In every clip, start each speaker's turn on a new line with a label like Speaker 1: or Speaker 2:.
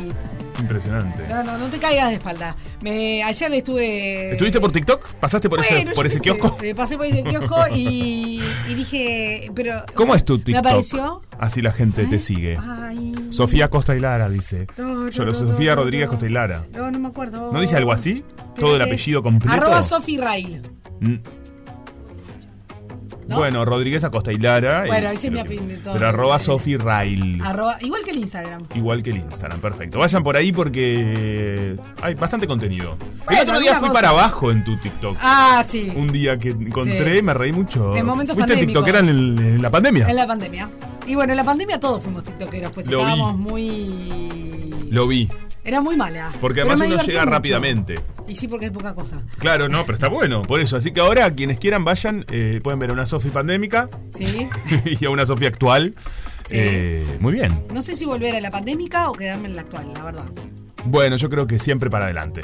Speaker 1: Impresionante.
Speaker 2: No, no, no te caigas de espalda. Me, ayer estuve.
Speaker 1: ¿Estuviste por TikTok? ¿Pasaste por ese,
Speaker 2: Bueno,
Speaker 1: por
Speaker 2: yo
Speaker 1: ese
Speaker 2: qué sé,
Speaker 1: kiosco?
Speaker 2: eh, pasé por ese kiosco y, y dije, pero.
Speaker 1: ¿Cómo es tu TikTok?
Speaker 2: Me apareció.
Speaker 1: Así la gente te sigue.
Speaker 2: Ay.
Speaker 1: Sofía Costa y Lara dice.
Speaker 2: no, no,
Speaker 1: Yo
Speaker 2: no,
Speaker 1: lo Sofía
Speaker 2: no,
Speaker 1: Rodríguez
Speaker 2: no.
Speaker 1: Costa y Lara.
Speaker 2: No, no me acuerdo.
Speaker 1: ¿No dice algo así? ¿Todo el
Speaker 2: Espérate.
Speaker 1: apellido completo?
Speaker 2: Arroba Sofi Rail.
Speaker 1: Mm.
Speaker 2: ¿No?
Speaker 1: Bueno, Rodríguez Acosta y Lara.
Speaker 2: Bueno,
Speaker 1: eh,
Speaker 2: ahí se me
Speaker 1: pero que-
Speaker 2: aprende todo.
Speaker 1: Pero arroba Sofi Rail.
Speaker 2: Arroba, igual que el Instagram.
Speaker 1: Igual que el Instagram, perfecto. Vayan por ahí porque hay bastante contenido. el
Speaker 2: Bueno,
Speaker 1: otro día
Speaker 2: alguna
Speaker 1: fui
Speaker 2: cosa.
Speaker 1: para abajo en tu TikTok.
Speaker 2: Ah, sí.
Speaker 1: Un día que encontré,
Speaker 2: Sí.
Speaker 1: me reí mucho.
Speaker 2: En momentos
Speaker 1: Fuiste
Speaker 2: pandémicos.
Speaker 1: TikTokera en, el- en la pandemia.
Speaker 2: En la pandemia. Y bueno, en la pandemia todos fuimos tiktokeros, pues
Speaker 1: Lo vi.
Speaker 2: estábamos muy.
Speaker 1: Lo vi.
Speaker 2: Era muy mala.
Speaker 1: Porque
Speaker 2: pero
Speaker 1: además
Speaker 2: me
Speaker 1: uno
Speaker 2: divertí
Speaker 1: llega
Speaker 2: mucho.
Speaker 1: rápidamente.
Speaker 2: Y sí, porque hay poca cosa.
Speaker 1: Claro, no, pero está bueno. Por eso, así que ahora quienes quieran vayan, eh, pueden ver a una Sofi pandémica
Speaker 2: ¿Sí?
Speaker 1: y a una Sofi actual.
Speaker 2: Sí.
Speaker 1: Eh, muy bien.
Speaker 2: No sé si volver a la pandémica o quedarme en la actual, la verdad.
Speaker 1: Bueno, yo creo que siempre para adelante.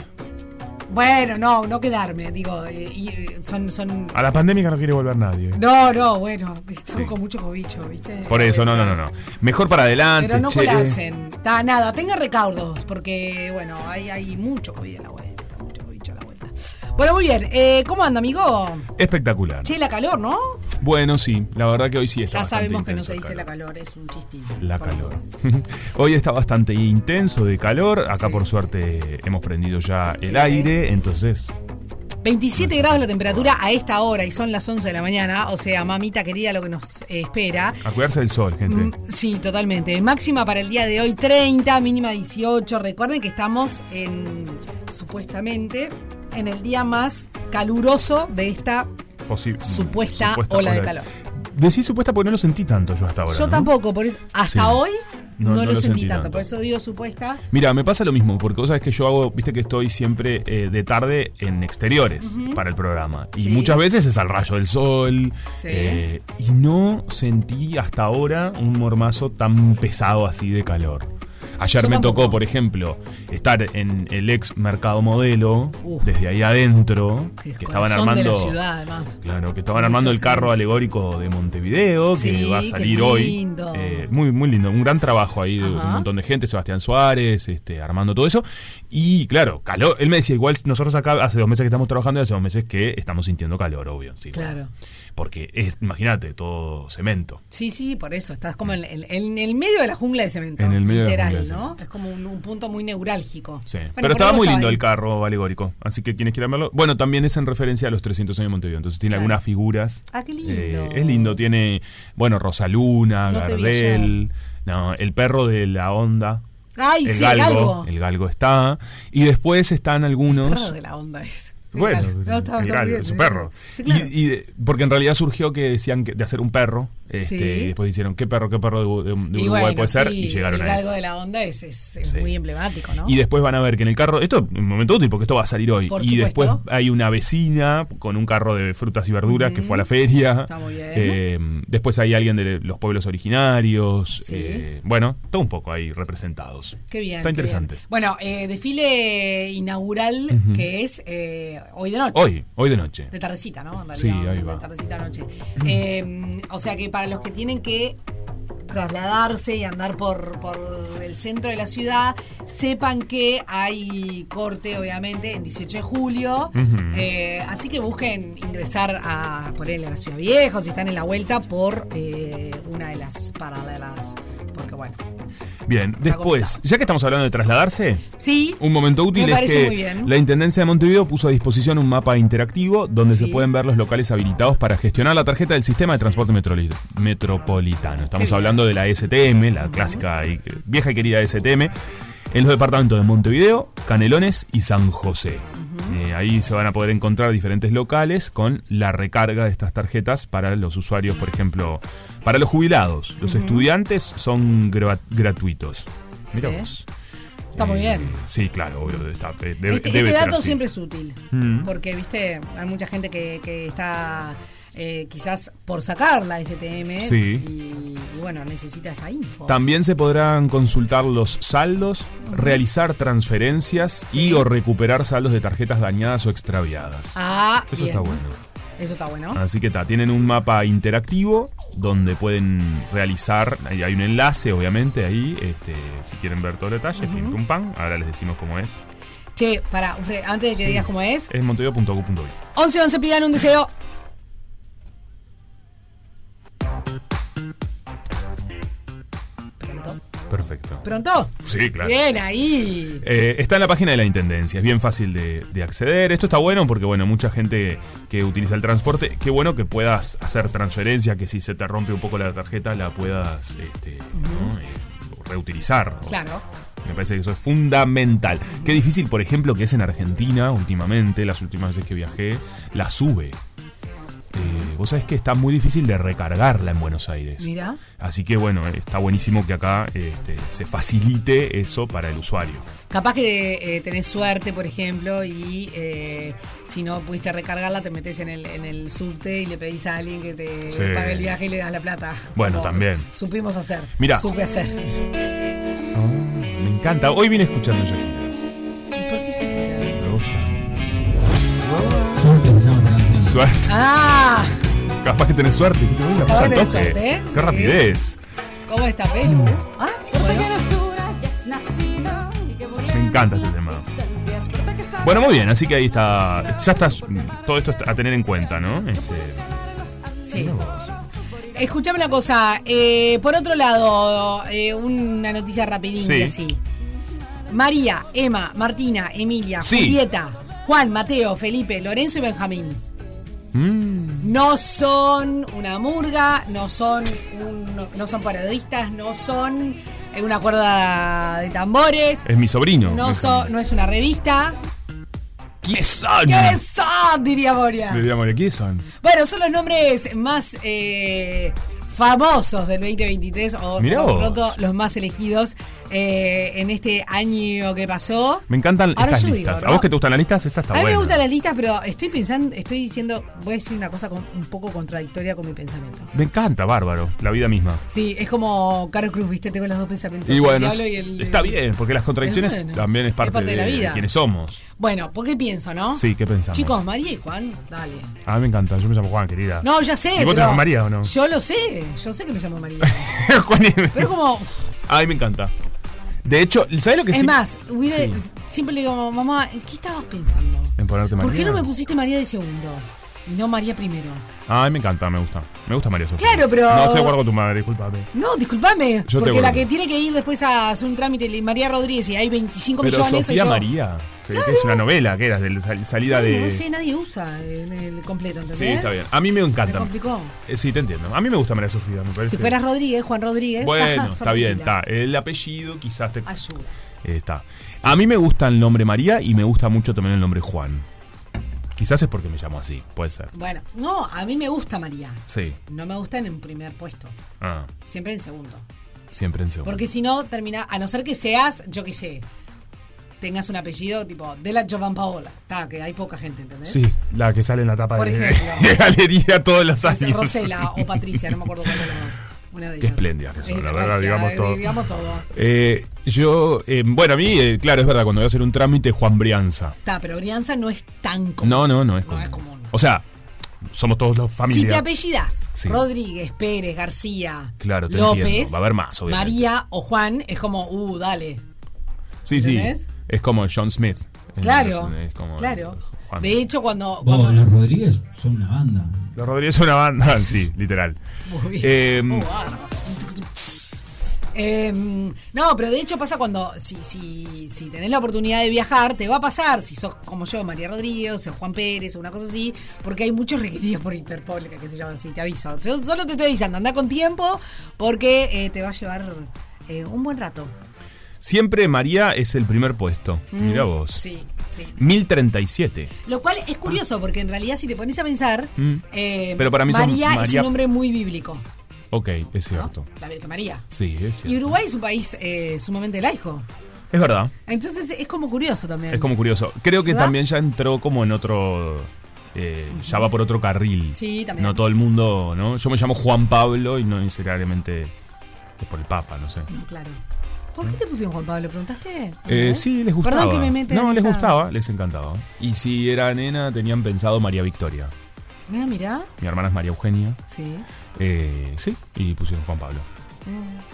Speaker 2: Bueno, no, no quedarme, digo, eh, y, eh, son, son...
Speaker 1: A la pandémica no quiere volver nadie.
Speaker 2: No, no, bueno, estuvo
Speaker 1: Sí.
Speaker 2: con mucho cobicho, ¿viste?
Speaker 1: Por eso, no, no, no, no. Mejor para adelante.
Speaker 2: Pero no
Speaker 1: che. eh,
Speaker 2: colapsen, Ta, nada, tenga recaudos, porque, bueno, hay, hay mucho COVID a la vuelta, mucho cobicho a la vuelta. Bueno, muy bien, eh, ¿cómo anda, amigo?
Speaker 1: Espectacular.
Speaker 2: Che, la calor, ¿no?
Speaker 1: Bueno, sí, la verdad que hoy sí está
Speaker 2: Ya
Speaker 1: bastante
Speaker 2: sabemos que no
Speaker 1: intenso
Speaker 2: se dice
Speaker 1: el
Speaker 2: la
Speaker 1: calor.
Speaker 2: calor, es un chistín.
Speaker 1: La
Speaker 2: por las
Speaker 1: calor.
Speaker 2: dudas.
Speaker 1: Hoy está bastante intenso de calor. Acá,
Speaker 2: Sí.
Speaker 1: por suerte, hemos prendido ya el aire. Entonces,
Speaker 2: 27 grados la temperatura a esta hora y son las 11 de la mañana, o sea, mamita querida, lo que nos eh, espera.
Speaker 1: a cuidarse del sol, gente.
Speaker 2: Mm, Sí, totalmente. Máxima para el día de hoy 30, mínima 18. Recuerden que estamos en supuestamente en el día más caluroso de esta.
Speaker 1: Posi-
Speaker 2: Supuesta ola de calor.
Speaker 1: Decí supuesta porque no lo sentí tanto yo hasta ahora.
Speaker 2: Yo
Speaker 1: ¿no?
Speaker 2: tampoco, por eso hasta
Speaker 1: Sí.
Speaker 2: hoy
Speaker 1: No,
Speaker 2: no,
Speaker 1: no
Speaker 2: lo, sentí tanto. por eso digo supuesta.
Speaker 1: Mira, me pasa lo mismo, porque vos sabés que yo hago, viste que estoy siempre eh, de tarde en exteriores para el programa. Y
Speaker 2: Sí.
Speaker 1: muchas veces es al rayo del sol.
Speaker 2: Sí.
Speaker 1: eh, y no sentí hasta ahora un mormazo tan pesado así de calor. Ayer
Speaker 3: Yo
Speaker 1: me
Speaker 3: tampoco.
Speaker 1: tocó, por ejemplo, estar en el ex mercado modelo,
Speaker 2: Uh.
Speaker 1: desde ahí adentro,
Speaker 2: el
Speaker 1: que estaban
Speaker 2: corazón
Speaker 1: armando.
Speaker 2: de la ciudad, además.
Speaker 1: Claro, que estaban armando el carro alegórico de Montevideo,
Speaker 2: Sí,
Speaker 1: que va a
Speaker 2: qué
Speaker 1: salir hoy.
Speaker 2: lindo.
Speaker 1: Eh, muy, muy lindo, un gran trabajo ahí de
Speaker 2: Ajá.
Speaker 1: un montón de gente, Sebastián Suárez, este, armando todo eso. Y claro, calor. Él me decía, igual nosotros acá hace dos meses que estamos trabajando y hace dos meses que estamos sintiendo calor, obvio. sí,
Speaker 2: Claro.
Speaker 1: Porque es, imagínate, todo cemento.
Speaker 2: Sí, sí, por eso. Estás como en, en- en el medio de la jungla de cemento.
Speaker 1: En el medio de la
Speaker 2: literal,
Speaker 1: jungla de
Speaker 2: ¿no?
Speaker 1: cemento.
Speaker 2: Es como un, un punto muy neurálgico.
Speaker 1: Sí.
Speaker 2: Bueno,
Speaker 1: pero
Speaker 2: por
Speaker 1: estaba
Speaker 2: algo
Speaker 1: muy lindo el
Speaker 2: ahí.
Speaker 1: carro alegórico. Así que quienes quieran verlo. Bueno, también es en referencia a los 300 años de Montevideo. Entonces tiene
Speaker 2: Claro.
Speaker 1: algunas figuras.
Speaker 2: Ah, qué lindo.
Speaker 1: Eh, es lindo. Tiene, bueno, Rosaluna,
Speaker 2: No te vi
Speaker 1: Gardel. No, el perro de la onda.
Speaker 2: Ay,
Speaker 1: el
Speaker 2: sí,
Speaker 1: galgo,
Speaker 2: el galgo.
Speaker 1: El galgo está. Y después están algunos.
Speaker 2: perro de la onda es.
Speaker 1: Bueno,
Speaker 2: El galgo. No, estaba-
Speaker 1: el
Speaker 2: estaba
Speaker 1: galgo,
Speaker 2: bien,
Speaker 1: su
Speaker 2: bien.
Speaker 1: perro.
Speaker 2: Sí, claro.
Speaker 1: Y- y de- porque en realidad surgió que decían que de hacer un perro. Este,
Speaker 2: Sí.
Speaker 1: Y después dijeron, ¿qué perro, qué perro de, de- de
Speaker 2: Y
Speaker 1: Uruguay
Speaker 2: bueno,
Speaker 1: puede ser?
Speaker 2: sí,
Speaker 1: y llegaron
Speaker 2: el
Speaker 1: a
Speaker 2: galgo
Speaker 1: ese.
Speaker 2: de la onda es, es- es
Speaker 1: Sí.
Speaker 2: muy emblemático, ¿no?
Speaker 1: Y después van a ver que en el carro, esto es un momento útil porque esto va a salir hoy.
Speaker 2: Por
Speaker 1: y
Speaker 2: supuesto.
Speaker 1: después hay una vecina con un carro de frutas y verduras que fue a la feria.
Speaker 2: Está muy bien.
Speaker 1: Eh, después hay alguien de los pueblos originarios.
Speaker 2: Sí.
Speaker 1: Eh, bueno, todo un poco ahí representados.
Speaker 2: Qué bien.
Speaker 1: Está
Speaker 2: qué
Speaker 1: interesante.
Speaker 2: bien. Bueno, eh, desfile inaugural que es eh, hoy de noche.
Speaker 1: Hoy, hoy de noche.
Speaker 2: De tardecita, ¿no? En realidad,
Speaker 1: Sí, ahí
Speaker 2: de
Speaker 1: va.
Speaker 2: tardecita a noche. Eh, o sea que para los que tienen que trasladarse y andar por, por el centro de la ciudad, sepan que hay corte, obviamente, en 18 de julio.
Speaker 1: Mm.
Speaker 2: Eh, así que busquen ingresar a ponerle a la Ciudad Vieja o si están en la vuelta por eh, una de las paralelas. Porque bueno.
Speaker 1: Bien, después, ya que estamos hablando de trasladarse,
Speaker 2: Sí.
Speaker 1: Un momento útil
Speaker 2: Me
Speaker 1: es
Speaker 2: parece
Speaker 1: que
Speaker 2: muy bien.
Speaker 1: la Intendencia de Montevideo puso a disposición un mapa interactivo donde
Speaker 2: Sí.
Speaker 1: se pueden ver los locales habilitados para gestionar la tarjeta del sistema de transporte metroli- metropolitano. Estamos
Speaker 2: bien.
Speaker 1: hablando de la STM, la clásica y vieja y querida STM, en los departamentos de Montevideo, Canelones y San José. Eh, ahí se van a poder encontrar diferentes locales con la recarga de estas tarjetas para los usuarios, por ejemplo, para los jubilados. Los estudiantes son gra- gratuitos. Mira
Speaker 2: Sí.
Speaker 1: vos.
Speaker 2: Está muy
Speaker 1: Eh,
Speaker 2: bien.
Speaker 1: Sí, claro, obvio. está- eh, debe,
Speaker 2: Este,
Speaker 1: debe
Speaker 2: este
Speaker 1: ser
Speaker 2: dato
Speaker 1: así. Mm.
Speaker 2: siempre es útil, porque viste, hay mucha gente que, que está eh, quizás por sacar la STM
Speaker 1: Sí.
Speaker 2: y, y bueno, necesita esta info.
Speaker 1: También se podrán consultar los saldos, realizar transferencias y o recuperar saldos de tarjetas dañadas o extraviadas.
Speaker 2: ah,
Speaker 1: Eso
Speaker 2: bien.
Speaker 1: está bueno. Ah.
Speaker 2: Eso está bueno.
Speaker 1: Así que ta, tienen un mapa interactivo donde pueden realizar, ahí hay un enlace obviamente ahí, este, si quieren ver todo el detalle, pim pum pam, ahora les decimos cómo es.
Speaker 2: Che, para, Fre- antes de que digas cómo es,
Speaker 1: Es montevideo.com.uy.
Speaker 2: 11 11 pidan un deseo.
Speaker 1: Perfecto.
Speaker 2: ¿Pronto?
Speaker 1: Sí, claro.
Speaker 2: Bien, ahí.
Speaker 1: Eh, está en la página de la Intendencia, es bien fácil de, de acceder. Esto está bueno porque, bueno, mucha gente que utiliza el transporte, qué bueno que puedas hacer transferencia, que si se te rompe un poco la tarjeta la puedas este, ¿no? Eh, reutilizar.
Speaker 2: Claro.
Speaker 1: Me parece que eso es fundamental. Qué difícil, por ejemplo, que es en Argentina últimamente, las últimas veces que viajé, la sube. Eh, Vos sabés que está muy difícil de recargarla en Buenos Aires.
Speaker 2: Mira.
Speaker 1: Así que bueno, está buenísimo que acá este, se facilite eso para el usuario.
Speaker 2: Capaz que eh, tenés suerte, por ejemplo, y eh, si no pudiste recargarla, te metes en el, en el subte y le pedís a alguien que te
Speaker 1: Sí.
Speaker 2: pague el viaje y le das la plata.
Speaker 1: Bueno,
Speaker 2: Como
Speaker 1: también.
Speaker 2: Supimos hacer.
Speaker 1: Mirá.
Speaker 2: Supe hacer. ¿Y
Speaker 1: Oh, Me encanta. Hoy vine escuchando Shakira.
Speaker 2: por qué se tira?
Speaker 1: Me gusta.
Speaker 4: Suerte se llama esta canción.
Speaker 1: Suerte.
Speaker 2: ¡Ah!
Speaker 1: Capaz que tenés suerte. Dijiste, "Uy, la
Speaker 2: Capaz
Speaker 1: puse al
Speaker 2: que tenés
Speaker 1: toque".
Speaker 2: suerte, ¿eh?
Speaker 1: Qué
Speaker 2: Sí.
Speaker 1: rapidez.
Speaker 2: ¿Cómo está, Pelu? ¿Ah? bueno.
Speaker 1: Me encanta este tema. Bueno, muy bien. Así que ahí está. Ya estás. Todo esto está a tener en cuenta, ¿no? Este,
Speaker 2: Sí.
Speaker 1: mira vos.
Speaker 2: Escuchame una cosa. eh, por otro lado, eh, una noticia rapidín
Speaker 1: Sí.
Speaker 2: y así. María, Emma, Martina, Emilia,
Speaker 1: Sí.
Speaker 2: Julieta, Juan, Mateo, Felipe, Lorenzo y Benjamín.
Speaker 1: Mm,
Speaker 2: No son una murga, no son un- no, no son parodistas, no son eh, una cuerda de tambores,
Speaker 1: es mi sobrino.
Speaker 2: no, so-
Speaker 1: Benjamín.
Speaker 2: no es una revista.
Speaker 1: ¿Quiénes son?
Speaker 2: ¿Qué son? Diría Moria.
Speaker 1: Diríamos, ¿quiénes son?
Speaker 2: Bueno, son los nombres más eh, famosos del 2023 o por
Speaker 1: Mirá
Speaker 2: lo
Speaker 1: vos.
Speaker 2: pronto los más elegidos eh, en este año que pasó.
Speaker 1: Me encantan
Speaker 2: Ahora
Speaker 1: estas
Speaker 2: yo digo,
Speaker 1: listas.
Speaker 2: ¿no?
Speaker 1: ¿A vos que te gustan las listas? Esta está
Speaker 2: a mí
Speaker 1: buena.
Speaker 2: me gustan las listas, pero estoy pensando, estoy diciendo, voy a decir una cosa con- un poco contradictoria con mi pensamiento.
Speaker 1: Me encanta, bárbaro. La vida misma.
Speaker 2: Sí, es como Caro Cruz, viste, tengo los dos pensamientos.
Speaker 1: y
Speaker 2: el
Speaker 1: bueno,
Speaker 2: diablo y el-
Speaker 1: está bien, porque las contradicciones
Speaker 2: bueno.
Speaker 1: también es parte, de,
Speaker 2: la vida. Ah.
Speaker 1: quienes somos.
Speaker 2: Bueno, ¿por qué pienso, no?
Speaker 1: Sí, ¿qué pensamos?
Speaker 2: Chicos, María y Juan, dale.
Speaker 1: A mí me encanta, yo me llamo Juan, querida.
Speaker 2: No, ya sé.
Speaker 1: Ah. ¿Y vos te
Speaker 2: pero-
Speaker 1: llamas María o no?
Speaker 2: Yo lo sé, yo sé que me llamo María.
Speaker 1: Juan y-
Speaker 2: Pero es como,
Speaker 1: Ay, me encanta. De hecho, ¿sabes lo que
Speaker 2: es
Speaker 1: sí-
Speaker 2: más, hubiera-
Speaker 1: Sí,
Speaker 2: siempre le digo, mamá, ¿en qué estabas pensando?
Speaker 1: en ponerte
Speaker 2: ¿Por
Speaker 1: María.
Speaker 2: qué no me pusiste María de segundo? Y no María primero.
Speaker 1: Ay, me encanta, me gusta. Me gusta María Sofía.
Speaker 2: Claro, pero-
Speaker 1: No, estoy de acuerdo con tu madre, discúlpame.
Speaker 2: No, discúlpame,
Speaker 1: Yo te
Speaker 2: porque la
Speaker 1: acuerdo.
Speaker 2: que tiene que ir después a hacer un trámite, le- María Rodríguez, y hay 25
Speaker 1: Pero
Speaker 2: millones. soy
Speaker 1: Sofía
Speaker 2: yo.
Speaker 1: María, se- que es una novela, que era de sal- salida
Speaker 2: Bueno,
Speaker 1: de...
Speaker 2: No sé, nadie usa el, el completo, ¿entendés?
Speaker 1: sí, está bien. A mí me
Speaker 2: Me
Speaker 1: encanta.
Speaker 2: complicó.
Speaker 1: Eh, Sí, te entiendo. A mí me gusta María Sofía, me parece.
Speaker 2: Si fueras Rodríguez, Juan Rodríguez.
Speaker 1: Bueno,
Speaker 2: ajá,
Speaker 1: está
Speaker 2: sorprendida.
Speaker 1: bien, está. El apellido quizás te...
Speaker 2: Ayuda.
Speaker 1: Eh, Está. A mí me gusta el nombre María y me gusta mucho también el nombre Juan. Quizás es porque me llamo así, puede ser.
Speaker 2: Bueno, no, a mí me gusta María.
Speaker 1: Sí.
Speaker 2: No me gusta en el primer puesto,
Speaker 1: Ah,
Speaker 2: siempre en segundo.
Speaker 1: siempre en segundo.
Speaker 2: Porque si no, termina, a no ser que seas, yo qué sé, tengas un apellido tipo de la Giovan Paola. Está, que hay poca gente, ¿entendés?
Speaker 1: Sí, la que sale en la tapa
Speaker 2: Por
Speaker 1: de,
Speaker 2: ejemplo.
Speaker 1: de galería todos los
Speaker 2: Es
Speaker 1: años.
Speaker 2: Rosela o Patricia, no me acuerdo cuál de las dos. Una de
Speaker 1: Qué
Speaker 2: ellas.
Speaker 1: espléndida que son,
Speaker 2: Es
Speaker 1: la verdad,
Speaker 2: regia,
Speaker 1: digamos
Speaker 2: eh,
Speaker 1: todo.
Speaker 2: Digamos todo.
Speaker 1: Eh, yo, eh, bueno, a mí, eh, claro, es verdad, cuando voy a hacer un trámite, Juan Brianza.
Speaker 2: Está, pero Brianza no es tan común.
Speaker 1: No, no, no es
Speaker 2: No
Speaker 1: común.
Speaker 2: es común.
Speaker 1: O sea, somos todos los
Speaker 2: Si te
Speaker 1: familia.
Speaker 2: apellidas
Speaker 1: Sí.
Speaker 2: Rodríguez, Pérez, García,
Speaker 1: Claro, te
Speaker 2: López,
Speaker 1: entiendo. Va a haber más, obviamente.
Speaker 2: María o Juan, es como, uh, dale.
Speaker 1: sí, sí.
Speaker 2: ¿entendés?
Speaker 1: Es como John Smith. Es-
Speaker 2: Claro.
Speaker 1: es como-
Speaker 2: claro.
Speaker 1: Juan.
Speaker 2: De hecho, cuando.
Speaker 4: Vos,
Speaker 2: cuando-
Speaker 4: los Rodríguez son una banda.
Speaker 1: Los Rodríguez son una banda, sí, literal.
Speaker 2: Muy bien.
Speaker 1: Eh,
Speaker 2: Oh, bárbaro. Eh, no, pero de hecho pasa cuando, si, si, si tenés la oportunidad de viajar, te va a pasar, si sos como yo, María Rodríguez, o Juan Pérez, o una cosa así, porque hay muchos requeridos por Interpol, que se llaman así, te aviso. Yo solo te estoy avisando, anda con tiempo, porque eh, te va a llevar eh, un buen rato.
Speaker 1: siempre María es el primer puesto. Mira vos.
Speaker 2: Mm, Sí, sí.
Speaker 1: 1037.
Speaker 2: Lo cual es curioso, porque en realidad si te pones a pensar,
Speaker 1: Mm,
Speaker 2: eh,
Speaker 1: Pero para mí son
Speaker 2: María, es
Speaker 1: María-
Speaker 2: un nombre muy bíblico,
Speaker 1: Ok, es
Speaker 2: ¿no?
Speaker 1: cierto.
Speaker 2: La Virgen María.
Speaker 1: Sí, es
Speaker 2: Y
Speaker 1: cierto.
Speaker 2: Uruguay es un país eh, sumamente laico.
Speaker 1: Es verdad.
Speaker 2: Entonces es como curioso también.
Speaker 1: Es como curioso. Creo que
Speaker 2: ¿Verdad?
Speaker 1: también ya entró como en otro. eh, ya va por otro carril.
Speaker 2: Sí, también.
Speaker 1: No todo el mundo, ¿no? Yo me llamo Juan Pablo y no necesariamente es por el Papa, no sé.
Speaker 2: No, claro. ¿Por qué te pusieron Juan Pablo? ¿Preguntaste?
Speaker 1: Eh, sí, les gustaba.
Speaker 2: Perdón que me mete.
Speaker 1: no,
Speaker 2: en
Speaker 1: les
Speaker 2: esta-
Speaker 1: gustaba, les encantaba. Y si era nena, tenían pensado María Victoria.
Speaker 2: Ah, mirá.
Speaker 1: Mi hermana es María Eugenia.
Speaker 2: Sí.
Speaker 1: Eh, sí, y pusieron Juan Pablo.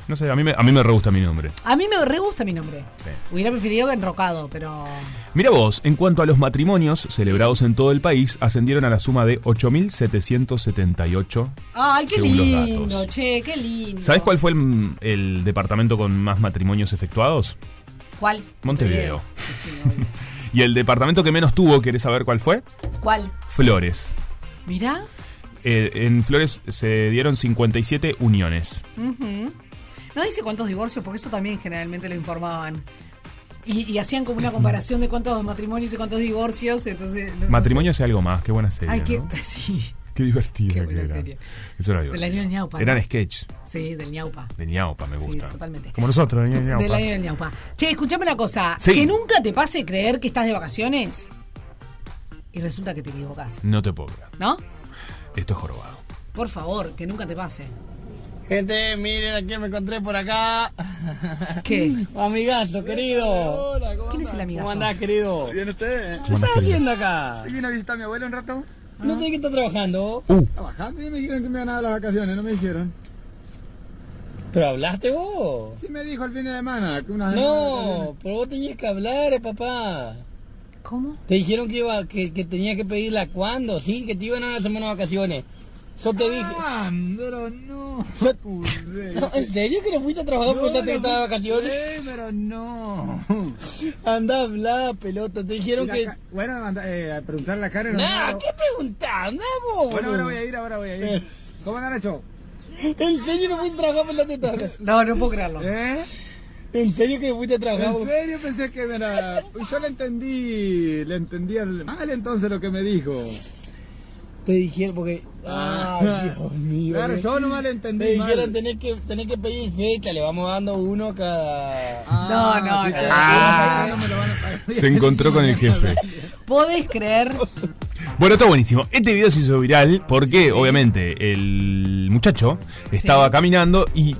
Speaker 1: No sé, a mí me, a mí me re gusta mi nombre.
Speaker 2: A mí me re gusta mi nombre.
Speaker 1: Sí.
Speaker 2: Hubiera preferido enrocado, pero.
Speaker 1: Mira vos, en cuanto a los matrimonios celebrados en todo el país, ascendieron a la suma de 8.778.
Speaker 2: ¡Ay, qué
Speaker 1: según los
Speaker 2: lindo!
Speaker 1: datos.
Speaker 2: Che, qué lindo.
Speaker 1: ¿Sabes cuál fue el, el departamento con más matrimonios efectuados?
Speaker 2: ¿Cuál?
Speaker 1: Montevideo.
Speaker 2: Sí, obvio.
Speaker 1: Y el departamento que menos tuvo, ¿querés saber cuál fue?
Speaker 2: Eh, ¿Cuál?
Speaker 1: Flores.
Speaker 2: Mirá.
Speaker 1: Eh, en Flores se dieron 57 uniones.
Speaker 2: No dice cuántos divorcios, porque eso también generalmente lo informaban. Y, y hacían
Speaker 1: Mm.
Speaker 2: como una comparación de cuántos matrimonios y cuántos divorcios. Entonces. no- no sé.
Speaker 1: Matrimonios es algo más, qué buena serie.
Speaker 2: Ay, qué.
Speaker 1: ¿no?
Speaker 2: Sí.
Speaker 1: Qué divertida
Speaker 2: Qué
Speaker 1: que
Speaker 2: buena
Speaker 1: era.
Speaker 2: serie.
Speaker 1: Eso era
Speaker 2: Del
Speaker 1: divertido.
Speaker 2: año Ñaupa, ¿no?
Speaker 1: Eran sketch
Speaker 2: Sí, del ñaupa.
Speaker 1: de ñaupa, me
Speaker 2: Sí,
Speaker 1: gusta.
Speaker 2: totalmente.
Speaker 1: Como nosotros, de ñaupa.
Speaker 2: Del año del ñaupa. Che, escuchame una cosa.
Speaker 1: Sí.
Speaker 2: Que nunca te pase creer que estás de vacaciones y resulta que te equivocas.
Speaker 1: No te puedo creer.
Speaker 2: ¿No?
Speaker 1: Esto es jorobado.
Speaker 2: Por favor, que nunca te pase.
Speaker 5: Gente, miren a quién me encontré por acá.
Speaker 2: ¿Qué?
Speaker 5: Amigazo, querido.
Speaker 2: ¿Quién es el
Speaker 5: ¿Cómo
Speaker 2: amigazo?
Speaker 5: andás, querido?
Speaker 1: ¿Cómo andás, querido?
Speaker 5: haciendo acá?
Speaker 6: Vino a visitar a mi abuelo un rato.
Speaker 2: Ah.
Speaker 5: No tiene que estar trabajando.
Speaker 1: Uh,
Speaker 6: Trabajando y me dijeron que me iban a dar las vacaciones, no me dijeron.
Speaker 5: ¿Pero hablaste vos?
Speaker 6: Sí me dijo el fin de semana que unas
Speaker 5: No, pero vos tenías que hablar, eh, papá.
Speaker 2: ¿Cómo?
Speaker 5: Te dijeron que iba, que, que tenías que pedirla cuándo, sí, que te iban a una semana de vacaciones. Yo te dije.
Speaker 6: Ah, pero no. Pude.
Speaker 5: No, ¿En serio que no fuiste a trabajar porque
Speaker 6: No,
Speaker 5: pensaste que
Speaker 6: no
Speaker 5: estabas de vacaciones?
Speaker 6: pude, pero no.
Speaker 5: Anda a hablar, pelota. Te dijeron
Speaker 6: Y la
Speaker 5: que.
Speaker 6: ca- Bueno, manda- eh, a preguntarle a Karen.
Speaker 5: Nah,
Speaker 6: no,
Speaker 5: ¿qué preguntás? Andá vos,
Speaker 6: Bueno, ahora
Speaker 5: boludo.
Speaker 6: voy a ir, ahora voy
Speaker 5: Eh.
Speaker 6: a ir. ¿Cómo andan hecho?
Speaker 5: ¿En serio no fuiste a trabajar pensaste que estabas de vacaciones?
Speaker 2: No, no puedo creerlo.
Speaker 6: ¿Eh?
Speaker 5: ¿En serio que fuiste a trabajar?
Speaker 6: En
Speaker 5: vos?
Speaker 6: serio pensé que me era... Yo le entendí, le entendí al- mal entonces lo que me dijo.
Speaker 5: te dijeron, porque. Ay, Dios mío.
Speaker 6: Ah. Claro,
Speaker 5: eh.
Speaker 6: yo nomás le entendí
Speaker 5: Te
Speaker 6: mal.
Speaker 5: dijeron, tenés que, tenés que pedir fecha, le vamos dando uno cada.
Speaker 2: No, no, no.
Speaker 1: Ah.
Speaker 6: No me lo van a pagar.
Speaker 1: Se encontró con el jefe.
Speaker 2: ¿Podés creer?
Speaker 1: Bueno, está buenísimo. Este video se hizo viral porque, obviamente, el muchacho estaba
Speaker 2: Sí.
Speaker 1: caminando y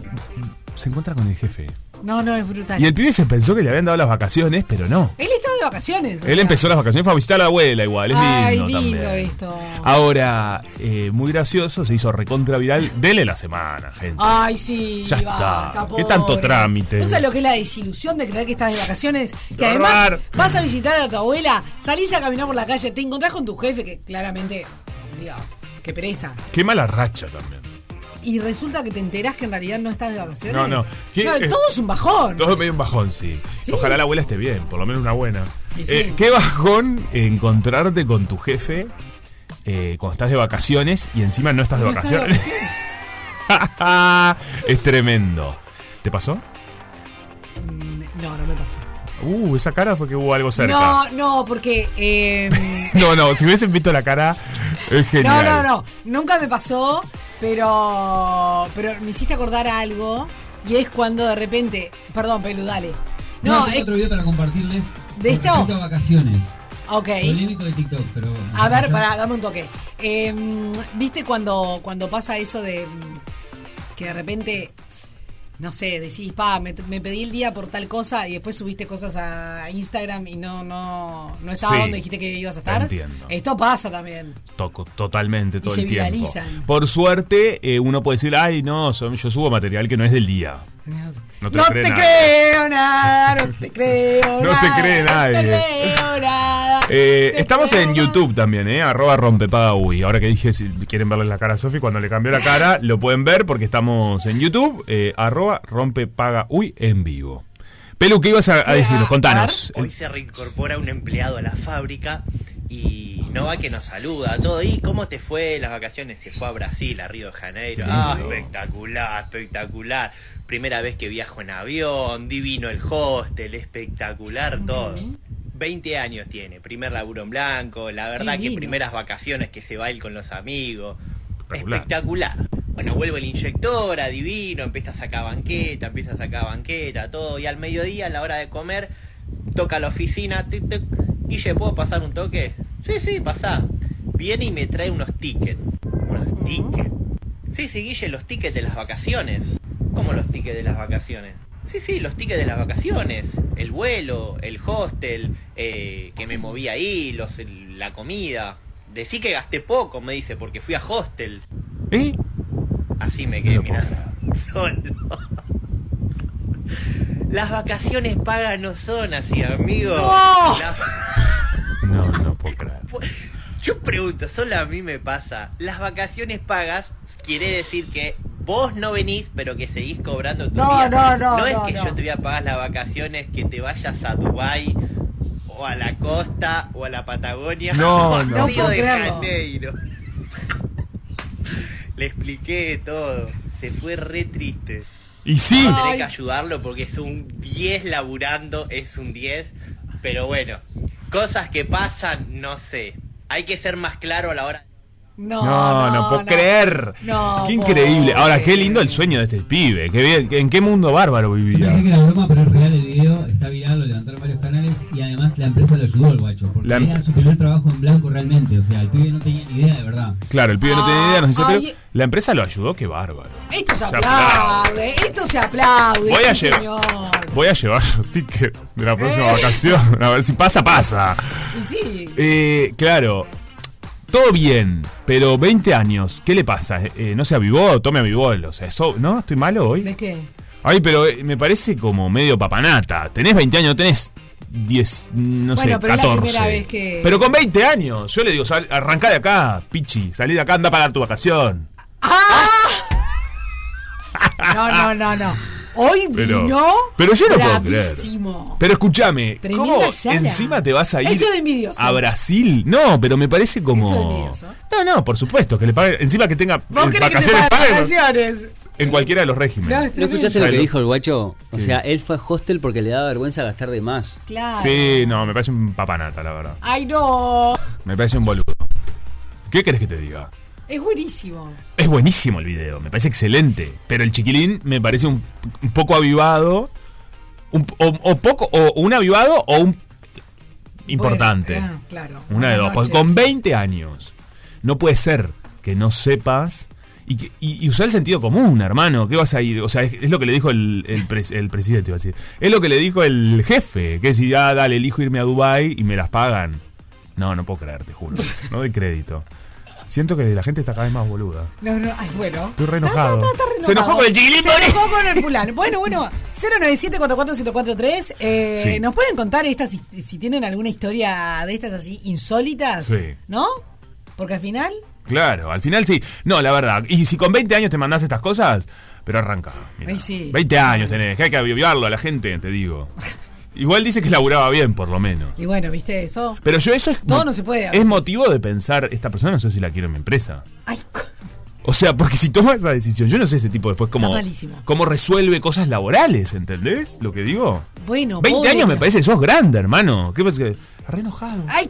Speaker 1: se encuentra con el jefe.
Speaker 2: No, no, es brutal.
Speaker 1: Y el pibe se pensó que le habían dado las vacaciones, pero no.
Speaker 2: Él estaba de vacaciones. o
Speaker 1: Él
Speaker 2: sea.
Speaker 1: empezó las vacaciones, fue a visitar a la abuela igual, es
Speaker 2: Ay,
Speaker 1: lindo,
Speaker 2: lindo
Speaker 1: también.
Speaker 2: esto.
Speaker 1: Ahora, eh, muy gracioso, se hizo recontra viral. Dele la semana, gente.
Speaker 2: Ay, sí,
Speaker 1: Ya
Speaker 2: basta,
Speaker 1: está.
Speaker 2: pobre.
Speaker 1: Qué tanto trámite.
Speaker 2: ¿No sabes lo que es la desilusión de creer que estás de vacaciones? Que
Speaker 1: Ahorrar.
Speaker 2: además vas a visitar a tu abuela, salís a caminar por la calle, te encontrás con tu jefe, que claramente, digo, qué pereza.
Speaker 1: Qué mala racha también.
Speaker 2: Y resulta que te enterás que en realidad no estás de vacaciones.
Speaker 1: No, no. ¿Qué- eh,
Speaker 2: todo es un bajón.
Speaker 1: Todo medio un bajón, sí.
Speaker 2: Sí.
Speaker 1: Ojalá la abuela esté bien, por lo menos una buena.
Speaker 2: Y
Speaker 1: Eh,
Speaker 2: sí.
Speaker 1: qué bajón encontrarte con tu jefe eh, cuando estás de vacaciones y encima no estás de
Speaker 2: No estás de
Speaker 1: vacaciones. es tremendo. ¿Te pasó?
Speaker 2: Mm, No, no me pasó.
Speaker 1: Uh, esa cara fue que hubo algo cerca.
Speaker 2: No, no, porque. eh,
Speaker 1: No, no, si hubiesen visto la cara, es
Speaker 2: No,
Speaker 1: genial.
Speaker 2: no, no. Nunca me pasó, pero. Pero me hiciste acordar a algo. Y es cuando de repente. Perdón, Pelu, dale.
Speaker 4: No,
Speaker 2: No,
Speaker 4: tengo
Speaker 2: es-
Speaker 4: otro video para compartirles. con
Speaker 2: ¿De esto?
Speaker 4: respecto a vacaciones.
Speaker 2: ok.
Speaker 4: Polémico de TikTok, pero.
Speaker 2: A ver, para, dame un toque. Eh, ¿Viste cuando, cuando pasa eso de. mm, Que de repente. No sé, decís, pa, me, me pedí el día por tal cosa y después subiste cosas a Instagram y no, no, no estaba
Speaker 1: Sí,
Speaker 2: donde dijiste que ibas a estar.
Speaker 1: entiendo.
Speaker 2: Esto pasa también.
Speaker 1: Toco, totalmente todo
Speaker 2: se
Speaker 1: el tiempo.
Speaker 2: viralizan.
Speaker 1: Por suerte, eh, uno puede decir, ay, no, son- yo subo material que no es del día. No te cree nadie.
Speaker 2: creo nada, no te creo
Speaker 1: No
Speaker 2: nada.
Speaker 1: te cree nadie.
Speaker 2: No te creo nada.
Speaker 1: Eh,
Speaker 2: te
Speaker 1: estamos
Speaker 2: creo
Speaker 1: en
Speaker 2: nada.
Speaker 1: YouTube también, ¿eh? Arroba rompepaga Uy. Ahora que dije, si quieren verle la cara a Sofi, cuando le cambió la cara, lo pueden ver porque estamos en YouTube. Eh, arroba rompepaga Uy en vivo. Pelu, ¿qué ibas a, a
Speaker 7: Ah,
Speaker 1: decirnos? Contanos.
Speaker 7: Hoy se reincorpora un empleado a la fábrica y no va que nos saluda todo. ¿Y cómo te fue las vacaciones? Se fue a Brasil, a Río de Janeiro.
Speaker 1: Qué
Speaker 7: Ah,
Speaker 1: lindo.
Speaker 7: espectacular, espectacular. Primera vez que viajo en avión, divino el hostel, espectacular todo. 20 años tiene, primer laburo en blanco, la verdad
Speaker 2: Divino.
Speaker 7: que primeras vacaciones que se va él con los amigos.
Speaker 1: Espectacular.
Speaker 7: Espectacular. Bueno, vuelve el inyector, adivino, empieza a sacar banqueta, empieza a sacar banqueta, todo. Y al mediodía, a la hora de comer, toca la oficina. tic, tic. Guille, ¿puedo pasar un toque? Sí, sí, pasá. Viene y me trae unos tickets. Unos tickets. Sí, sí, Guille, los tickets de las vacaciones. ¿Cómo los tickets de las vacaciones? Sí, sí, los tickets de las vacaciones. El vuelo, el hostel, eh, que me moví ahí, los, la comida. Decí que gasté poco, me dice, porque fui a hostel.
Speaker 1: ¿Eh?
Speaker 7: Así me
Speaker 1: No
Speaker 7: quedé
Speaker 1: lo puedo
Speaker 7: mirando. Solo. Las vacaciones pagas no son así, amigo.
Speaker 2: No.
Speaker 7: La-
Speaker 1: No, no puedo creer.
Speaker 7: Yo pregunto, solo a mí me pasa. Las vacaciones pagas quiere decir que vos no venís, pero que seguís cobrando tu
Speaker 2: No,
Speaker 7: día.
Speaker 2: no, no,
Speaker 7: es
Speaker 2: no,
Speaker 7: que
Speaker 2: no.
Speaker 7: yo te voy a pagar las vacaciones que te vayas a Dubai o a la costa o a la Patagonia.
Speaker 1: No,
Speaker 7: o a
Speaker 1: no.
Speaker 7: Río
Speaker 2: No puedo
Speaker 7: de
Speaker 2: creerlo.
Speaker 7: Janeiro. Le expliqué todo. Se fue re triste.
Speaker 1: Y sí,
Speaker 7: Tenés
Speaker 2: Ay.
Speaker 7: que ayudarlo porque es un 10 laburando, es un 10. Pero bueno, cosas que pasan, no sé. Hay que ser más claro a la hora.
Speaker 2: No,
Speaker 1: No, no, puedo creer.
Speaker 2: No,
Speaker 1: qué increíble.
Speaker 2: pobre.
Speaker 1: Ahora, qué lindo el sueño de este pibe. Qué bien, ¿En qué mundo bárbaro
Speaker 4: Yo
Speaker 1: vivía?
Speaker 4: pensé que era broma, pero es real el video, está viral, lo levantaron varios canales y además la empresa lo ayudó al guacho, porque
Speaker 1: La em-
Speaker 4: era su primer trabajo en blanco realmente, o sea, el pibe no tenía ni idea de verdad.
Speaker 1: Claro, el pibe no tenía idea, nos hizo,
Speaker 2: Ay.
Speaker 1: pero la empresa lo ayudó, qué bárbaro.
Speaker 2: Esto se
Speaker 1: Se aplaude.
Speaker 2: aplaude, esto se aplaude.
Speaker 1: Voy a
Speaker 2: sí,
Speaker 1: llevar-
Speaker 2: señor.
Speaker 1: Voy a llevar su ticket de la próxima
Speaker 2: Eh.
Speaker 1: vacación. A ver si pasa, pasa.
Speaker 2: Y sí.
Speaker 1: Eh, claro. Todo bien, pero 20 años, ¿qué le pasa? Eh, ¿No se avivó? Tome avivol. O sea, so- ¿no? ¿Estoy malo hoy?
Speaker 2: ¿De qué?
Speaker 1: Ay, pero eh, me parece como medio papanata. Tenés 20 años, tenés 10, no
Speaker 2: Bueno,
Speaker 1: sé,
Speaker 2: pero es la
Speaker 1: 14.
Speaker 2: primera vez que-
Speaker 1: Pero con 20 años, yo le digo, sal- arrancá de acá, pichi, salí de acá, anda a pagar tu vacación.
Speaker 2: ¡Ah! No, no, no, no. Hoy
Speaker 1: Pero,
Speaker 2: vino.
Speaker 1: pero yo no puedo creer.
Speaker 2: bravísimo.
Speaker 1: Pero escúchame,
Speaker 2: Tremenda
Speaker 1: ¿cómo
Speaker 2: yala.
Speaker 1: encima te vas a ir
Speaker 2: Eso es de envidioso.
Speaker 1: a Brasil? No, pero me parece como.
Speaker 2: Eso es de envidioso.
Speaker 1: no, no, por supuesto, que le pague. Encima que tenga
Speaker 2: ¿Vos
Speaker 1: eh,
Speaker 2: querés que te pague
Speaker 1: pague
Speaker 2: vacaciones?
Speaker 1: en cualquiera de los
Speaker 2: No,
Speaker 1: regímenes.
Speaker 2: es tremendo.
Speaker 1: lo que Salud. dijo
Speaker 8: el guacho? O sea, él fue a hostel porque le daba vergüenza gastar de más.
Speaker 2: Claro.
Speaker 1: Sí, no, me parece un papanata, la verdad.
Speaker 2: Ay, no.
Speaker 1: Me parece un boludo. ¿Qué querés que te diga?
Speaker 2: Es buenísimo.
Speaker 1: Es buenísimo el video, me parece excelente. Pero el chiquilín me parece un, un poco avivado. un- o, o poco, o un avivado o un importante.
Speaker 2: Bueno, ah, claro.
Speaker 1: Una de dos.
Speaker 2: Buenas
Speaker 1: Porque con
Speaker 2: noches.
Speaker 1: 20 años. No puede ser que no sepas. Y, que- y- y usar el sentido común, hermano. ¿Qué vas a ir? O sea, es, es lo que le dijo el, el pres- el presidente, iba a decir. Es lo que le dijo el jefe. Que si, ah, dale, elijo irme a Dubai y me las pagan. No, no puedo creer, te juro. No doy crédito. Siento que la gente está cada vez más boluda.
Speaker 2: No, no, ay, bueno.
Speaker 1: Estoy re enojado.
Speaker 2: Renovado.
Speaker 1: Se enojó con el chiquilín,
Speaker 2: Se enojó con el fulano. Bueno, bueno, 097-44143. Eh,
Speaker 1: Sí.
Speaker 2: ¿Nos pueden contar estas si, si tienen alguna historia de estas así insólitas?
Speaker 1: Sí.
Speaker 2: ¿No? Porque al final.
Speaker 1: Claro, al final sí. No, la verdad. Y si con 20 años te mandás estas cosas, pero arranca. Mira,
Speaker 2: Ahí sí.
Speaker 1: 20 años tenés, que hay que avivarlo a la gente, te digo. Igual dice que laburaba bien, por lo menos.
Speaker 2: Y bueno, ¿viste eso?
Speaker 1: Pero yo eso es...
Speaker 2: Todo no se puede. a
Speaker 1: Es
Speaker 2: veces.
Speaker 1: motivo de pensar, esta persona no sé si la quiero en mi empresa.
Speaker 2: Ay.
Speaker 1: O sea, porque si toma esa decisión, yo no sé ese tipo después cómo,
Speaker 2: Está malísimo.
Speaker 1: cómo resuelve cosas laborales, ¿entendés? Lo que digo.
Speaker 2: Bueno,
Speaker 1: 20
Speaker 2: pobre.
Speaker 1: años me parece, sos grande, hermano. ¿Qué pasa? que- Re enojado.
Speaker 2: Ay,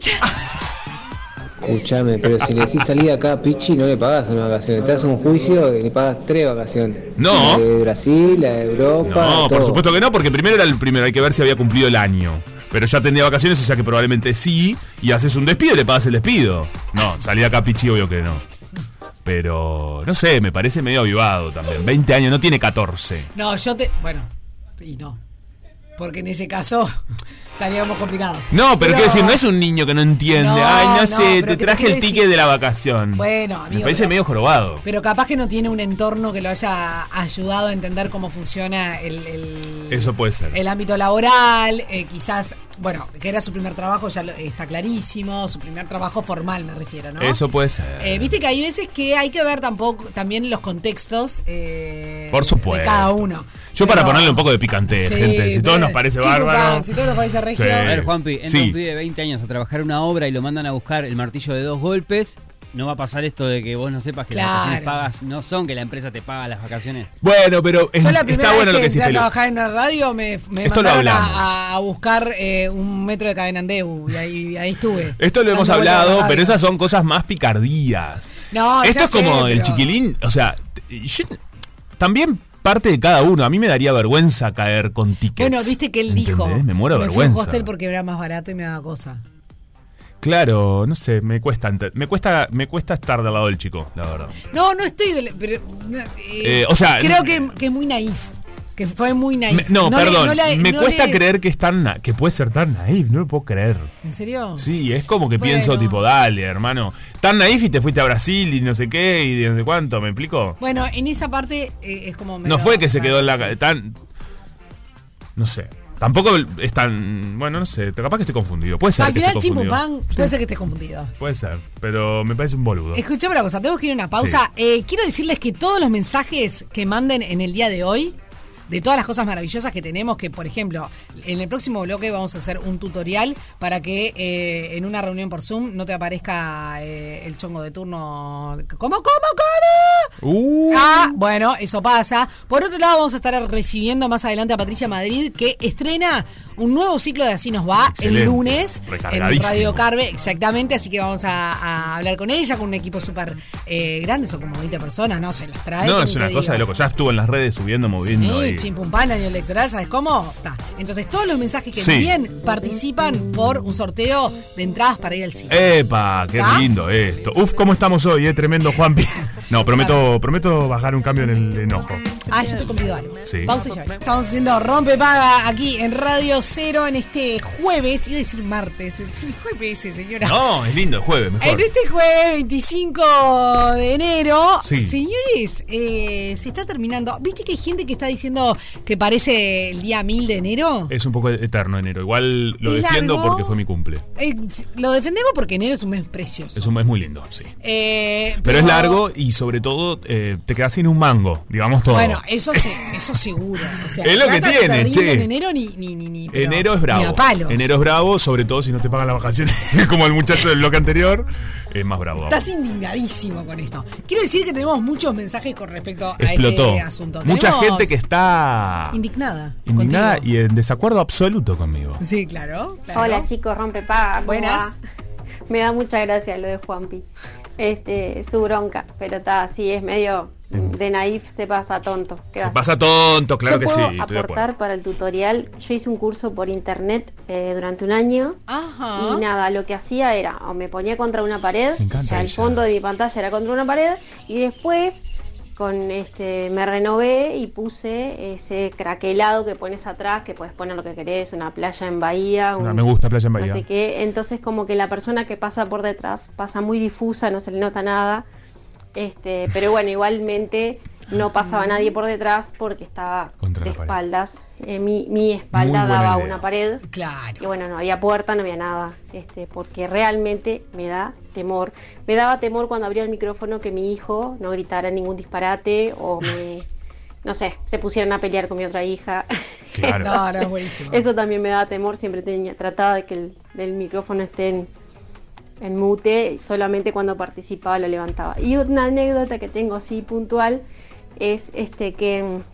Speaker 9: Escuchame, pero si le decís salir acá a Pichi, no le pagás una vacación. Te das un juicio y le pagas tres vacaciones.
Speaker 1: No.
Speaker 9: La de Brasil, la de Europa.
Speaker 1: No, por
Speaker 9: todo.
Speaker 1: supuesto que no, porque primero era el primero, hay que ver si había cumplido el año. Pero ya tenía vacaciones, o sea que probablemente sí, y haces un despido y le pagas el despido. No, salí acá pichi, obvio que no. Pero, no sé, me parece medio avivado también. 20 años, no tiene 14.
Speaker 2: No, yo te. Bueno, y no. Porque en ese caso estaríamos complicados.
Speaker 1: No, pero, quiero decir, no es un niño que no entiende.
Speaker 2: No,
Speaker 1: Ay, no,
Speaker 2: no,
Speaker 1: sé,
Speaker 2: pero
Speaker 1: te
Speaker 2: ¿qué te
Speaker 1: traje
Speaker 2: quiero
Speaker 1: el
Speaker 2: decir?
Speaker 1: ticket de la vacación.
Speaker 2: Bueno,
Speaker 1: me
Speaker 2: amigo,
Speaker 1: parece
Speaker 2: pero-
Speaker 1: medio jorobado.
Speaker 2: Pero capaz que no tiene un entorno que lo haya ayudado a entender cómo funciona el, el-
Speaker 1: Eso puede ser.
Speaker 2: el ámbito laboral, eh, quizás, bueno, que era su primer trabajo, ya lo- está clarísimo, su primer trabajo formal me refiero, ¿no?
Speaker 1: Eso puede ser.
Speaker 2: Eh, Viste que hay veces que hay que ver tampoco también los contextos eh,
Speaker 1: Por supuesto.
Speaker 2: de cada uno.
Speaker 1: Yo para
Speaker 2: Pero-
Speaker 1: ponerle un poco de picante,
Speaker 2: Sí,
Speaker 1: gente. Si todo
Speaker 2: pero-
Speaker 1: nos parece
Speaker 2: Chico,
Speaker 1: bárbaro.
Speaker 2: pa, Si todo nos parece regio.
Speaker 1: Sí.
Speaker 8: A ver, Juanpi, entra
Speaker 1: Sí.
Speaker 8: un pibe de 20 años a trabajar una obra y lo mandan a buscar el martillo de dos golpes. No va a pasar esto de que vos no sepas que las
Speaker 2: Claro.
Speaker 8: vacaciones pagas no son, que la empresa te paga las vacaciones.
Speaker 1: Bueno, pero es-
Speaker 2: Yo la primera
Speaker 1: está bueno
Speaker 2: vez
Speaker 1: lo
Speaker 2: que
Speaker 1: que
Speaker 2: entré a
Speaker 1: hiciste. Lu.
Speaker 2: trabajar en una radio me, me
Speaker 1: Esto lo
Speaker 2: mandaron a-
Speaker 1: hablamos.
Speaker 2: a, a buscar eh, un metro de cadenandeu y ahí, ahí estuve.
Speaker 1: Esto lo hemos
Speaker 2: Dando vueltas a
Speaker 1: hablado,
Speaker 2: la radio.
Speaker 1: pero esas son cosas más picardías.
Speaker 2: No,
Speaker 1: Esto
Speaker 2: ya
Speaker 1: es como
Speaker 2: sé,
Speaker 1: el
Speaker 2: pero-
Speaker 1: chiquilín, o sea, t- yo- también parte de cada uno. A mí me daría vergüenza caer con tickets.
Speaker 2: Bueno, viste que él dijo.
Speaker 1: ¿entendés? Me muero de
Speaker 2: fui a un
Speaker 1: vergüenza.
Speaker 2: hostel porque era más barato y me daba cosa.
Speaker 1: Claro, no sé, me cuesta, ente- me cuesta, me cuesta estar del lado del chico, la verdad.
Speaker 2: No, no estoy. del- pero, eh,
Speaker 1: Eh, o sea,
Speaker 2: creo que, que es muy naif. Que fue muy naif.
Speaker 1: Me- no,
Speaker 2: le-
Speaker 1: perdón,
Speaker 2: no la-
Speaker 1: me
Speaker 2: no
Speaker 1: cuesta
Speaker 2: le-
Speaker 1: creer que es tan, na- que puede ser tan naif, no lo puedo creer.
Speaker 2: ¿En serio?
Speaker 1: Sí, es como que pienso tipo, dale, hermano, tan naif y te fuiste a Brasil y no sé qué y de no sé cuánto, ¿me explico?
Speaker 2: Bueno, en esa parte eh, es como.
Speaker 1: No fue que se quedó en la ca- tan no sé. Tampoco es tan bueno, no sé, capaz que estoy confundido. Puede ser
Speaker 2: Al
Speaker 1: que
Speaker 2: final,
Speaker 1: esté
Speaker 2: Chimbo
Speaker 1: confundido.
Speaker 2: Pan, puede ser que estés confundido.
Speaker 1: Puede ser, pero me parece un boludo.
Speaker 2: Escuchame una cosa, tenemos que ir a una pausa. Eh, quiero decirles que todos los mensajes que manden en el día de hoy, de todas las cosas maravillosas que tenemos, que por ejemplo, en el próximo bloque vamos a hacer un tutorial para que eh, en una reunión por Zoom no te aparezca eh, el chongo de turno. ¿Cómo, cómo, cómo? Ah, bueno, eso pasa. Por otro lado, vamos a estar recibiendo más adelante a Patricia Madrid, que estrena un nuevo ciclo de Así nos va
Speaker 1: Excelente.
Speaker 2: el lunes en
Speaker 1: Recargadísimo.
Speaker 2: Radio Carve, exactamente. Así que vamos a, a hablar con ella, con un equipo súper eh, grande, son como 20 personas, ¿no? Se las trae.
Speaker 1: no,
Speaker 2: ¿cómo
Speaker 1: es
Speaker 2: te
Speaker 1: una
Speaker 2: digo?
Speaker 1: cosa de loco. Ya estuvo en las redes subiendo, moviendo.
Speaker 2: Sí,
Speaker 1: y-
Speaker 2: chimpumpán, año electoral, ¿sabes cómo? Ta. Entonces, todos los mensajes que
Speaker 1: Sí.
Speaker 2: envíen participan por un sorteo de entradas para ir al cine.
Speaker 1: Eh. ¡Epa! ¡Qué
Speaker 2: ¿Está?
Speaker 1: lindo esto! Uf, ¿cómo estamos hoy, eh? Tremendo, Juanpi. No, prometo, prometo bajar un cambio en el enojo.
Speaker 2: Ah, yo te convido a algo.
Speaker 1: Sí.
Speaker 2: Pausa y ya. venimos. Estamos haciendo Rompe Paga aquí en Radio Cero en este jueves. Iba a decir martes. El jueves, señora.
Speaker 1: No, es lindo, es jueves, mejor.
Speaker 2: En este jueves 25 de enero,
Speaker 1: Sí.
Speaker 2: señores, eh, se está terminando. ¿Viste que hay gente que está diciendo que parece el día 1000 de enero?
Speaker 1: Es un poco eterno enero. Igual lo
Speaker 2: ¿Es
Speaker 1: defiendo
Speaker 2: largo?
Speaker 1: porque fue mi cumple.
Speaker 2: Eh, lo defendemos porque enero es un mes precioso.
Speaker 1: Es, un, es muy lindo, sí.
Speaker 2: Eh,
Speaker 1: Pero es largo y sobre todo eh, te quedas sin un mango, digamos todo.
Speaker 2: Bueno, eso, sí, eso seguro. O sea,
Speaker 1: Es lo que
Speaker 2: plata se
Speaker 1: tiene,
Speaker 2: rinde
Speaker 1: che.
Speaker 2: En enero ni, ni, ni, ni, pero
Speaker 1: Enero es
Speaker 2: Ni
Speaker 1: bravo.
Speaker 2: a palos.
Speaker 1: Enero es bravo, sobre todo si no te pagan las vacaciones, como el muchacho del bloque anterior. Es más bravo.
Speaker 2: Estás indignadísimo con esto. Quiero decir que tenemos muchos mensajes con respecto a
Speaker 1: Explotó.
Speaker 2: este asunto.
Speaker 1: Mucha
Speaker 2: Tenemos
Speaker 1: gente que está
Speaker 2: Indignada.
Speaker 1: indignada y en desacuerdo absoluto conmigo.
Speaker 2: Sí, claro.
Speaker 10: Hola chicos, rompe paga. ¿cómo
Speaker 2: Buenas.
Speaker 10: va? Me da mucha gracia lo de Juanpi. Este, su bronca, pero está así, es medio de naif, se pasa tonto. ¿Qué va a
Speaker 1: Se pasa tonto, claro
Speaker 10: Yo
Speaker 1: que sí,
Speaker 10: puedo
Speaker 1: estoy de acuerdo.
Speaker 10: aportar para el tutorial. Yo hice un curso por internet eh, durante un año y nada, lo que hacía era o me ponía contra una pared,
Speaker 1: encanta
Speaker 10: o sea, el
Speaker 1: ella.
Speaker 10: fondo de mi pantalla era contra una pared y después con este me renové y puse ese craquelado que pones atrás, que puedes poner lo que querés, una playa en Bahía,
Speaker 1: No,
Speaker 10: un-
Speaker 1: me gusta Playa en Bahía.
Speaker 10: no sé qué. Entonces como que la persona que pasa por detrás pasa muy difusa, no se le nota nada. Este, pero bueno, igualmente no pasaba nadie por detrás porque estaba de espaldas. Eh, mi, mi espalda
Speaker 2: Muy buena
Speaker 10: daba
Speaker 2: idea.
Speaker 10: una pared.
Speaker 2: Claro.
Speaker 10: Y bueno, no había puerta, no había nada. Este, porque realmente me da temor. Me daba temor cuando abría el micrófono que mi hijo no gritara ningún disparate o me no sé, se pusieran a pelear con mi otra hija.
Speaker 1: Claro.
Speaker 2: No, no, es buenísimo.
Speaker 10: Eso también me daba temor, siempre tenía, trataba de que el, del micrófono esté en, en mute, y solamente cuando participaba lo levantaba. Y una anécdota que tengo así puntual es este que en,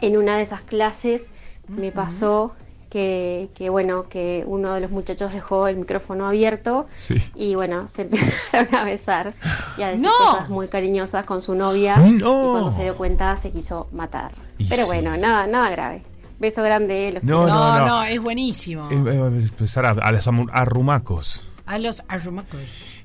Speaker 10: en una de esas clases me pasó que, que, bueno, que uno de los muchachos dejó el micrófono abierto y bueno, se empezaron a besar y a decir cosas muy cariñosas con su novia y cuando se dio cuenta se quiso matar.
Speaker 1: Y
Speaker 10: Pero
Speaker 1: sí.
Speaker 10: bueno, nada, nada grave. Beso grande. los
Speaker 1: No,
Speaker 10: quiero.
Speaker 1: no, No, no. no,
Speaker 2: es buenísimo.
Speaker 1: Eh, eh, empezar a, a los amu- arrumacos.
Speaker 2: A los arrumacos.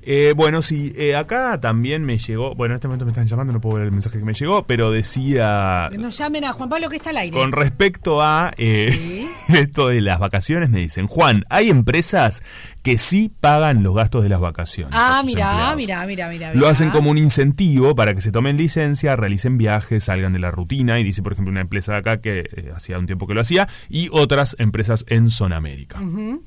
Speaker 1: Eh, bueno, sí, eh, acá también me llegó. Bueno, en este momento me están llamando, no puedo ver el mensaje que me llegó, pero decía.
Speaker 2: Que nos llamen a Juan Pablo que está al aire.
Speaker 1: Con respecto a eh, esto de las vacaciones, me dicen, Juan, hay empresas que sí pagan los gastos de las vacaciones.
Speaker 2: ah,
Speaker 1: a sus
Speaker 2: mira,
Speaker 1: empleados.
Speaker 2: mira, mira, mira.
Speaker 1: Lo hacen como un incentivo para que se tomen licencia, realicen viajes, salgan de la rutina. Y dice, por ejemplo, una empresa de acá que eh, hacía un tiempo que lo hacía y otras empresas en Zona América.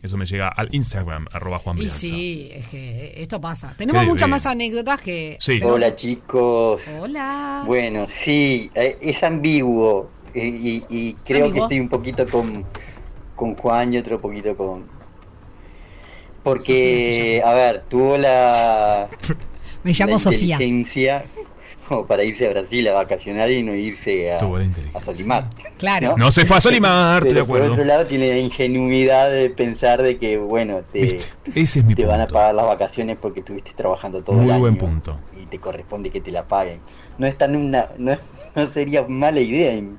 Speaker 1: Eso me llega al Instagram, arroba Juan
Speaker 2: Y
Speaker 1: Brianza.
Speaker 2: sí, es que esto pasa. Tenemos
Speaker 1: Qué
Speaker 2: muchas
Speaker 1: bien.
Speaker 2: más anécdotas que.
Speaker 1: Sí.
Speaker 2: tenemos- Ah.
Speaker 11: Hola chicos.
Speaker 2: Hola.
Speaker 11: Bueno, sí, eh, es ambiguo eh, y, y creo que
Speaker 2: Ambiguo.
Speaker 11: estoy un poquito con, con Juan y otro poquito con... Porque, a ver, tuvo la...
Speaker 2: Me llamo
Speaker 11: la
Speaker 2: Sofía.
Speaker 11: inteligencia como para irse a Brasil a vacacionar y no irse a,
Speaker 1: Tuvo la
Speaker 11: a Solimar.
Speaker 2: Claro.
Speaker 1: No se fue a Solimar, estoy de
Speaker 11: Pero por
Speaker 1: acuerdo.
Speaker 11: otro lado tiene la ingenuidad de pensar de que, bueno, te,
Speaker 1: Ese es mi
Speaker 11: te van a pagar las vacaciones porque estuviste trabajando todo el
Speaker 1: Muy
Speaker 11: año
Speaker 1: buen punto.
Speaker 11: y te corresponde que te la paguen. No es tan una, no, es- no sería mala idea in-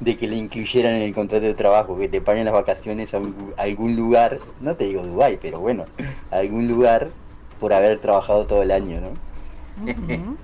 Speaker 11: de que le incluyeran en el contrato de trabajo, que te paguen las vacaciones a, un- a algún lugar, no te digo Dubai, pero bueno, a algún lugar por haber trabajado todo el año, ¿no?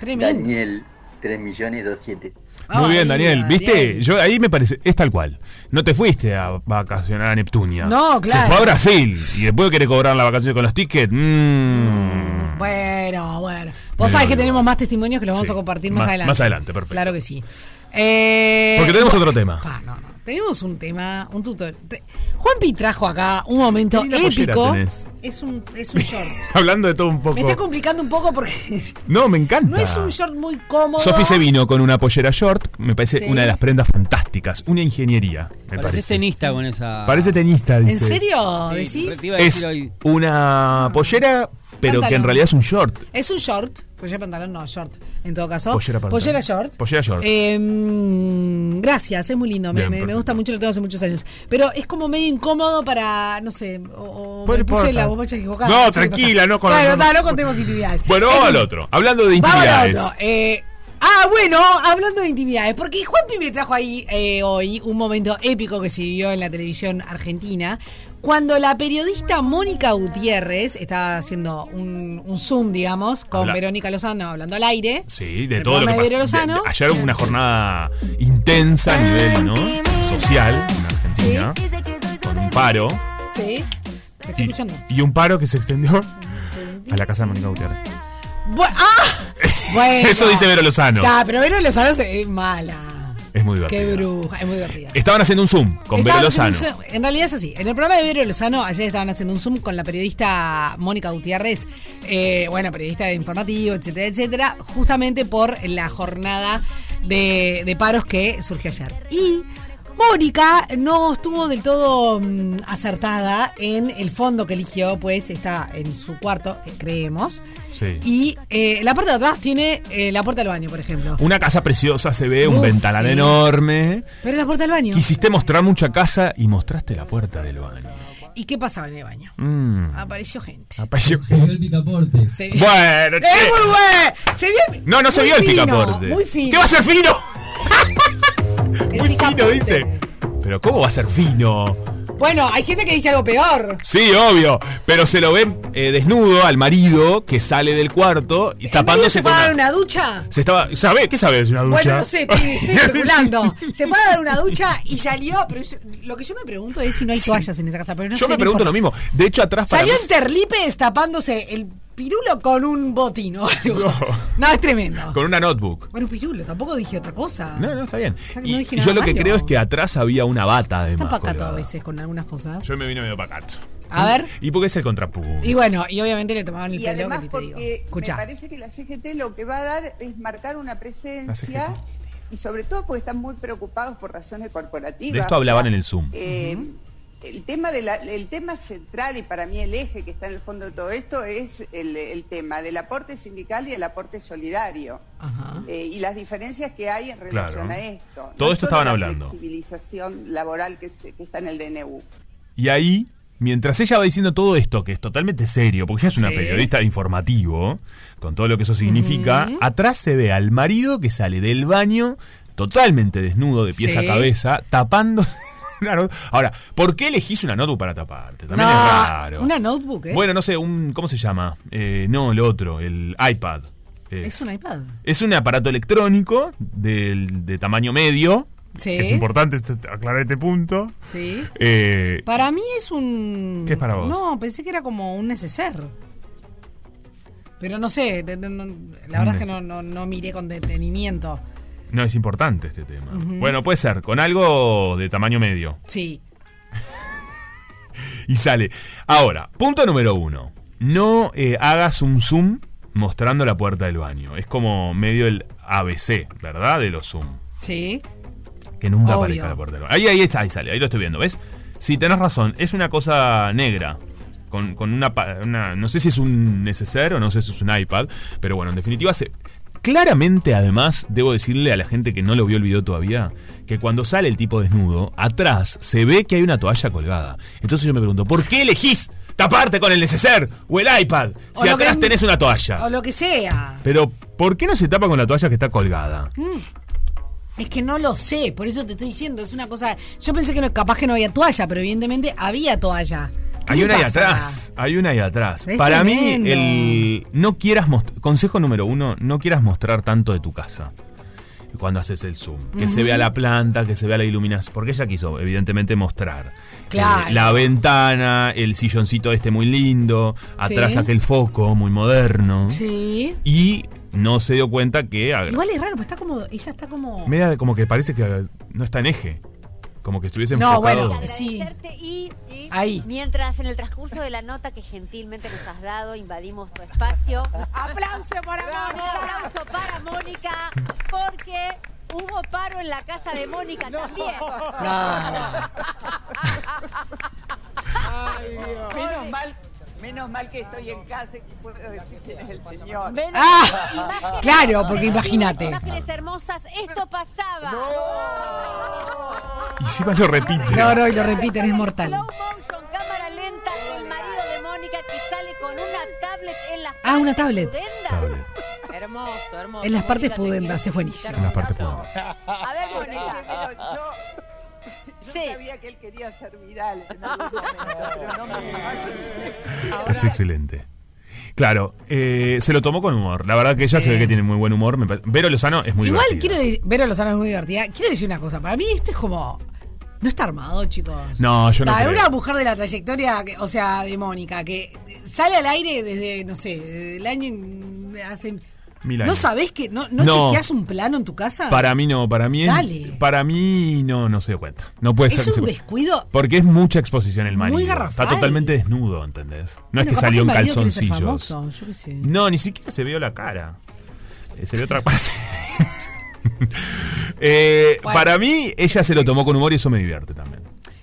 Speaker 2: Tremendo.
Speaker 11: Daniel, 3 millones 27.
Speaker 1: Muy bien, Daniel. ¿Viste?
Speaker 11: Daniel.
Speaker 1: Yo ahí me parece, es tal cual. No te fuiste a vacacionar a Neptunia.
Speaker 2: No, claro.
Speaker 1: Se fue a Brasil y después querés cobrar la vacación con los tickets. Mm.
Speaker 2: Bueno, bueno.
Speaker 1: Pero
Speaker 2: Vos sabés que
Speaker 1: bueno.
Speaker 2: tenemos más testimonios que los vamos a compartir más,
Speaker 1: Más-
Speaker 2: adelante.
Speaker 1: más adelante, perfecto.
Speaker 2: Claro que sí. Eh,
Speaker 1: Porque tenemos otro tema.
Speaker 2: pa, no, no. Tenemos un tema, un tutor. Te- Juanpi trajo acá un momento
Speaker 1: Qué linda pollera
Speaker 2: épico.
Speaker 1: tenés.
Speaker 2: Es un, es un short.
Speaker 1: Hablando de todo un poco.
Speaker 2: Me está complicando un poco porque
Speaker 1: No, me encanta.
Speaker 2: no es un short muy cómodo.
Speaker 1: Sofi se vino con una pollera short, me parece
Speaker 2: Sí.
Speaker 1: una de las prendas fantásticas, una ingeniería, me
Speaker 8: Pareces
Speaker 1: parece.
Speaker 8: tenista con esa.
Speaker 1: Parece tenista,
Speaker 2: ¿En
Speaker 1: dice.
Speaker 2: serio?
Speaker 8: Sí,
Speaker 2: ¿Decís?
Speaker 8: te iba a
Speaker 1: Es
Speaker 8: decir hoy.
Speaker 1: una pollera, pero que en
Speaker 2: Pantalón.
Speaker 1: realidad es un short.
Speaker 2: Es un short. Pollera pantalón, no, short. En todo caso.
Speaker 1: Pollera pantalón.
Speaker 2: short.
Speaker 1: Pollera short.
Speaker 2: Eh, mm, gracias, es muy lindo. Me,
Speaker 1: Bien,
Speaker 2: me- me
Speaker 1: perfecto.
Speaker 2: gusta mucho, lo tengo hace muchos años. Pero es como medio incómodo para, no sé, o, o
Speaker 1: Bueno,
Speaker 2: me puse
Speaker 1: importa.
Speaker 2: la bombacha equivocada.
Speaker 1: No,
Speaker 2: sé qué
Speaker 1: tranquila,
Speaker 2: pasa.
Speaker 1: no con-
Speaker 2: Bueno,
Speaker 1: no-
Speaker 2: ta, no contemos intimidades. Em,
Speaker 1: Bueno,
Speaker 2: En
Speaker 1: vamos
Speaker 2: fin,
Speaker 1: al otro. Hablando de
Speaker 2: Vamos a
Speaker 1: intimidades.
Speaker 2: otro. Eh, ah, bueno, hablando de intimidades, porque Juanpi me trajo ahí eh, hoy un momento épico que se vivió en la televisión argentina. Cuando la periodista Mónica Gutiérrez estaba haciendo un, un Zoom, digamos, con
Speaker 1: Habla-
Speaker 2: Verónica Lozano hablando al aire.
Speaker 1: Sí, de
Speaker 2: El
Speaker 1: todo lo que pasa.
Speaker 2: programa de
Speaker 1: De-
Speaker 2: Vero
Speaker 1: de-
Speaker 2: Lozano.
Speaker 1: Ayer hubo una jornada intensa a nivel ¿no? social en Argentina, con un paro
Speaker 2: Sí. Te estoy
Speaker 1: y,
Speaker 2: escuchando.
Speaker 1: y un paro que se extendió a la casa de Mónica Gutiérrez.
Speaker 2: Bu- ¡Ah! Bueno.
Speaker 1: Eso dice Vero Lozano.
Speaker 2: Ah, pero Vero Lozano se- es mala.
Speaker 1: Es muy
Speaker 2: Qué
Speaker 1: divertido.
Speaker 2: bruja, es muy divertida.
Speaker 1: Estaban haciendo un Zoom con Vero
Speaker 2: Estaban
Speaker 1: Lozano.
Speaker 2: haciendo un Zoom- en realidad es así. En el programa de Vero Lozano, ayer estaban haciendo un Zoom con la periodista Mónica Gutiérrez, eh, bueno, periodista de informativo, etcétera, etcétera, justamente por la jornada de, de paros que surgió ayer. Y Mónica no estuvo del todo mm, acertada en el fondo que eligió, pues está en su cuarto, eh, creemos.
Speaker 1: Sí.
Speaker 2: Y eh, la parte de atrás tiene eh, la puerta del baño, por ejemplo.
Speaker 1: Una casa preciosa se ve, un
Speaker 2: Uf,
Speaker 1: ventanal
Speaker 2: sí.
Speaker 1: enorme.
Speaker 2: Pero la puerta del baño.
Speaker 1: Quisiste mostrar mucha casa y mostraste la puerta del baño.
Speaker 2: ¿Y qué pasaba en el baño?
Speaker 1: Mm.
Speaker 2: Apareció gente.
Speaker 4: Se vio el picaporte.
Speaker 2: Se-
Speaker 1: Bueno,
Speaker 2: ¡Eh,
Speaker 1: che.
Speaker 2: muy bueno! Se vio el-
Speaker 1: No, no se
Speaker 2: muy
Speaker 1: vio el
Speaker 2: fino,
Speaker 1: picaporte.
Speaker 2: Muy fino.
Speaker 1: ¿Qué va a ser fino?
Speaker 2: muy
Speaker 1: Fino, dice. Pero ¿cómo va a ser fino?
Speaker 2: Bueno, hay gente que dice algo peor.
Speaker 1: Sí, obvio. Pero se lo ven eh, desnudo al marido que sale del cuarto y
Speaker 2: ¿Marido
Speaker 1: tapándose
Speaker 2: se
Speaker 1: con
Speaker 2: fue a dar
Speaker 1: una...
Speaker 2: una ducha?
Speaker 1: Se estaba... ¿Sabe? ¿Qué sabe de una ducha? Ah,
Speaker 2: Bueno, no sé, estoy estoy especulando. Se fue a dar una ducha y salió. Pero yo- lo que yo me pregunto es si no hay toallas en esa casa. Pero no
Speaker 1: Yo
Speaker 2: sé,
Speaker 1: me
Speaker 2: no
Speaker 1: pregunto lo
Speaker 2: importa.
Speaker 1: mismo. De hecho, atrás para
Speaker 2: Salió
Speaker 1: mí-
Speaker 2: en Terlipes tapándose el pirulo con un botín o algo. No. es tremendo.
Speaker 1: con una notebook.
Speaker 2: Bueno, pirulo, tampoco dije otra cosa.
Speaker 1: No, no, está bien.
Speaker 2: sea, que
Speaker 1: Y,
Speaker 2: no dije
Speaker 1: y
Speaker 2: nada
Speaker 1: yo lo que
Speaker 2: malo.
Speaker 1: creo es que atrás había una bata
Speaker 2: Está
Speaker 1: además.
Speaker 2: pacato a
Speaker 1: colgada.
Speaker 2: veces con algunas cosas.
Speaker 1: Yo me vino medio pacato.
Speaker 2: A ver.
Speaker 1: ¿Y por qué es el contrapunto?
Speaker 2: Y bueno, y obviamente le tomaban el
Speaker 12: Y
Speaker 2: pelo, que
Speaker 12: además
Speaker 2: ni te digo.
Speaker 12: porque me
Speaker 2: Escuchá.
Speaker 12: parece que la CGT lo que va a dar es marcar una presencia y sobre todo porque están muy preocupados por razones corporativas.
Speaker 1: De esto hablaban en el Zoom.
Speaker 12: Eh, el, tema de la- el tema central y para mí el eje que está en el fondo de todo esto es el, el tema del aporte sindical y el aporte solidario
Speaker 2: Ah.
Speaker 12: eh, y las diferencias que hay en relación
Speaker 1: Ah. Claro.
Speaker 12: a esto.
Speaker 1: Todo esto
Speaker 12: solo
Speaker 1: estaban
Speaker 12: la
Speaker 1: hablando.
Speaker 12: flexibilización laboral que, se- que está en el DNU.
Speaker 1: Y ahí, mientras ella va diciendo todo esto, que es totalmente serio, porque ella es una
Speaker 12: Sí.
Speaker 1: periodista de informativo, con todo lo que eso significa,
Speaker 12: Ujú.
Speaker 1: atrás se ve al marido que sale del baño totalmente desnudo, de pies
Speaker 2: Sí.
Speaker 1: a cabeza, tapando... una not- Ahora, ¿por qué elegís una notebook para taparte? También
Speaker 2: No,
Speaker 1: es raro.
Speaker 2: Una notebook, ¿eh?
Speaker 1: Bueno, no sé, un ¿cómo se llama? Eh, no, el otro, el iPad. Eh,
Speaker 2: es un iPad.
Speaker 1: es un aparato electrónico del- de, tamaño medio.
Speaker 2: Sí.
Speaker 1: Es importante este- aclarar este punto.
Speaker 2: Sí.
Speaker 1: Eh,
Speaker 2: Para mí es un.
Speaker 1: ¿Qué es para vos?
Speaker 2: No, pensé que era como un neceser. Pero no sé, de- de- no- la verdad es que no, no, no miré con detenimiento.
Speaker 1: no es importante este tema.
Speaker 2: Ujú.
Speaker 1: Bueno, puede ser, con algo de tamaño medio.
Speaker 2: Sí.
Speaker 1: Y sale. Ahora, punto número uno. No eh, hagas un zoom mostrando la puerta del baño. Es como medio el ABC, ¿verdad? De los zoom.
Speaker 2: Sí.
Speaker 1: Que nunca
Speaker 2: Obvio.
Speaker 1: aparezca la puerta del baño. Ahí, ahí está, ahí sale, ahí lo estoy viendo, ¿ves? Sí, tenés razón, es una cosa negra. Con, con una, pa- una- No sé si es un neceser o no sé si es un iPad, pero bueno, en definitiva se. Claramente, además, debo decirle a la gente que no lo vio el video todavía, que cuando sale el tipo desnudo, atrás se ve que hay una toalla colgada. Entonces yo me pregunto, ¿por qué elegís taparte con el neceser o el iPad
Speaker 2: O
Speaker 1: si
Speaker 2: lo
Speaker 1: atrás
Speaker 2: que-
Speaker 1: tenés una toalla?
Speaker 2: O lo que sea.
Speaker 1: Pero, ¿por qué no se tapa con la toalla que está colgada?
Speaker 2: Mm. Es que no lo sé, por eso te estoy diciendo, es una cosa. Yo pensé que no, capaz que no había toalla, pero evidentemente había toalla. ¿Qué
Speaker 1: Hay
Speaker 2: le
Speaker 1: una ahí
Speaker 2: pasa?
Speaker 1: atrás, hay una ahí atrás.
Speaker 2: Es
Speaker 1: Para
Speaker 2: tremendo.
Speaker 1: mí, el no quieras mostrar, consejo número uno, no quieras mostrar tanto de tu casa cuando haces el zoom. Que se
Speaker 2: Ujú.
Speaker 1: vea la planta, que se vea la iluminación, porque ella quiso, evidentemente, mostrar.
Speaker 2: Claro.
Speaker 1: Eh, la ventana, el silloncito este muy lindo, atrás
Speaker 2: Sí.
Speaker 1: aquel foco muy moderno.
Speaker 2: Sí.
Speaker 1: Y no se dio cuenta que... a-
Speaker 2: Igual es raro, pues está como. Ella está como.
Speaker 1: Media de- como que parece que no está en eje. Como que estuviese
Speaker 2: No,
Speaker 1: enfocado.
Speaker 2: bueno, sí.
Speaker 13: Este, Y, y
Speaker 1: Ahí.
Speaker 13: mientras en el transcurso de la nota que gentilmente nos has dado, invadimos tu espacio. Aplauso para Mónica, aplauso para Mónica, porque hubo paro en la casa de Mónica también.
Speaker 12: Menos mal, menos mal que estoy en casa y que puedo decir quién es el señor.
Speaker 13: Ven- imágenes-
Speaker 2: Ah. claro, porque imagínate.
Speaker 13: Imágenes hermosas, esto pasaba.
Speaker 1: Y encima lo repite.
Speaker 2: No, no, y lo repiten, es mortal.
Speaker 13: Motion, cámara lenta, el marido de Mónica que sale con una tablet en las
Speaker 2: Ah, una tablet.
Speaker 13: Hermoso, hermoso.
Speaker 2: En las partes pudendas, es buenísimo.
Speaker 1: En las partes pudendas.
Speaker 13: A ver,
Speaker 12: Mónica. Yo, yo sabía que él quería ser viral en algún momento, pero no me
Speaker 1: Es excelente. Claro, eh, se lo tomó con humor. La verdad que ella se ve que tiene muy buen humor. me parece. Vero Lozano es muy
Speaker 2: Igual
Speaker 1: divertida.
Speaker 2: quiero decir. Vero Lozano es muy divertida. Quiero decir una cosa, para mí este es como. No está armado, chicos.
Speaker 1: No, yo no
Speaker 2: Para
Speaker 1: creo.
Speaker 2: una mujer de la trayectoria, que- o sea, de Mónica, que sale al aire desde, no sé, desde el año. en- hace-
Speaker 1: Mil
Speaker 2: ¿No
Speaker 1: años.
Speaker 2: sabés que. ¿No, no,
Speaker 1: No.
Speaker 2: chequeás un plano en tu casa?
Speaker 1: Para mí no, para mí es-
Speaker 2: Dale.
Speaker 1: para mí no, no se dio cuenta. No puede ser
Speaker 2: Es
Speaker 1: que se
Speaker 2: un
Speaker 1: cuente.
Speaker 2: descuido.
Speaker 1: Porque es mucha exposición el marido.
Speaker 2: Muy garrafal.
Speaker 1: Está totalmente desnudo, ¿entendés? No es
Speaker 2: Bueno,
Speaker 1: que
Speaker 2: capaz
Speaker 1: salió en
Speaker 2: el marido quiere ser
Speaker 1: calzoncillos.
Speaker 2: famoso, yo qué sé.
Speaker 1: No, ni siquiera se vio la cara. Eh, Se vio otra parte. Eh,
Speaker 2: Bueno.
Speaker 1: Para mí, ella se lo tomó con humor y eso me divierte también.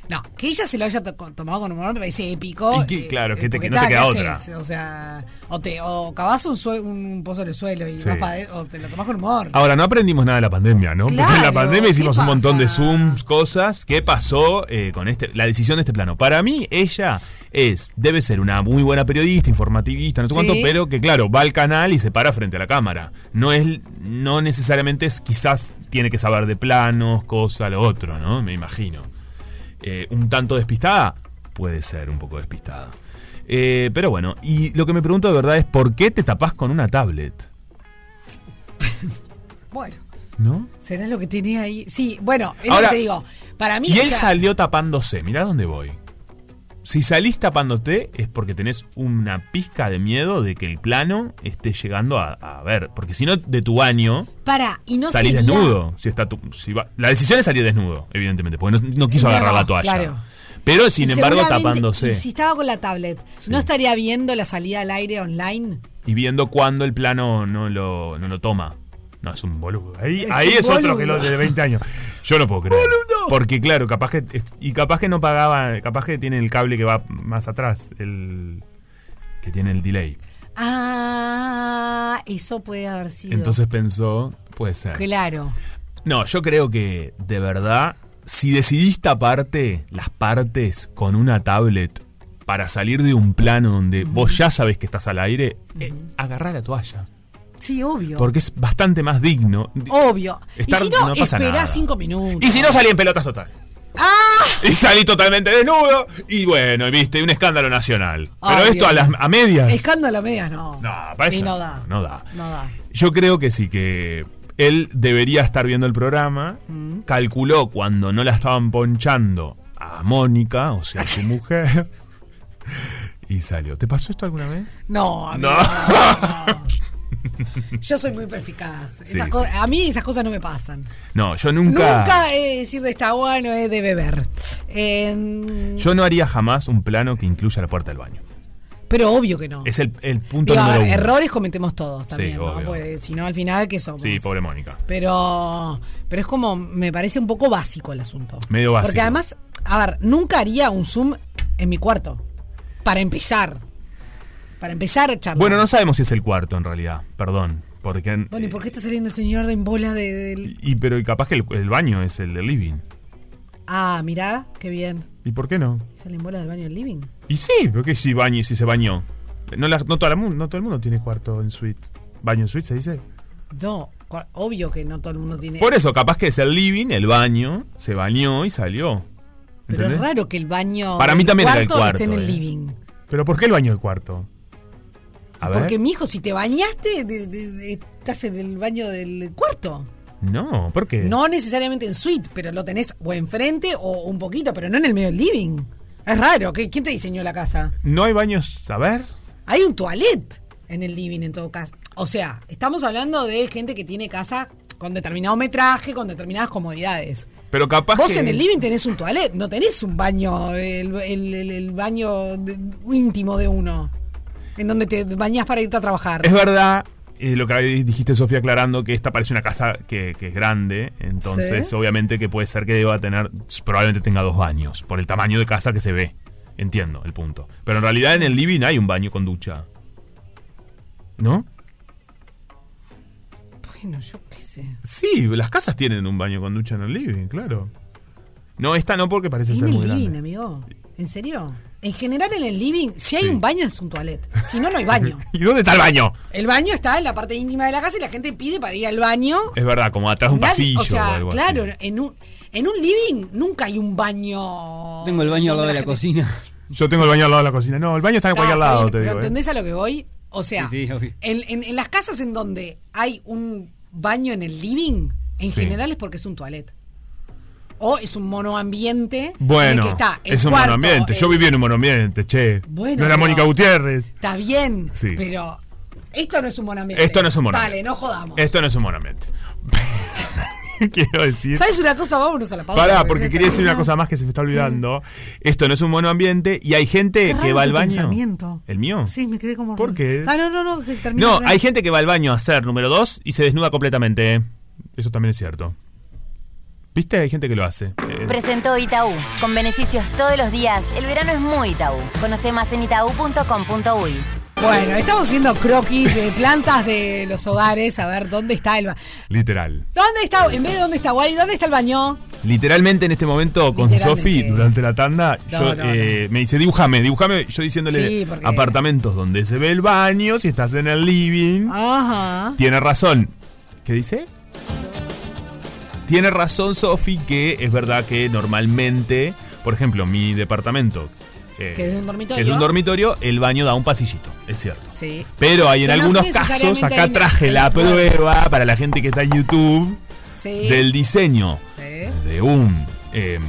Speaker 2: No, que ella se lo haya to- tomado con humor me parece épico.
Speaker 1: Y que,
Speaker 2: eh,
Speaker 1: claro, que te-
Speaker 2: porque
Speaker 1: que no te
Speaker 2: ta, ¿qué
Speaker 1: queda
Speaker 2: haces?
Speaker 1: otra.
Speaker 2: O sea, o, te, o cavás un, sue- un pozo en el suelo y
Speaker 1: Sí.
Speaker 2: vas pa' de- o te lo tomás con humor.
Speaker 1: Ahora, no aprendimos nada de la pandemia, ¿no? Porque en la
Speaker 2: Claro,
Speaker 1: pandemia
Speaker 2: ¿qué
Speaker 1: hicimos un
Speaker 2: pasa?
Speaker 1: montón de Zooms, cosas. ¿Qué pasó eh, con este, la decisión de este plano? Para mí, ella es, debe ser una muy buena periodista, informativista, no sé cuánto,
Speaker 14: Sí.
Speaker 1: pero que, claro, va al canal y se para frente a la cámara. No es, no necesariamente es, quizás tiene que saber de planos, cosa, lo otro, ¿no? Me imagino. Eh, un tanto despistada, puede ser un poco despistada. Eh, pero bueno, y lo que me pregunto de verdad es, ¿por qué te tapás con una tablet?
Speaker 2: Bueno,
Speaker 1: ¿No?
Speaker 2: ¿será lo que tenía ahí? Sí, bueno, es
Speaker 1: Ahora,
Speaker 2: lo que te digo. Para mí,
Speaker 1: y
Speaker 2: o
Speaker 1: él
Speaker 2: sea,
Speaker 1: salió tapándose. Mirá dónde voy. Si salís tapándote es porque tenés una pizca de miedo de que el plano esté llegando a, a ver. Porque si no, de tu baño
Speaker 2: para, y no
Speaker 1: salís
Speaker 2: sería-
Speaker 1: desnudo. Si está tu- si va- la decisión es salir desnudo, evidentemente, porque no, no quiso
Speaker 2: No,
Speaker 1: agarrar la toalla.
Speaker 2: Ah, claro.
Speaker 1: Pero sin
Speaker 2: y
Speaker 1: embargo
Speaker 2: seguramente,
Speaker 1: tapándose
Speaker 2: y Si estaba con la tablet, ¿no estaría viendo la salida al aire online?
Speaker 1: y viendo cuándo el plano no lo, no lo toma. No, es un boludo. Ahí ahí
Speaker 2: Es
Speaker 1: es,
Speaker 2: un
Speaker 1: otro que lo
Speaker 2: boludo.
Speaker 1: de 20 años. Yo no puedo creer. Porque claro, capaz que es- y capaz que no pagaba, capaz que tiene el cable que va más atrás, el que tiene el delay.
Speaker 2: Ah, eso puede haber sido.
Speaker 1: Entonces pensó, puede ser.
Speaker 2: Claro.
Speaker 1: No, yo creo que de verdad, si decidís taparte las partes con una tablet para salir de un plano donde vos ya sabés que estás al aire, eh, agarrá la toalla.
Speaker 2: Sí, obvio.
Speaker 1: Porque es bastante más digno. De-
Speaker 2: Obvio.
Speaker 1: Estar-
Speaker 2: y si no,
Speaker 1: no pasa
Speaker 2: esperá
Speaker 1: nada.
Speaker 2: cinco minutos.
Speaker 1: Y si no salí en pelotas total. Y salí totalmente desnudo. Y bueno, y viste, un escándalo nacional. Pero
Speaker 2: Obvio.
Speaker 1: esto a las a medias.
Speaker 2: Escándalo a medias, no.
Speaker 1: No, para
Speaker 2: Eh, Sí,
Speaker 1: eso
Speaker 2: no da.
Speaker 1: No da.
Speaker 2: No da.
Speaker 1: Yo creo que sí, que él debería estar viendo el programa.
Speaker 2: Mm.
Speaker 1: Calculó cuando no la estaban ponchando a Mónica, o sea, su mujer. Y salió. ¿Te pasó esto alguna vez?
Speaker 2: No, amigo,
Speaker 1: no.
Speaker 2: Yo soy muy perspicaz. Esas
Speaker 1: Sí, sí.
Speaker 2: co- A mí esas cosas no me pasan.
Speaker 1: No, yo
Speaker 2: Nunca, he de decir de está bueno, es de beber. Eh,
Speaker 1: Yo no haría jamás un plano que incluya la puerta del baño.
Speaker 2: pero obvio que no.
Speaker 1: Es el, el punto
Speaker 2: Digo, a
Speaker 1: número
Speaker 2: ver,
Speaker 1: uno.
Speaker 2: errores cometemos todos también,
Speaker 1: Sí,
Speaker 2: ¿no?
Speaker 1: obvio.
Speaker 2: Porque si no, al final, ¿qué somos?
Speaker 1: Sí, pobre Mónica.
Speaker 2: Pero, pero es como, me parece un poco básico el asunto.
Speaker 1: Medio básico.
Speaker 2: Porque además, a ver, nunca haría un Zoom en mi cuarto. Para empezar. Para empezar a charlar.
Speaker 1: Bueno, no sabemos si es el cuarto en realidad, perdón. Porque, en-
Speaker 2: Bueno, ¿y por qué está saliendo el señor en bola de, del-
Speaker 1: y, pero y capaz que el, el baño es el del living.
Speaker 2: Ah, mirá, qué bien.
Speaker 1: ¿Y por qué no?
Speaker 2: Sale en bola del baño del living.
Speaker 1: Y sí, porque si baño, si se bañó. No, la- no, toda la mu- no todo el mundo tiene cuarto en suite. ¿Baño en suite se dice?
Speaker 2: No, cu- obvio que no todo el mundo tiene...
Speaker 1: Por eso, capaz que es el living, el baño, se bañó y salió.
Speaker 2: Pero
Speaker 1: ¿Entendés?
Speaker 2: es raro que el baño
Speaker 1: Para mí
Speaker 2: del
Speaker 1: también era el
Speaker 2: esté en
Speaker 1: cuarto,
Speaker 2: el
Speaker 1: eh.
Speaker 2: living.
Speaker 1: ¿Pero por qué el baño del cuarto? A ver.
Speaker 2: Porque, mijo, si te bañaste, de- de- de- estás en el baño del cuarto.
Speaker 1: No, ¿por qué?
Speaker 2: No necesariamente en suite, pero lo tenés o enfrente o un poquito, pero no en el medio del living. Es raro. ¿qué- ¿Quién te diseñó la casa?
Speaker 1: No hay baños, a ver.
Speaker 2: Hay un toilet en el living, en todo caso. O sea, estamos hablando de gente que tiene casa con determinado metraje, con determinadas comodidades.
Speaker 1: Pero capaz
Speaker 2: Vos
Speaker 1: que-
Speaker 2: en el living tenés un toilet, no tenés un baño, el, el- el- el baño de- íntimo de uno, en donde te bañás para irte a trabajar.
Speaker 1: Es verdad eh, lo que dijiste, Sofía, aclarando que esta parece una casa que, que es grande. Entonces,
Speaker 2: Sí.
Speaker 1: obviamente que puede ser que deba tener, probablemente tenga dos baños, por el tamaño de casa que se ve. Entiendo el punto. Pero en realidad en el living hay un baño con ducha. ¿No?
Speaker 2: Bueno, yo qué sé.
Speaker 1: Sí, las casas tienen un baño con ducha en el living, claro. No, esta no porque parece
Speaker 2: En
Speaker 1: ser
Speaker 2: el
Speaker 1: muy
Speaker 2: living,
Speaker 1: grande.
Speaker 2: amigo. ¿En serio? En general en el living, si hay un baño es un toilet. Si no, no hay baño.
Speaker 1: ¿Y dónde está el baño?
Speaker 2: El baño está en la parte íntima de la casa y la gente pide para ir al baño.
Speaker 1: Es verdad, como atrás de un
Speaker 2: Nadie-
Speaker 1: pasillo
Speaker 2: o sea,
Speaker 1: o algo así.
Speaker 2: claro, en un en un living nunca hay un baño.
Speaker 8: Tengo el baño al lado de la cocina.
Speaker 1: Yo tengo el baño al lado de la cocina. No, el baño está en
Speaker 2: Está,
Speaker 1: cualquier
Speaker 2: Ah, está
Speaker 1: lado,
Speaker 2: bien,
Speaker 1: te
Speaker 2: pero
Speaker 1: digo. ¿eh?
Speaker 2: ¿entendés a lo que voy? O sea,
Speaker 1: Sí, sí, obvio.
Speaker 2: en, en- en las casas en donde hay un baño en el living, en
Speaker 1: Sí.
Speaker 2: general es porque es un toilet. O es un monoambiente. en el
Speaker 1: Bueno,
Speaker 2: que está el
Speaker 1: es un
Speaker 2: cuarto,
Speaker 1: monoambiente. Yo
Speaker 2: el-
Speaker 1: viví en un monoambiente, che.
Speaker 2: Bueno,
Speaker 1: no era
Speaker 2: pero-
Speaker 1: Mónica Gutiérrez.
Speaker 2: Está bien,
Speaker 1: Sí.
Speaker 2: pero esto no es un monoambiente.
Speaker 1: Esto no es un monoambiente.
Speaker 2: Dale, no jodamos.
Speaker 1: Esto no es un monoambiente. Quiero decir.
Speaker 2: ¿Sabes una cosa? Vámonos a la pausa.
Speaker 1: Pará, porque quería decir una
Speaker 2: no.
Speaker 1: cosa más que se me está olvidando. Esto no es un monoambiente y hay gente
Speaker 2: Qué raro
Speaker 1: que va al
Speaker 2: tu
Speaker 1: baño.
Speaker 2: pensamiento.
Speaker 1: ¿El mío?
Speaker 2: Sí, me quedé como.
Speaker 1: ¿Por qué?
Speaker 2: Ah, no, no, no, se termina.
Speaker 1: No, hay ¿eh? gente que va al baño a ser número dos y se desnuda completamente. Eso también es cierto. ¿Viste? Hay gente que lo hace. Eh,
Speaker 14: Presentó Itaú. Con beneficios todos los días, el verano es muy Itaú. Conoce más en itaú.com.uy.
Speaker 2: Bueno, estamos haciendo croquis de plantas de los hogares, a ver dónde está el baño.
Speaker 1: literal.
Speaker 2: ¿Dónde está, en vez de dónde está Guay, dónde está el baño?
Speaker 1: Literalmente en este momento con
Speaker 2: Literalmente.
Speaker 1: Sofi, durante la tanda, yo, eh, me dice, dibujame, dibujame, yo diciéndole
Speaker 2: Sí, porque-
Speaker 1: apartamentos donde se ve el baño, si estás en el living.
Speaker 2: Ajá.
Speaker 1: Tiene razón. ¿Qué dice? Tiene razón Sofi que es verdad que normalmente, por ejemplo, mi departamento, eh,
Speaker 2: Que es de un dormitorio.
Speaker 1: que es un dormitorio, el baño da un pasillito, es cierto.
Speaker 2: Sí.
Speaker 1: Pero hay en
Speaker 2: Que no
Speaker 1: algunos
Speaker 2: necesariamente
Speaker 1: casos,
Speaker 2: hay
Speaker 1: acá
Speaker 2: en-
Speaker 1: traje
Speaker 2: en
Speaker 1: la
Speaker 2: el cuarto.
Speaker 1: prueba para la gente que está en YouTube
Speaker 2: Sí.
Speaker 1: del diseño
Speaker 2: Sí.
Speaker 1: de un, em,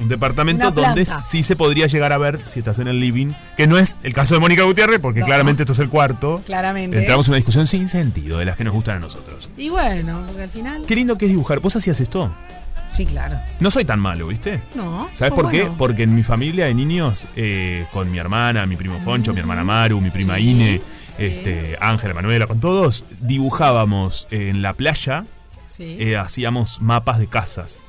Speaker 1: un departamento
Speaker 2: Una planta.
Speaker 1: donde sí se podría llegar a ver si estás en el living, que no es el caso de Mónica Gutiérrez, porque
Speaker 2: No.
Speaker 1: claramente esto es el cuarto.
Speaker 2: Claramente.
Speaker 1: Entramos en una discusión sin sentido de las que nos gustan a nosotros.
Speaker 2: Y bueno, porque al final.
Speaker 1: Qué lindo que es dibujar. ¿Vos hacías esto?
Speaker 2: Sí, claro.
Speaker 1: No soy tan malo, ¿viste?
Speaker 2: No.
Speaker 1: ¿Sabes
Speaker 2: sos
Speaker 1: por qué?
Speaker 2: bueno.
Speaker 1: Porque en mi familia de niños, eh, con mi hermana, mi primo Foncho, mi hermana Maru, mi prima Ine, este, Ángela, Manuela, con todos, dibujábamos en la playa,
Speaker 2: Sí.
Speaker 1: eh, hacíamos mapas de casas.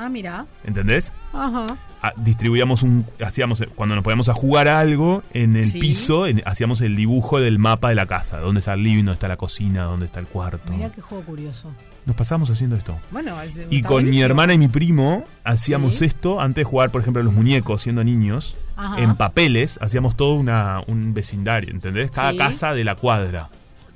Speaker 2: Ah, mira.
Speaker 1: ¿Entendés?
Speaker 2: Ajá.
Speaker 1: Ah, distribuíamos un hacíamos eh, cuando nos podíamos a jugar a algo en el
Speaker 2: Sí.
Speaker 1: piso en- hacíamos el dibujo del mapa de la casa dónde está el living dónde está la cocina dónde está el cuarto
Speaker 2: Mira qué juego curioso.
Speaker 1: nos pasamos haciendo esto
Speaker 2: Bueno, es,
Speaker 1: y
Speaker 2: está
Speaker 1: con mi
Speaker 2: buenísimo.
Speaker 1: hermana y mi primo hacíamos
Speaker 2: Sí.
Speaker 1: esto antes de jugar, por ejemplo, a los muñecos siendo niños.
Speaker 2: Ajá.
Speaker 1: En papeles hacíamos todo una, un vecindario, ¿entendés? Cada
Speaker 2: Sí.
Speaker 1: casa de la cuadra.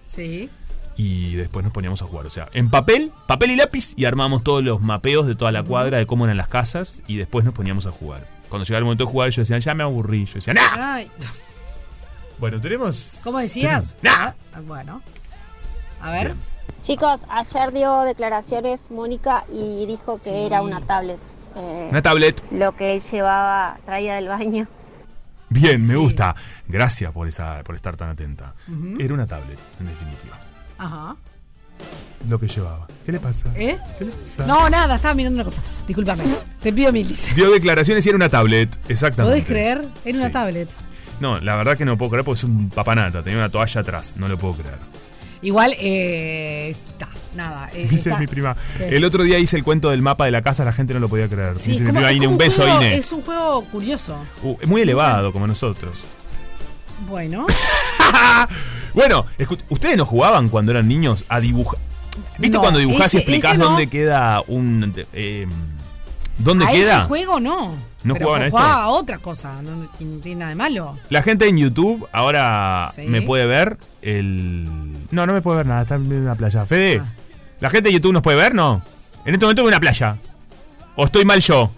Speaker 2: Sí.
Speaker 1: Y después nos poníamos a jugar. O sea, en papel, papel y lápiz y armábamos todos los mapeos de toda la cuadra, de cómo eran las casas y después nos poníamos a jugar. Cuando llegaba el momento de jugar, yo decía, ya me aburrí. Yo decía, ¡nah!
Speaker 2: Ay,
Speaker 1: Bueno, tenemos.
Speaker 2: Ah. ¿Cómo decías?
Speaker 1: ¡Nah!
Speaker 2: Ah, Bueno. A ver.
Speaker 15: Chicos, ayer dio declaraciones Mónica y dijo que
Speaker 2: Sí.
Speaker 15: era una tablet. eh,
Speaker 1: Una tablet.
Speaker 15: Lo que él llevaba, traía del baño.
Speaker 1: Bien, me gusta. Gracias por, esa, por estar tan atenta.
Speaker 2: Ujú.
Speaker 1: Era una tablet, en definitiva.
Speaker 2: Ajá.
Speaker 1: Lo que llevaba. ¿Qué le pasa?
Speaker 2: ¿Eh?
Speaker 1: pasa?
Speaker 2: No, nada, estaba mirando una cosa. Discúlpame. Te pido mil disculpas.
Speaker 1: Dio declaraciones y era una tablet, exactamente.
Speaker 2: ¿Podés creer? Era una tablet.
Speaker 1: No, la verdad que no puedo creer porque es un papanata, tenía una toalla atrás, no lo puedo creer.
Speaker 2: Igual, eh, está, nada. eh,
Speaker 1: Dice
Speaker 2: está-
Speaker 1: mi prima.
Speaker 2: Sí.
Speaker 1: El otro día hice el cuento del mapa de la casa, la gente no lo podía creer. Dice
Speaker 2: Sí, es
Speaker 1: mi
Speaker 2: como-
Speaker 1: prima
Speaker 2: es
Speaker 1: Ine,
Speaker 2: como
Speaker 1: un beso,
Speaker 2: juego-
Speaker 1: Ine.
Speaker 2: Es un juego curioso.
Speaker 1: Uh, es muy elevado como nosotros.
Speaker 2: Bueno.
Speaker 1: Bueno, escu- ¿ustedes no jugaban cuando eran niños a dibujar? ¿Viste
Speaker 2: No,
Speaker 1: cuando dibujás
Speaker 2: ese-
Speaker 1: y explicás
Speaker 2: ese no.
Speaker 1: dónde queda un. eh, ¿Dónde
Speaker 2: a
Speaker 1: queda?
Speaker 2: ese juego no.
Speaker 1: ¿No
Speaker 2: Pero pues,
Speaker 1: jugaban a este. esto?
Speaker 2: jugaba a otra cosa. No, no- que no tiene nada de malo.
Speaker 1: La gente en YouTube ahora
Speaker 2: Sí.
Speaker 1: me puede ver el. No, no me puede ver nada, está en una playa. Fede,
Speaker 2: Ah.
Speaker 1: ¿la gente de YouTube nos puede ver? No. En este momento en una playa. ¿O estoy mal yo?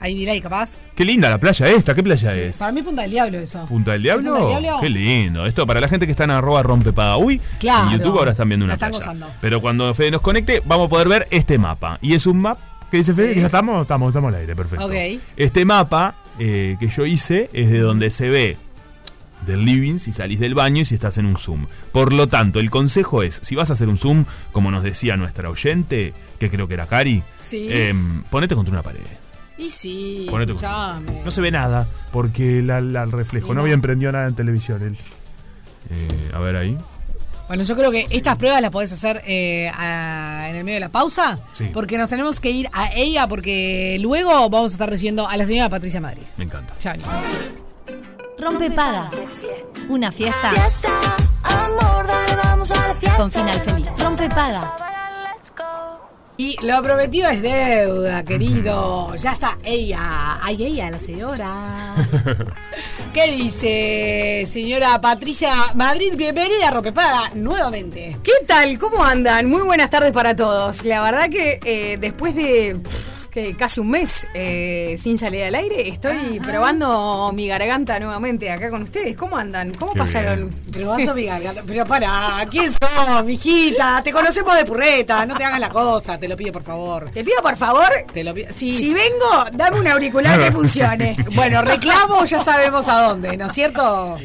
Speaker 2: Ahí dirá, y capaz.
Speaker 1: Qué linda la playa esta, ¿qué playa es?
Speaker 2: Para mí, punta del diablo eso.
Speaker 1: ¿Punta del Diablo?
Speaker 2: ¿Punta del Diablo?
Speaker 1: Qué lindo. Esto para la gente que está en arroba rompepaga. Uy,
Speaker 2: Claro.
Speaker 1: en YouTube ahora están viendo una
Speaker 2: La están
Speaker 1: playa.
Speaker 2: gozando.
Speaker 1: Pero cuando Fede nos conecte, vamos a poder ver este mapa. Y es un mapa. ¿Qué dice Fede? ¿Que ¿Ya estamos? Estamos, estamos al aire, perfecto.
Speaker 2: Ok.
Speaker 1: Este mapa eh, que yo hice es de donde se ve del living si salís del baño y si estás en un Zoom. Por lo tanto, el consejo es, si vas a hacer un Zoom, como nos decía nuestra oyente, que creo que era Cari,
Speaker 2: Sí.
Speaker 1: em, ponete contra una pared.
Speaker 2: Y sí.
Speaker 1: Ponete un-
Speaker 2: escuchame.
Speaker 1: No se ve nada, porque la, la- el reflejo. No había emprendido nada en televisión él. Eh, a ver ahí.
Speaker 2: Bueno, yo creo que estas pruebas las podés hacer eh, a- en el medio de la pausa.
Speaker 1: Sí.
Speaker 2: Porque nos tenemos que ir a ella porque luego vamos a estar recibiendo a la señora Patricia Madrid.
Speaker 1: Me encanta.
Speaker 2: Ya venimos.
Speaker 3: Rompe paga. Una fiesta. Con final feliz. Rompe paga.
Speaker 2: Y lo prometido es deuda, querido. Ya está ella. Ay, ella, la señora. ¿Qué dice, señora Patricia Madrid? Bienvenida a Ropepada nuevamente.
Speaker 16: ¿Qué tal? ¿Cómo andan? Muy buenas tardes para todos. La verdad que eh, después de pff, que casi un mes eh, sin salir al aire, estoy probando mi garganta nuevamente acá con ustedes. ¿Cómo andan? ¿Cómo
Speaker 2: Qué
Speaker 16: pasaron?
Speaker 2: bien. Probando mi garganta. Pero pará, ¿quién sos, mijita? Te conocemos de purreta, no te hagas la cosa, te lo pido por favor.
Speaker 16: Te pido por favor.
Speaker 2: Te lo pido. Sí,
Speaker 16: Si vengo, dame un auricular que funcione.
Speaker 2: Bueno, reclamo ya sabemos a dónde, ¿no es cierto?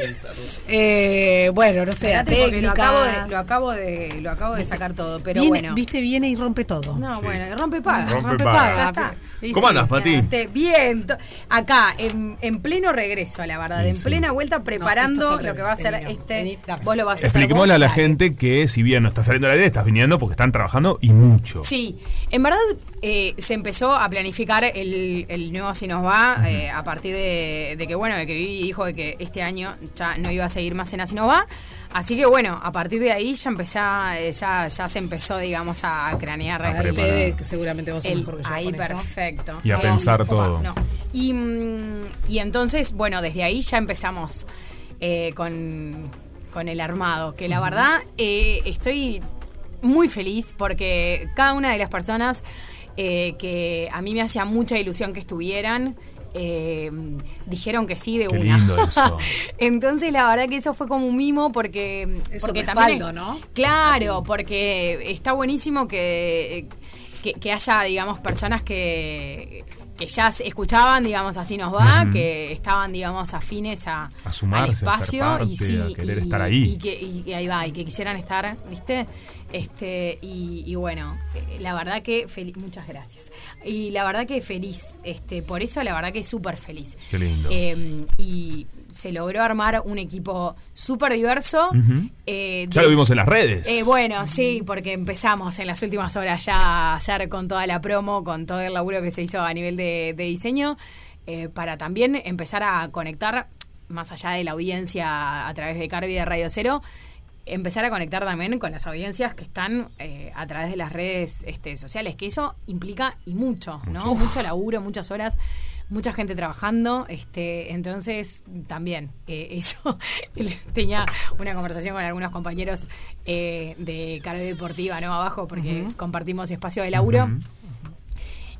Speaker 2: Eh, bueno, no sé,
Speaker 16: Espérate, porque Lo
Speaker 2: técnica.
Speaker 16: acabo, de, lo, acabo de, lo acabo de sacar todo, pero
Speaker 2: Viene-
Speaker 16: bueno.
Speaker 2: Viste, viene y rompe todo.
Speaker 16: No, bueno, rompe paga.
Speaker 2: Rompe
Speaker 16: Rompe,
Speaker 2: paga.
Speaker 16: paga.
Speaker 2: Ya está,
Speaker 16: está. Y
Speaker 1: ¿Cómo andas, Pati?
Speaker 16: nada, te- Bien. to- Acá, en, en pleno regreso, la verdad.
Speaker 1: Sí,
Speaker 16: En
Speaker 1: sí.
Speaker 16: plena vuelta, preparando lo que va a ser este. vos lo vas a hacer. vos.
Speaker 1: Expliquémosle a la gente que si bien no estás saliendo al aire, estás viniendo porque están trabajando y mucho.
Speaker 16: Sí, en verdad eh, se empezó a planificar el, el nuevo Si nos va eh, a partir de, de que, bueno, de que Vivi dijo de que este año ya no iba a seguir más en Así nos va. Así que, bueno, a partir de ahí ya empezá, eh, ya, ya se empezó, digamos, a cranear
Speaker 2: A ver,
Speaker 16: el-
Speaker 2: Fede, que seguramente vos sos
Speaker 16: el-
Speaker 2: mejor que yo
Speaker 16: Ahí,
Speaker 2: con esto.
Speaker 16: perfecto.
Speaker 1: Y a
Speaker 16: Ahí
Speaker 1: pensar
Speaker 16: vamos, opa,
Speaker 1: todo.
Speaker 16: no. Y, mm, y entonces, bueno, desde ahí ya empezamos eh, con, con el armado, que la
Speaker 2: Ujú.
Speaker 16: verdad eh, estoy muy feliz porque cada una de las personas eh, que a mí me hacía mucha ilusión que estuvieran, eh, dijeron que sí de
Speaker 1: Qué
Speaker 16: una.
Speaker 1: lindo eso.
Speaker 16: Entonces la verdad que eso fue como un mimo porque,
Speaker 2: Es un
Speaker 16: porque
Speaker 2: respaldo, ¿no?
Speaker 16: Claro, porque está buenísimo que, que, que haya, digamos, personas que, que ya se escuchaban, digamos, así nos va,
Speaker 1: Ujú.
Speaker 16: que estaban, digamos, afines a,
Speaker 1: A sumarse,
Speaker 16: al
Speaker 1: a ser
Speaker 16: espacio
Speaker 1: parte,
Speaker 16: y sí,
Speaker 1: a querer
Speaker 16: y-
Speaker 1: estar ahí.
Speaker 16: Y que, y- y ahí va, y que quisieran estar, ¿viste? Este, y, y bueno, eh, la verdad que feliz, muchas gracias. Y la verdad que feliz, este, por eso la verdad que súper feliz.
Speaker 1: Qué lindo.
Speaker 16: Eh, y se logró armar un equipo súper diverso.
Speaker 1: Ujú.
Speaker 16: eh,
Speaker 1: Ya
Speaker 16: de-
Speaker 1: lo vimos en las redes.
Speaker 16: Eh, bueno, sí, porque empezamos en las últimas horas ya a hacer con toda la promo, con todo el laburo que se hizo a nivel de, de diseño, eh, para también empezar a conectar, más allá de la audiencia a través de Carvi de Radio Cero, empezar a conectar también con las audiencias que están eh, a través de las redes este, sociales, que eso implica y mucho, ¿no?
Speaker 13: Muchísimo.
Speaker 16: Mucho laburo, muchas horas, mucha gente trabajando, este, entonces también eh, eso. Tenía una conversación con algunos compañeros eh, de Carve Deportiva, ¿no? Abajo, porque
Speaker 13: Ujú.
Speaker 16: compartimos espacio de laburo.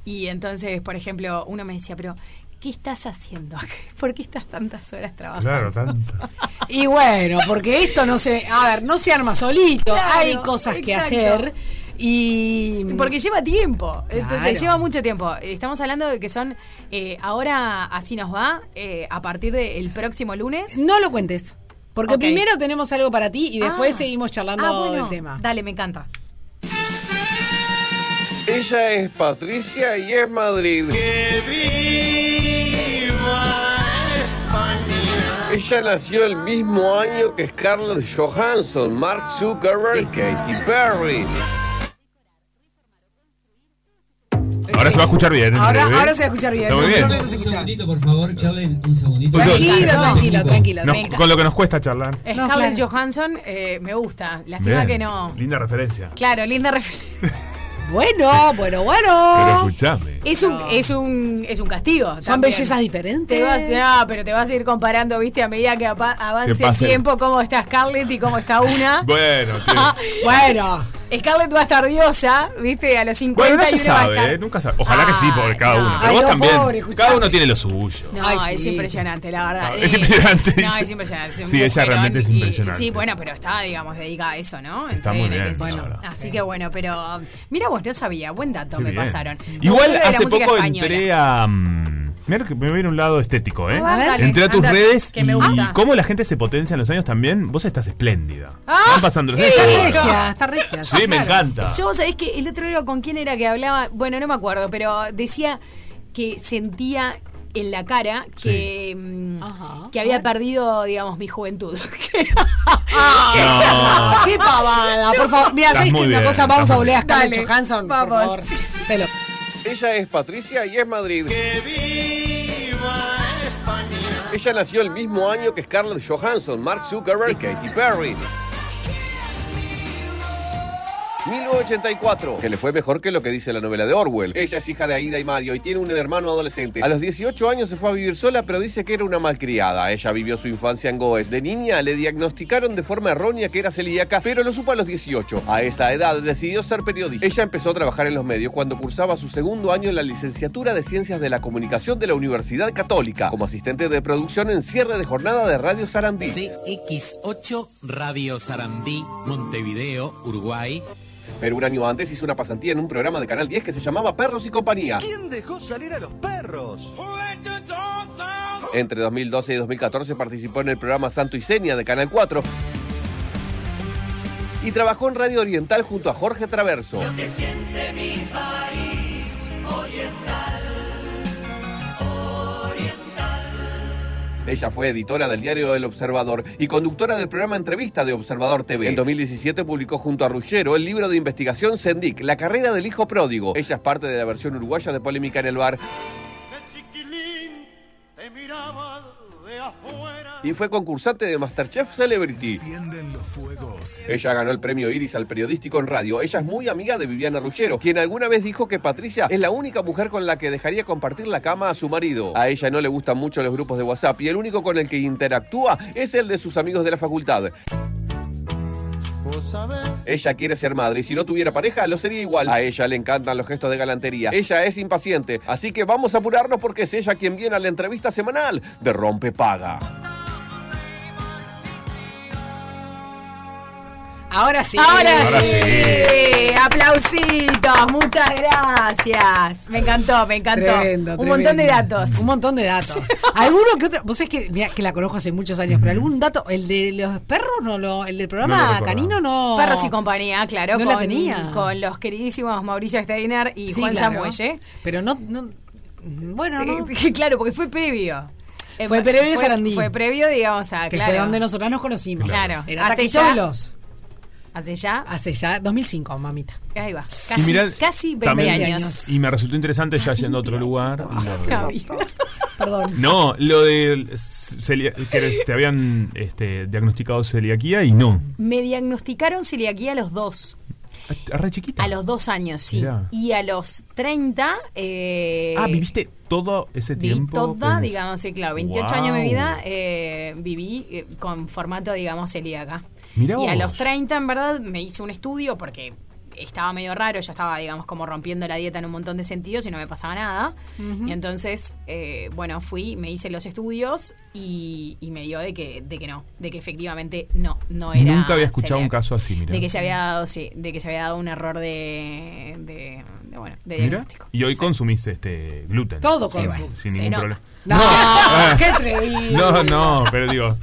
Speaker 16: Y entonces, por ejemplo, uno me decía, pero ¿qué estás haciendo? ¿Por qué estás tantas horas trabajando?
Speaker 1: Claro, tanto.
Speaker 2: Y bueno, porque esto no se. A ver, no se arma solito. hay cosas que
Speaker 16: exacto.
Speaker 2: hacer. Y.
Speaker 16: Porque lleva tiempo.
Speaker 2: Claro.
Speaker 16: Entonces lleva mucho tiempo. Estamos hablando de que son. eh, ahora así nos va. eh, a partir del próximo lunes.
Speaker 2: No lo cuentes. Porque
Speaker 16: Ok.
Speaker 2: primero tenemos algo para ti y después
Speaker 16: Ah.
Speaker 2: seguimos charlando
Speaker 16: Ah, bueno,
Speaker 2: del tema.
Speaker 16: Dale, me encanta.
Speaker 17: Ella es Patricia y es Madrid. Ella nació el mismo año que Scarlett Johansson, Mark Zuckerberg y Katy Perry.
Speaker 1: Ahora se va a escuchar bien. en breve. Está muy bien.
Speaker 4: Un segundito, por favor, Charlen, un segundito.
Speaker 1: Tranquilo,
Speaker 4: Me encanta.
Speaker 1: tranquilo,
Speaker 4: Tipo,
Speaker 2: tranquilo.
Speaker 1: Nos-
Speaker 16: Me encanta.
Speaker 1: con lo que nos cuesta charlar.
Speaker 16: Scarlett Johansson, eh, me gusta. Lástima
Speaker 1: Bien.
Speaker 16: que no.
Speaker 1: Linda referencia.
Speaker 16: Claro, linda referencia.
Speaker 2: Bueno,
Speaker 1: Pero
Speaker 16: Oh.
Speaker 2: bueno, bueno.
Speaker 1: escuchame.
Speaker 16: Es un, es un, es un castigo.
Speaker 2: Son
Speaker 16: también.
Speaker 2: bellezas diferentes.
Speaker 16: Te vas, ah, pero te vas a ir comparando, viste, a medida que apa- avance
Speaker 1: Que
Speaker 16: el
Speaker 1: pase.
Speaker 16: tiempo, cómo está Scarlett y cómo está una.
Speaker 1: Bueno, tío.
Speaker 2: bueno.
Speaker 16: Scarlett va a estar diosa, viste, a los 50
Speaker 1: Bueno, no se
Speaker 16: y una va a estar-
Speaker 1: sabe, ¿eh? nunca sabe. Ojalá que sí, por cada uno. Pero
Speaker 16: Ay,
Speaker 1: vos
Speaker 16: no,
Speaker 1: también.
Speaker 16: pobre,
Speaker 1: cada
Speaker 16: escuchame.
Speaker 1: uno tiene lo suyo.
Speaker 16: No, es impresionante, la verdad.
Speaker 1: Es
Speaker 16: Eh,
Speaker 1: impresionante,
Speaker 16: No,
Speaker 1: dice.
Speaker 16: es impresionante. es un
Speaker 1: Sí, ella
Speaker 16: mujerón
Speaker 1: realmente es
Speaker 16: y-
Speaker 1: impresionante.
Speaker 16: sí, bueno, pero está, digamos, dedicada a eso, ¿no?
Speaker 1: Está muy bien,
Speaker 16: qué sé
Speaker 1: la
Speaker 16: yo.
Speaker 1: verdad.
Speaker 16: Así que bueno, pero mira vos, no sabía. Buen dato
Speaker 1: Qué
Speaker 16: me
Speaker 1: bien.
Speaker 16: pasaron. Cultura
Speaker 1: Igual
Speaker 16: de la
Speaker 1: hace
Speaker 16: música
Speaker 1: poco
Speaker 16: española.
Speaker 1: entré a. mm, Mira que me viene un lado estético, ¿eh?
Speaker 16: A ver, dale,
Speaker 1: entré a tus
Speaker 16: andate,
Speaker 1: redes
Speaker 16: que me
Speaker 1: y
Speaker 16: gusta.
Speaker 1: cómo la gente se potencia en los años también. Vos estás espléndida.
Speaker 16: Ah,
Speaker 1: Van pasando los años.
Speaker 16: qué
Speaker 1: Bárbaro.
Speaker 16: regia, está regia.
Speaker 1: Sí, me encanta.
Speaker 16: Yo, vos sabés que el otro día con quién era que hablaba, bueno, no me acuerdo, pero decía que sentía en la cara que, mm, que había perdido, digamos, mi juventud.
Speaker 2: Ah, ¡Qué pavada! Por favor, mira,
Speaker 17: Estás
Speaker 2: ¿sabes qué?
Speaker 17: muy
Speaker 2: Una
Speaker 17: bien,
Speaker 2: cosa, vamos
Speaker 17: estás
Speaker 2: a
Speaker 17: muy
Speaker 2: volver a
Speaker 17: bien.
Speaker 2: Scarlett
Speaker 17: Dale,
Speaker 2: Johansson, por favor. Te lo-
Speaker 17: Ella es Patricia y es Madrid. Ella nació el mismo año que Scarlett Johansson, Mark Zuckerberg y Katy Perry. 1984, que le fue mejor que lo que dice la novela de Orwell. Ella es hija de Aida y Mario y tiene un hermano adolescente. A los 18 años se fue a vivir sola, pero dice que era una malcriada. Ella vivió su infancia en Goes. De niña le diagnosticaron de forma errónea que era celíaca, pero lo supo a los 18. A esa edad decidió ser periodista. Ella empezó a trabajar en los medios cuando cursaba su segundo año en la licenciatura de Ciencias de la Comunicación de la Universidad Católica, como asistente de producción en cierre de jornada de Radio Sarandí.
Speaker 18: X8 Radio Sarandí, Montevideo, Uruguay.
Speaker 17: Pero un año antes hizo una pasantía en un programa de Canal 10 que se llamaba Perros y Compañía.
Speaker 18: ¿Quién dejó salir a los perros?
Speaker 17: Entre 2012 y 2014 participó en el programa Santo y Seña de Canal 4 y trabajó en Radio Oriental junto a Jorge Traverso.
Speaker 19: siente mis París, hoy está
Speaker 17: Ella fue editora del diario El Observador y conductora del programa Entrevista de Observador TV. En 2017 publicó junto a Ruggiero el libro de investigación Sendic, La carrera del hijo pródigo. Ella es parte de la versión uruguaya de Polémica en el Bar, y fue concursante de Masterchef Celebrity. Ella ganó el premio Iris al periodístico en radio. Ella es muy amiga de Viviana Ruggero, quien alguna vez dijo que Patricia es la única mujer con la que dejaría compartir la cama a su marido. A ella no le gustan mucho los grupos de WhatsApp y el único con el que interactúa es el de sus amigos de la facultad.
Speaker 1: Ah.
Speaker 17: Ella quiere ser madre y si no tuviera pareja lo sería igual. A ella le encantan los gestos de galantería. Ella es impaciente, así que vamos a apurarnos porque es ella quien viene a la entrevista semanal de Rompe Paga.
Speaker 16: Ahora sí.
Speaker 19: Ahora
Speaker 16: Ahora
Speaker 19: sí.
Speaker 16: sí. Aplausitos. Muchas gracias. Me encantó, me encantó.
Speaker 2: Tremendo,
Speaker 16: Un
Speaker 2: tremendo.
Speaker 16: montón de datos.
Speaker 2: Un montón de datos. Alguno que otro, vos es que mirá, que la conozco hace muchos años, pero algún dato, el de los perros no lo, el del
Speaker 16: No lo
Speaker 2: programa
Speaker 16: recuerdo.
Speaker 2: canino no.
Speaker 16: Perros y compañía, claro,
Speaker 2: No
Speaker 16: con,
Speaker 2: la tenía.
Speaker 16: con los queridísimos Mauricio Steiner y
Speaker 2: Sí,
Speaker 16: Juan
Speaker 2: claro.
Speaker 16: Samuelle.
Speaker 2: Pero no, no- bueno,
Speaker 16: Sí, claro, porque fue previo. Eh,
Speaker 2: Fue previo a
Speaker 16: fue-
Speaker 2: Sarandí.
Speaker 16: Fue previo, digamos, a
Speaker 2: que
Speaker 16: Ah, claro.
Speaker 2: fue donde nosotras nos conocimos.
Speaker 16: Claro.
Speaker 2: Era
Speaker 16: Hace
Speaker 2: hace
Speaker 16: ya-
Speaker 2: ¿Hace
Speaker 16: ya?
Speaker 2: Hace ya 2005, mamita.
Speaker 16: Ahí va.
Speaker 1: Y mirá,
Speaker 16: casi 20
Speaker 1: también-
Speaker 16: años.
Speaker 1: Y me resultó interesante ya yendo a otro lugar.
Speaker 2: Perdón.
Speaker 1: No, lo de celia- que te habían este, diagnosticado celiaquía y no.
Speaker 16: Me diagnosticaron celiaquía a los dos.
Speaker 1: A re chiquita.
Speaker 16: A los dos años, sí.
Speaker 1: Mirá.
Speaker 16: Y a los 30. eh,
Speaker 1: Ah, viviste todo ese
Speaker 16: Vi
Speaker 1: tiempo.
Speaker 16: toda,
Speaker 1: en-
Speaker 16: digamos, sí, claro, 28
Speaker 1: Wow.
Speaker 16: años de mi vida eh, viví eh, con formato, digamos, celíaca.
Speaker 1: Mirá
Speaker 16: y a
Speaker 1: vos.
Speaker 16: los 30, en verdad, me hice un estudio porque estaba medio raro, yo estaba, digamos, como rompiendo la dieta en un montón de sentidos y no me pasaba nada.
Speaker 13: Ujú.
Speaker 16: Y entonces, eh, bueno, fui, me hice los estudios y, y me dio de que, de que no, de que efectivamente no, no era.
Speaker 1: Nunca había escuchado un
Speaker 16: celíaca.
Speaker 1: caso así, mirá.
Speaker 16: De que se había dado, sí, de que se había dado un error de, de, de, bueno, de
Speaker 1: Mirá,
Speaker 16: diagnóstico.
Speaker 1: Y hoy consumís este gluten.
Speaker 16: Todo
Speaker 1: Sí,
Speaker 16: consumo.
Speaker 1: Sin
Speaker 16: Se
Speaker 1: ningún
Speaker 16: nota.
Speaker 1: problema.
Speaker 16: No,
Speaker 1: Ah.
Speaker 16: qué
Speaker 1: No,
Speaker 16: atrevido.
Speaker 1: no, pero digo.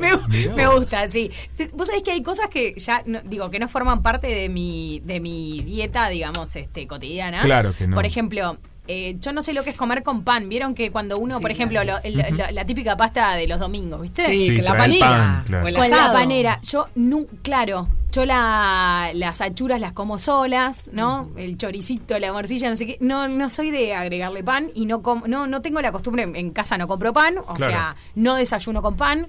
Speaker 16: Me,
Speaker 1: Mirá.
Speaker 16: me gusta, sí. Te- Vos sabés que hay cosas que ya, no- digo, que no forman parte de mi, de mi dieta, digamos, este, cotidiana.
Speaker 19: Claro que no.
Speaker 16: Por ejemplo, eh, yo no sé lo que es comer con pan. Vieron que cuando uno,
Speaker 2: Sí,
Speaker 16: por ejemplo, lo- el-
Speaker 2: Ujú.
Speaker 16: lo- la típica pasta de los domingos, ¿viste?
Speaker 2: Sí, Sí, que la trae el panera, pan, claro. o el
Speaker 16: Con la
Speaker 2: asado.
Speaker 16: panera. Yo, nu- claro, yo la- las achuras las como solas, ¿no? El choricito, la morcilla, no sé qué. No, no soy de agregarle pan y no, com- no, no tengo la costumbre, en casa no compro pan, o
Speaker 1: Claro.
Speaker 16: sea, no desayuno con pan.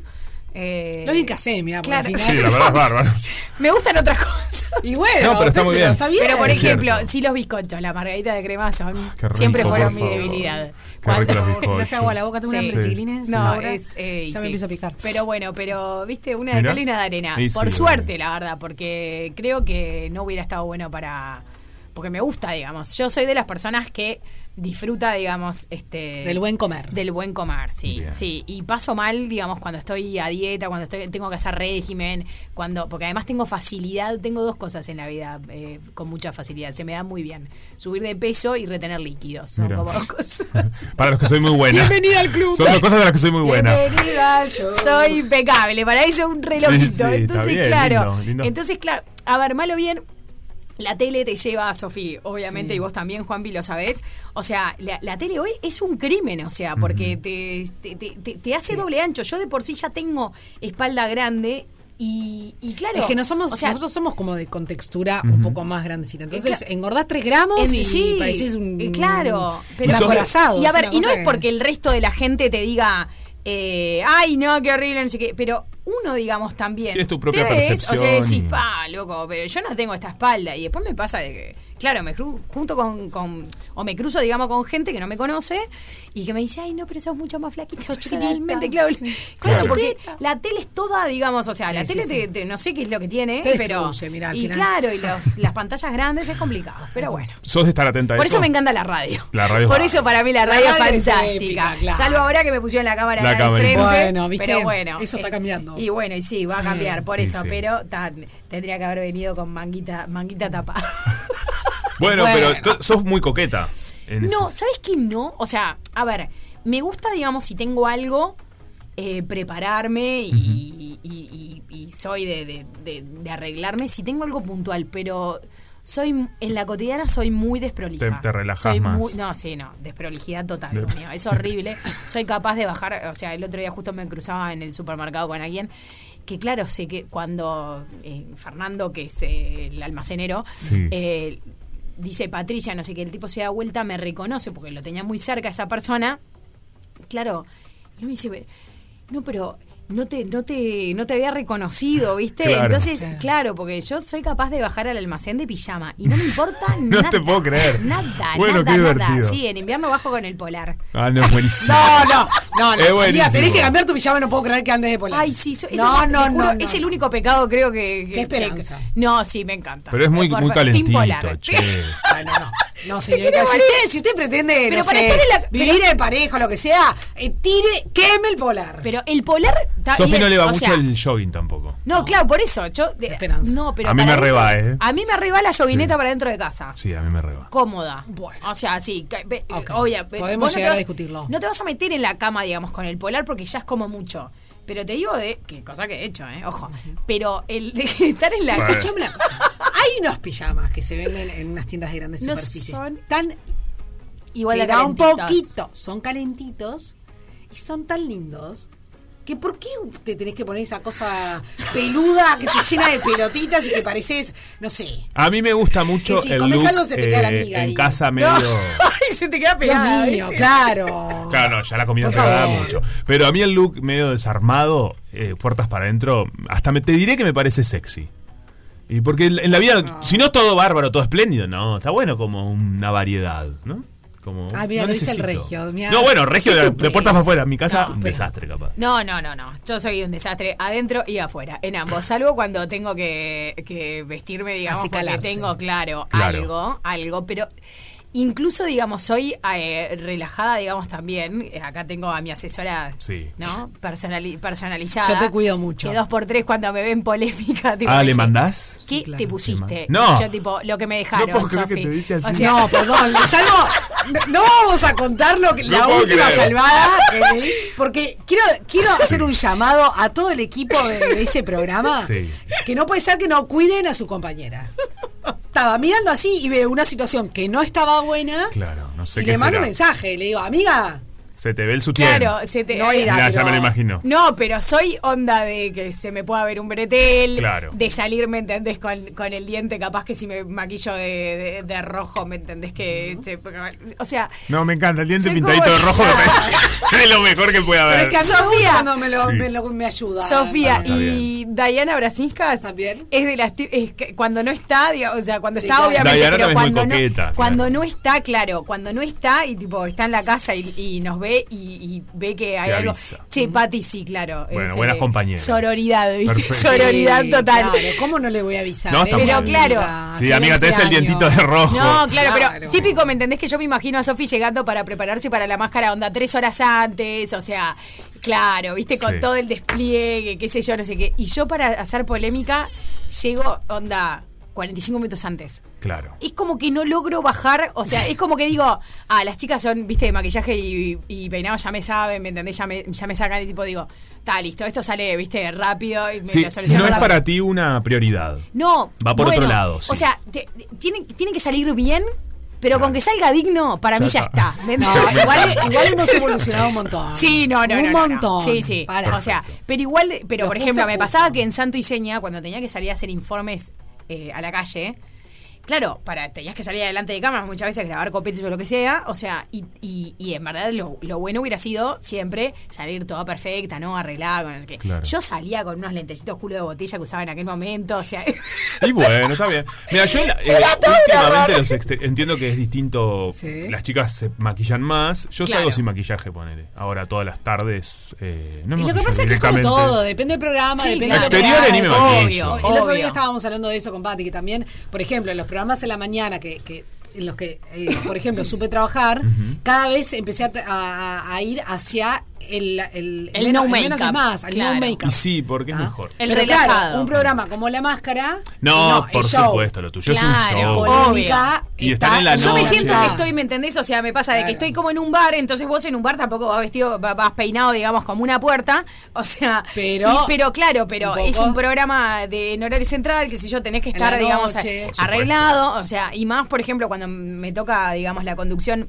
Speaker 16: Eh,
Speaker 2: Lo bien que hacé, mirá, porque
Speaker 16: claro.
Speaker 2: al
Speaker 1: Sí, la verdad es bárbaro.
Speaker 16: Me gustan otras cosas.
Speaker 2: Y
Speaker 1: bueno, No, pero está muy pero bien. está bien.
Speaker 16: Pero por
Speaker 1: Es
Speaker 16: ejemplo,
Speaker 1: cierto.
Speaker 16: sí los bizcochos, la margarita de crema son,
Speaker 1: qué rico,
Speaker 16: siempre fueron
Speaker 1: por
Speaker 16: mi
Speaker 1: favor.
Speaker 16: debilidad.
Speaker 1: Qué rico los
Speaker 2: Se me hace agua la
Speaker 1: bizcochos.
Speaker 2: boca, tengo una
Speaker 1: Sí.
Speaker 2: hambre, chiquilines.
Speaker 16: No,
Speaker 2: ahora
Speaker 16: es, eh,
Speaker 2: ya me
Speaker 16: sí.
Speaker 2: empieza a picar.
Speaker 16: Pero bueno, pero viste, una de
Speaker 2: Mirá.
Speaker 16: cal y una de arena.
Speaker 2: Y sí,
Speaker 16: Por
Speaker 2: de
Speaker 16: suerte, la verdad, porque creo que no hubiera estado bueno para. Porque me gusta, digamos. Yo soy de las personas que disfruta, digamos, este.
Speaker 2: Del buen comer.
Speaker 16: Del buen comer, sí. Sí. Y paso mal, digamos, cuando estoy a dieta, cuando estoy, tengo que hacer régimen, cuando. Porque además tengo facilidad, tengo dos cosas en la vida eh, con mucha facilidad. Se me da muy bien. Subir de peso y retener líquidos. Son
Speaker 1: Mirá.
Speaker 16: como dos cosas.
Speaker 1: Para los que soy muy buena.
Speaker 16: Bienvenida al club.
Speaker 1: Son dos cosas de las que soy muy buena.
Speaker 16: Bienvenida, yo. Soy impecable, para eso un relojito.
Speaker 1: Sí, sí, está
Speaker 16: entonces,
Speaker 1: bien,
Speaker 16: claro.
Speaker 1: lindo, lindo.
Speaker 16: Entonces, claro, a ver, malo bien. La tele te lleva a Sofía, obviamente, y vos también, Juanpi, lo sabés. O sea, la, la tele hoy es un crimen, o sea, porque te, te- te- te- te hace doble ancho. Yo de por sí ya tengo espalda grande y, y claro.
Speaker 2: es que no somos,
Speaker 16: o sea,
Speaker 2: nosotros somos como de contextura un
Speaker 1: Ujú.
Speaker 2: poco más grandecita. Entonces
Speaker 16: Cla-
Speaker 2: engordás 3 gramos
Speaker 16: en-
Speaker 2: y
Speaker 16: sí,
Speaker 2: parecés un.
Speaker 16: eh, claro, pero
Speaker 2: un acorazado.
Speaker 16: Y a ver,
Speaker 2: una
Speaker 16: y no
Speaker 2: cosa
Speaker 16: es
Speaker 2: que-
Speaker 16: porque el resto de la gente te diga, eh, ay, no, qué horrible, no sé qué, pero uno, digamos, también.
Speaker 1: Sí, es tu propia
Speaker 16: te O sea,
Speaker 1: percepción
Speaker 16: decís,
Speaker 1: y-
Speaker 16: pa, loco, pero yo no tengo esta espalda. Y después me pasa de que, claro, me cru- junto con, con- o me cruzo, digamos, con gente que no me conoce y que me dice, ay, no, pero sos mucho más flaquito. Realmente, claro. Claro,
Speaker 2: Claro.
Speaker 16: porque la tele es toda, digamos, o sea, la
Speaker 2: Sí,
Speaker 16: tele
Speaker 2: sí,
Speaker 16: te,
Speaker 2: sí.
Speaker 16: te- no sé qué es lo que tiene,
Speaker 2: Te
Speaker 16: pero.
Speaker 2: destruye, mirá, al
Speaker 16: y
Speaker 2: final.
Speaker 16: claro, y los- las pantallas grandes es complicado, pero bueno.
Speaker 1: Sos de estar atenta a
Speaker 16: Por
Speaker 1: eso.
Speaker 16: eso me encanta la radio.
Speaker 1: La radio es
Speaker 16: Por
Speaker 1: bárbara.
Speaker 16: eso para mí la
Speaker 2: La
Speaker 16: radio es
Speaker 2: radio es
Speaker 16: fantástica.
Speaker 2: épica, claro.
Speaker 16: Salvo ahora que me pusieron la cámara
Speaker 1: La
Speaker 16: acá
Speaker 1: cámara.
Speaker 16: enfrente.
Speaker 2: Bueno, ¿viste?
Speaker 16: Pero bueno.
Speaker 2: Eso está
Speaker 16: eh,
Speaker 2: cambiando.
Speaker 16: Y bueno, y sí, va a cambiar, por
Speaker 1: Y
Speaker 16: eso.
Speaker 1: sí.
Speaker 16: Pero ta- tendría que haber venido con manguita, manguita tapada.
Speaker 1: Bueno,
Speaker 16: Bueno.
Speaker 1: pero t- sos muy coqueta. en eso.
Speaker 16: No, ¿sabes qué no? O sea, a ver, me gusta, digamos, si tengo algo, eh, prepararme y, y- y- y soy de, de- de- de arreglarme si tengo algo puntual, pero soy en la cotidiana soy muy desprolija.
Speaker 1: Te- te relajas
Speaker 16: Soy
Speaker 1: más.
Speaker 16: muy- no, sí, no, desprolijidad total,
Speaker 1: De-
Speaker 16: Dios mío, es horrible. soy capaz de bajar, o sea, el otro día justo me cruzaba en el supermercado con alguien que claro, sé que cuando eh, Fernando, que es eh, el almacenero,
Speaker 19: Sí.
Speaker 16: eh, dice Patricia, no sé qué, el tipo se da vuelta, me reconoce porque lo tenía muy cerca esa persona. Claro, y me dice, "Ve, no, pero no te, no te, no te había reconocido, ¿viste?
Speaker 1: Claro.
Speaker 16: Entonces,
Speaker 1: Claro.
Speaker 16: claro. porque yo soy capaz de bajar al almacén de pijama y no me importa
Speaker 1: No
Speaker 16: nada.
Speaker 1: te puedo creer.
Speaker 16: Nada,
Speaker 1: Bueno,
Speaker 16: nada,
Speaker 1: qué
Speaker 16: nada.
Speaker 1: divertido.
Speaker 16: Sí, en invierno bajo con el polar.
Speaker 1: Ah, no, es buenísimo.
Speaker 16: No, no, no, no.
Speaker 1: Es buenísimo.
Speaker 2: Mira, tenés que cambiar tu pijama, no puedo creer que andes de polar.
Speaker 16: Ay, sí, so- es
Speaker 2: No,
Speaker 16: lo más-
Speaker 2: no,
Speaker 16: te juro,
Speaker 2: no,
Speaker 16: Es el único pecado, creo que. que-
Speaker 2: Qué esperanza.
Speaker 16: que- no, sí, me encanta.
Speaker 1: Pero es muy,
Speaker 16: Por
Speaker 1: muy
Speaker 16: favor, team
Speaker 1: calentito,
Speaker 16: polar.
Speaker 1: che.
Speaker 2: No,
Speaker 16: Se
Speaker 2: señorita,
Speaker 16: quiere
Speaker 2: si
Speaker 16: morir.
Speaker 2: usted, si usted pretende
Speaker 16: Pero
Speaker 2: no
Speaker 16: para
Speaker 2: sé,
Speaker 16: estar en la-
Speaker 2: vivir
Speaker 16: pero-
Speaker 2: en pareja, lo que sea, eh, tire, queme el polar.
Speaker 16: Pero el polar. está
Speaker 1: Sofi no
Speaker 16: bien,
Speaker 1: le va
Speaker 16: o
Speaker 1: mucho
Speaker 16: sea,
Speaker 1: el jogging tampoco.
Speaker 16: No, claro, por eso. Yo, de- no, pero
Speaker 1: a mí me
Speaker 16: para dentro-
Speaker 1: reba, ¿eh?
Speaker 16: A mí me arriba la yoguineta para dentro de casa.
Speaker 1: Sí, a mí me reba.
Speaker 16: Cómoda. O sea, sí. ca- pe- obvia- pe-
Speaker 2: Podemos
Speaker 16: vos te
Speaker 2: llegar a
Speaker 16: vas-
Speaker 2: discutirlo.
Speaker 16: No te vas a meter en la cama, digamos, con el polar porque ya es como mucho. Pero te digo de. Que cosa que he hecho, ¿eh? Ojo. Pero el de estar en la.
Speaker 2: Bueno. Escuchame una cosa. Hay unos pijamas que se venden en unas tiendas de grandes
Speaker 16: No
Speaker 2: superficies.
Speaker 16: son
Speaker 2: tan
Speaker 16: igual de
Speaker 2: te da un
Speaker 16: calentitos.
Speaker 2: poquito. Son calentitos y son tan lindos que ¿por qué te tenés que poner esa cosa peluda que se llena de pelotitas y que pareces, no sé,
Speaker 1: A mí me gusta mucho
Speaker 2: que si
Speaker 1: el
Speaker 2: comes
Speaker 1: look,
Speaker 2: algo se te queda la
Speaker 1: eh,
Speaker 2: amiga
Speaker 1: en
Speaker 2: ahí.
Speaker 1: casa medio...
Speaker 16: Ay, se te queda pegada.
Speaker 2: Dios mío,
Speaker 16: ¿viste?
Speaker 2: claro.
Speaker 1: Claro, no, ya la comida
Speaker 2: Por
Speaker 1: enredada
Speaker 2: favor.
Speaker 1: mucho. Pero a mí el look medio desarmado, eh, puertas para adentro, hasta me, te diré que me parece sexy. Y porque en en la vida, si no es todo bárbaro, todo espléndido, no, está bueno como una variedad, ¿no? Como,
Speaker 2: Ah, mira,
Speaker 1: no
Speaker 2: lo dice el
Speaker 1: necesito.
Speaker 2: regio, mirá.
Speaker 1: No, bueno, regio
Speaker 2: Qué
Speaker 1: de,
Speaker 2: estúpido.
Speaker 1: de puertas para afuera. Mi casa, un desastre capaz.
Speaker 16: No, no, no, no. Yo soy un desastre adentro y afuera, en ambos. Salvo cuando tengo que, que vestirme, digamos,
Speaker 2: Así
Speaker 16: porque
Speaker 2: calarse.
Speaker 16: tengo, claro,
Speaker 2: Claro.
Speaker 16: algo, algo, pero. Incluso, digamos, soy eh, relajada, digamos, también. Eh, Acá tengo a mi asesora,
Speaker 1: Sí. Ah,
Speaker 16: ¿no? Personali- personalizada.
Speaker 2: Yo te cuido mucho.
Speaker 16: Que dos por tres cuando me ven polémica. tipo,
Speaker 1: Ah, ¿le
Speaker 16: dice,
Speaker 1: mandás?
Speaker 16: ¿Qué te pusiste?
Speaker 1: No.
Speaker 16: Y Yo, tipo, lo que me dejaron,
Speaker 1: puedo creer que
Speaker 16: Sofi.
Speaker 1: te dice así.
Speaker 16: O sea-
Speaker 2: no, perdón, les salvo. No vamos a contar lo que,
Speaker 1: No
Speaker 2: la
Speaker 1: puedo
Speaker 2: última
Speaker 1: creer.
Speaker 2: salvada que le di, porque quiero, quiero hacer un llamado a todo el equipo de, de ese programa
Speaker 1: Sí.
Speaker 2: que no puede ser que no cuiden a su compañera. Estaba mirando así y veo una situación que no estaba buena
Speaker 1: Claro, no sé
Speaker 2: y
Speaker 1: qué
Speaker 2: le mando
Speaker 1: será.
Speaker 2: un mensaje, le digo, amiga,
Speaker 1: Se te ve el sutién.
Speaker 16: Claro, se te. eh,
Speaker 2: No era,
Speaker 1: Ya, ya me lo imagino.
Speaker 16: No, pero soy onda de que se me pueda ver un bretel.
Speaker 1: Claro.
Speaker 16: De salir, ¿me entendés? Con, con el diente, capaz que si me maquillo de, de- de rojo, ¿me entendés? Que. se- o sea.
Speaker 1: No, me encanta. El diente
Speaker 16: Soy
Speaker 1: pintadito
Speaker 16: como-
Speaker 1: de rojo me parece- es lo mejor que puede haber.
Speaker 16: Pero es que a Sofía-
Speaker 2: cuando me, lo,
Speaker 1: Sí. Ah,
Speaker 2: me, lo- me ayuda. ¿eh?
Speaker 16: Sofía
Speaker 1: está
Speaker 16: y Diana Brasinskas es de las ti- es que cuando no está, diga- o sea, cuando
Speaker 2: Sí,
Speaker 16: está
Speaker 2: claro.
Speaker 16: obviamente,
Speaker 1: Diana también
Speaker 16: pero
Speaker 1: es muy
Speaker 16: cuando no,
Speaker 1: coqueta, claro.
Speaker 16: cuando no está, claro, cuando no está y tipo está en la casa y, y nos ve y, y ve que hay
Speaker 1: Te
Speaker 16: algo.
Speaker 1: avisa.
Speaker 16: Che, Pati sí, claro.
Speaker 1: Bueno,
Speaker 16: es,
Speaker 1: buenas
Speaker 16: eh,
Speaker 1: compañeras.
Speaker 16: Sororidad, ¿viste?
Speaker 1: Perfecto.
Speaker 16: sororidad
Speaker 2: Sí,
Speaker 16: total.
Speaker 2: claro, ¿Cómo no le voy a avisar?
Speaker 1: No, está
Speaker 2: Eh,
Speaker 1: muy
Speaker 16: Pero
Speaker 1: bien.
Speaker 16: claro.
Speaker 1: Sí, amiga, te es el dientito de rojo.
Speaker 16: No, claro,
Speaker 2: Claro.
Speaker 16: pero típico, ¿me entendés? Que yo me imagino a Sofi llegando para prepararse para la máscara onda tres horas antes, o sea, claro, viste, con
Speaker 2: Sí.
Speaker 16: todo el despliegue, qué sé yo, no sé qué. Y yo para hacer polémica, llego onda 45 minutos antes.
Speaker 1: Claro.
Speaker 16: Es como que no logro bajar, o sea, es como que digo, ah, las chicas son, viste, de maquillaje y, y peinado, ya me saben, ¿me entendés? Ya me, ya me sacan y tipo digo, está listo, esto sale, viste, rápido y me
Speaker 1: Sí,
Speaker 16: lo soluciono
Speaker 1: no es
Speaker 16: rápido".
Speaker 1: para ti una prioridad.
Speaker 16: No.
Speaker 1: Va por otro
Speaker 16: bueno,
Speaker 1: lado, sí.
Speaker 16: O sea, te- te- tiene, tiene que salir bien, pero con que salga digno, para
Speaker 1: Ya
Speaker 16: mí ya
Speaker 1: está.
Speaker 16: está.
Speaker 2: No, igual, igual hemos evolucionado un montón.
Speaker 16: Sí, no, no, no, no,
Speaker 2: Un
Speaker 16: no.
Speaker 2: montón.
Speaker 16: Sí, sí.
Speaker 2: Para.
Speaker 16: O sea, pero igual, de- pero
Speaker 2: Lo
Speaker 16: por
Speaker 2: justo
Speaker 16: ejemplo,
Speaker 2: es
Speaker 16: me
Speaker 2: justo.
Speaker 16: pasaba que en Santo y Seña, cuando tenía que salir a hacer informes eh, a la calle, claro, para tenías que salir adelante de cámaras muchas veces, grabar copetes o lo que sea, o sea, y, y- y en verdad lo, lo bueno hubiera sido siempre salir toda perfecta, ¿no? Arreglada, con no sé qué.
Speaker 1: Claro.
Speaker 16: Yo salía con unos lentecitos culo de botella que usaba en aquel momento, o sea.
Speaker 1: Y bueno, está bien. Mira, yo eh,
Speaker 16: Era todo un
Speaker 1: últimamente
Speaker 16: error.
Speaker 1: los exte- entiendo que es distinto. Las chicas se maquillan más. Yo salgo
Speaker 2: Claro.
Speaker 1: sin maquillaje, ponele. Ahora todas las tardes. eh, no me
Speaker 2: Y lo que
Speaker 1: maquillo
Speaker 2: pasa es que es como
Speaker 1: directamente.
Speaker 2: todo, depende del programa,
Speaker 1: Sí,
Speaker 2: depende
Speaker 1: claro.
Speaker 2: del
Speaker 1: Exteriores
Speaker 2: horario.
Speaker 1: ni me maquillo.
Speaker 2: Obvio, El otro
Speaker 16: obvio.
Speaker 2: día estábamos hablando de eso con Pati, que también, por ejemplo, en los programas en la mañana que, que- en los que, eh, por ejemplo, supe trabajar, cada vez empecé a, a- a ir hacia el, el,
Speaker 16: El
Speaker 2: menos,
Speaker 16: no
Speaker 2: el menos
Speaker 16: make-up,
Speaker 2: es más, el
Speaker 16: claro.
Speaker 2: no make-up. Ah.
Speaker 1: Y sí, porque es mejor.
Speaker 2: Pero Claro, un programa como La Máscara.
Speaker 1: No,
Speaker 2: el
Speaker 1: por
Speaker 2: show.
Speaker 1: supuesto, lo tuyo es un
Speaker 2: Claro,
Speaker 1: show.
Speaker 2: polémica,
Speaker 1: Y estar en la
Speaker 16: yo
Speaker 1: noche.
Speaker 16: me siento que estoy, ¿me entendés? O sea, me pasa de que estoy como en un bar, entonces vos en un bar tampoco vas vestido, va- vas peinado, digamos, como una puerta. O sea,
Speaker 2: Pero-
Speaker 16: y- pero claro, pero
Speaker 2: Un poco.
Speaker 16: es un programa de en horario central, que si yo tenés que
Speaker 2: En
Speaker 16: estar,
Speaker 2: la
Speaker 16: digamos,
Speaker 2: noche. Por supuesto.
Speaker 16: arreglado. O sea, y más, por ejemplo, cuando me toca, digamos, la conducción,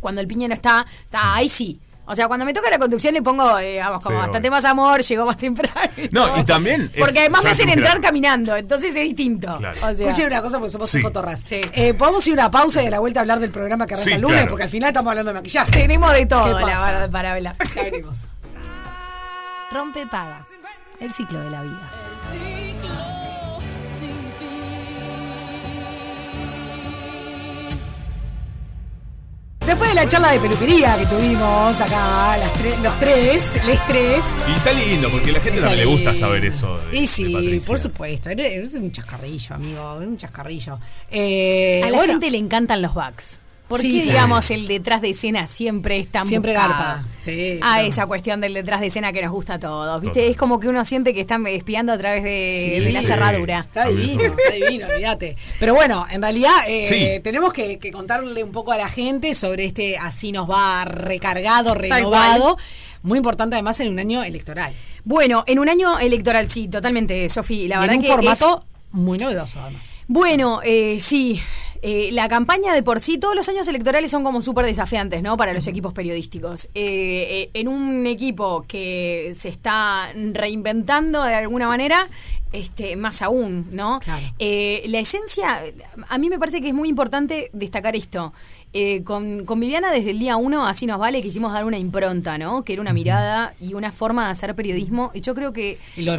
Speaker 16: cuando el piñero está, está ahí sí. O sea, cuando me toca la conducción le pongo, eh, digamos, como
Speaker 1: Sí,
Speaker 16: bastante más amor, llegó más temprano.
Speaker 1: No, y también. es-
Speaker 16: Porque además me
Speaker 1: ¿sabes
Speaker 16: hacen
Speaker 1: qué?
Speaker 16: entrar caminando, entonces es distinto.
Speaker 1: Claro.
Speaker 16: O sea,
Speaker 2: Escuchen una cosa porque somos
Speaker 1: Sí.
Speaker 2: cotorras. Eh, Podemos ir a una pausa y de la vuelta hablar del programa que arranca
Speaker 1: Sí,
Speaker 2: el lunes,
Speaker 1: claro.
Speaker 2: porque al final estamos hablando de maquillaje.
Speaker 16: Tenemos de todo,
Speaker 2: ¿Qué
Speaker 16: la
Speaker 2: pasa?
Speaker 16: verdad, para hablar.
Speaker 2: Ya venimos.
Speaker 3: Rompe paga. El ciclo de la vida.
Speaker 2: Después de la charla de peluquería que tuvimos acá, las tre- los tres, les tres.
Speaker 1: Y está lindo, porque a la gente
Speaker 2: Está
Speaker 1: también le gusta
Speaker 2: lindo.
Speaker 1: saber eso. de-
Speaker 2: Y
Speaker 1: de
Speaker 2: sí,
Speaker 1: Patricia.
Speaker 2: por supuesto, eres, eres un chascarrillo, amigo, eres un chascarrillo. Eh,
Speaker 16: a la
Speaker 2: bueno,
Speaker 16: gente le encantan los backs. ¿Por
Speaker 2: Sí,
Speaker 16: qué,
Speaker 2: sí.
Speaker 16: digamos, el detrás de escena siempre es tan
Speaker 2: Siempre
Speaker 16: buscada?
Speaker 2: garpa. Sí,
Speaker 16: Ah,
Speaker 2: claro.
Speaker 16: esa cuestión del detrás de escena que nos gusta a todos, ¿viste?
Speaker 2: Total.
Speaker 16: Es como que uno siente que están espiando a través Eh, de,
Speaker 2: Sí.
Speaker 16: de la
Speaker 2: Sí.
Speaker 16: cerradura.
Speaker 2: Está divino, está divino, olvídate. Pero bueno, en realidad eh,
Speaker 16: Sí.
Speaker 2: tenemos que, que contarle un poco a la gente sobre este así nos va recargado,
Speaker 16: Tal
Speaker 2: renovado. Muy importante además en un año electoral.
Speaker 16: Bueno, en un año electoral, sí, totalmente, Sofi. La
Speaker 2: Y en
Speaker 16: verdad
Speaker 2: un
Speaker 16: que
Speaker 2: formato
Speaker 16: es-
Speaker 2: muy novedoso además.
Speaker 16: Bueno, eh, sí. eh, la campaña de por sí, todos los años electorales son como súper desafiantes, ¿no? Para los equipos periodísticos. Eh, eh, en un equipo que se está reinventando de alguna manera, este, más aún, ¿no? Eh, la esencia, a mí me parece que es muy importante destacar esto. Eh, con, con Viviana desde el día uno, así nos vale, quisimos dar una impronta, ¿no? Que era una mirada y una forma de hacer periodismo. Y yo creo que...
Speaker 2: Y lo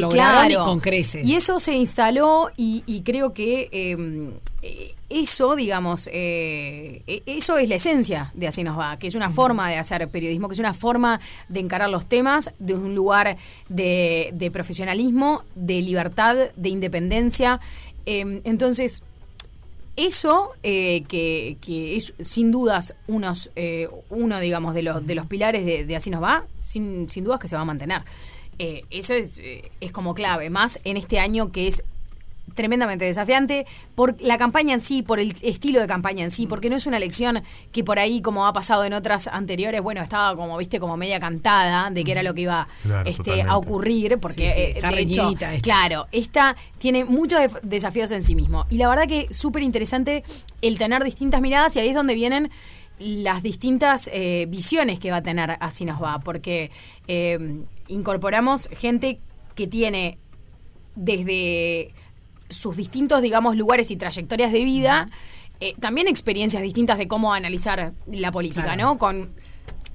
Speaker 2: lograron y con creces.
Speaker 16: Eh, Y eso se instaló y, y creo que eh, eh, eso, digamos, eh, e- eso es la esencia de Así nos va, que es una forma de hacer periodismo, que es una forma de encarar los temas de un lugar de, de profesionalismo, de libertad, de independencia. Eh, entonces, eso, eh, que, que es sin dudas unos, eh, uno, digamos, de los, de los pilares de, de Así nos va, sin, sin dudas que se va a mantener. Eh, eso es, eh, es como clave, más en este año que es tremendamente desafiante por la campaña en sí, por el estilo de campaña en
Speaker 13: Mm.
Speaker 16: sí, porque no es una elección que por ahí, como ha pasado en otras anteriores, bueno, estaba como, viste, como media cantada de qué era lo que iba
Speaker 13: Mm. Claro,
Speaker 16: este,
Speaker 13: totalmente.
Speaker 16: a ocurrir, porque
Speaker 13: Sí, sí,
Speaker 16: eh,
Speaker 13: está
Speaker 16: de hecho,
Speaker 13: reñidita esta.
Speaker 16: claro, esta tiene muchos def- desafíos en sí mismo. Y la verdad que súper interesante el tener distintas miradas y ahí es donde vienen las distintas eh, visiones que va a tener Así nos va, porque eh, incorporamos gente que tiene desde sus distintos, digamos, lugares y trayectorias de vida, eh, también experiencias distintas de cómo analizar la política,
Speaker 13: Claro.
Speaker 16: ¿no? Con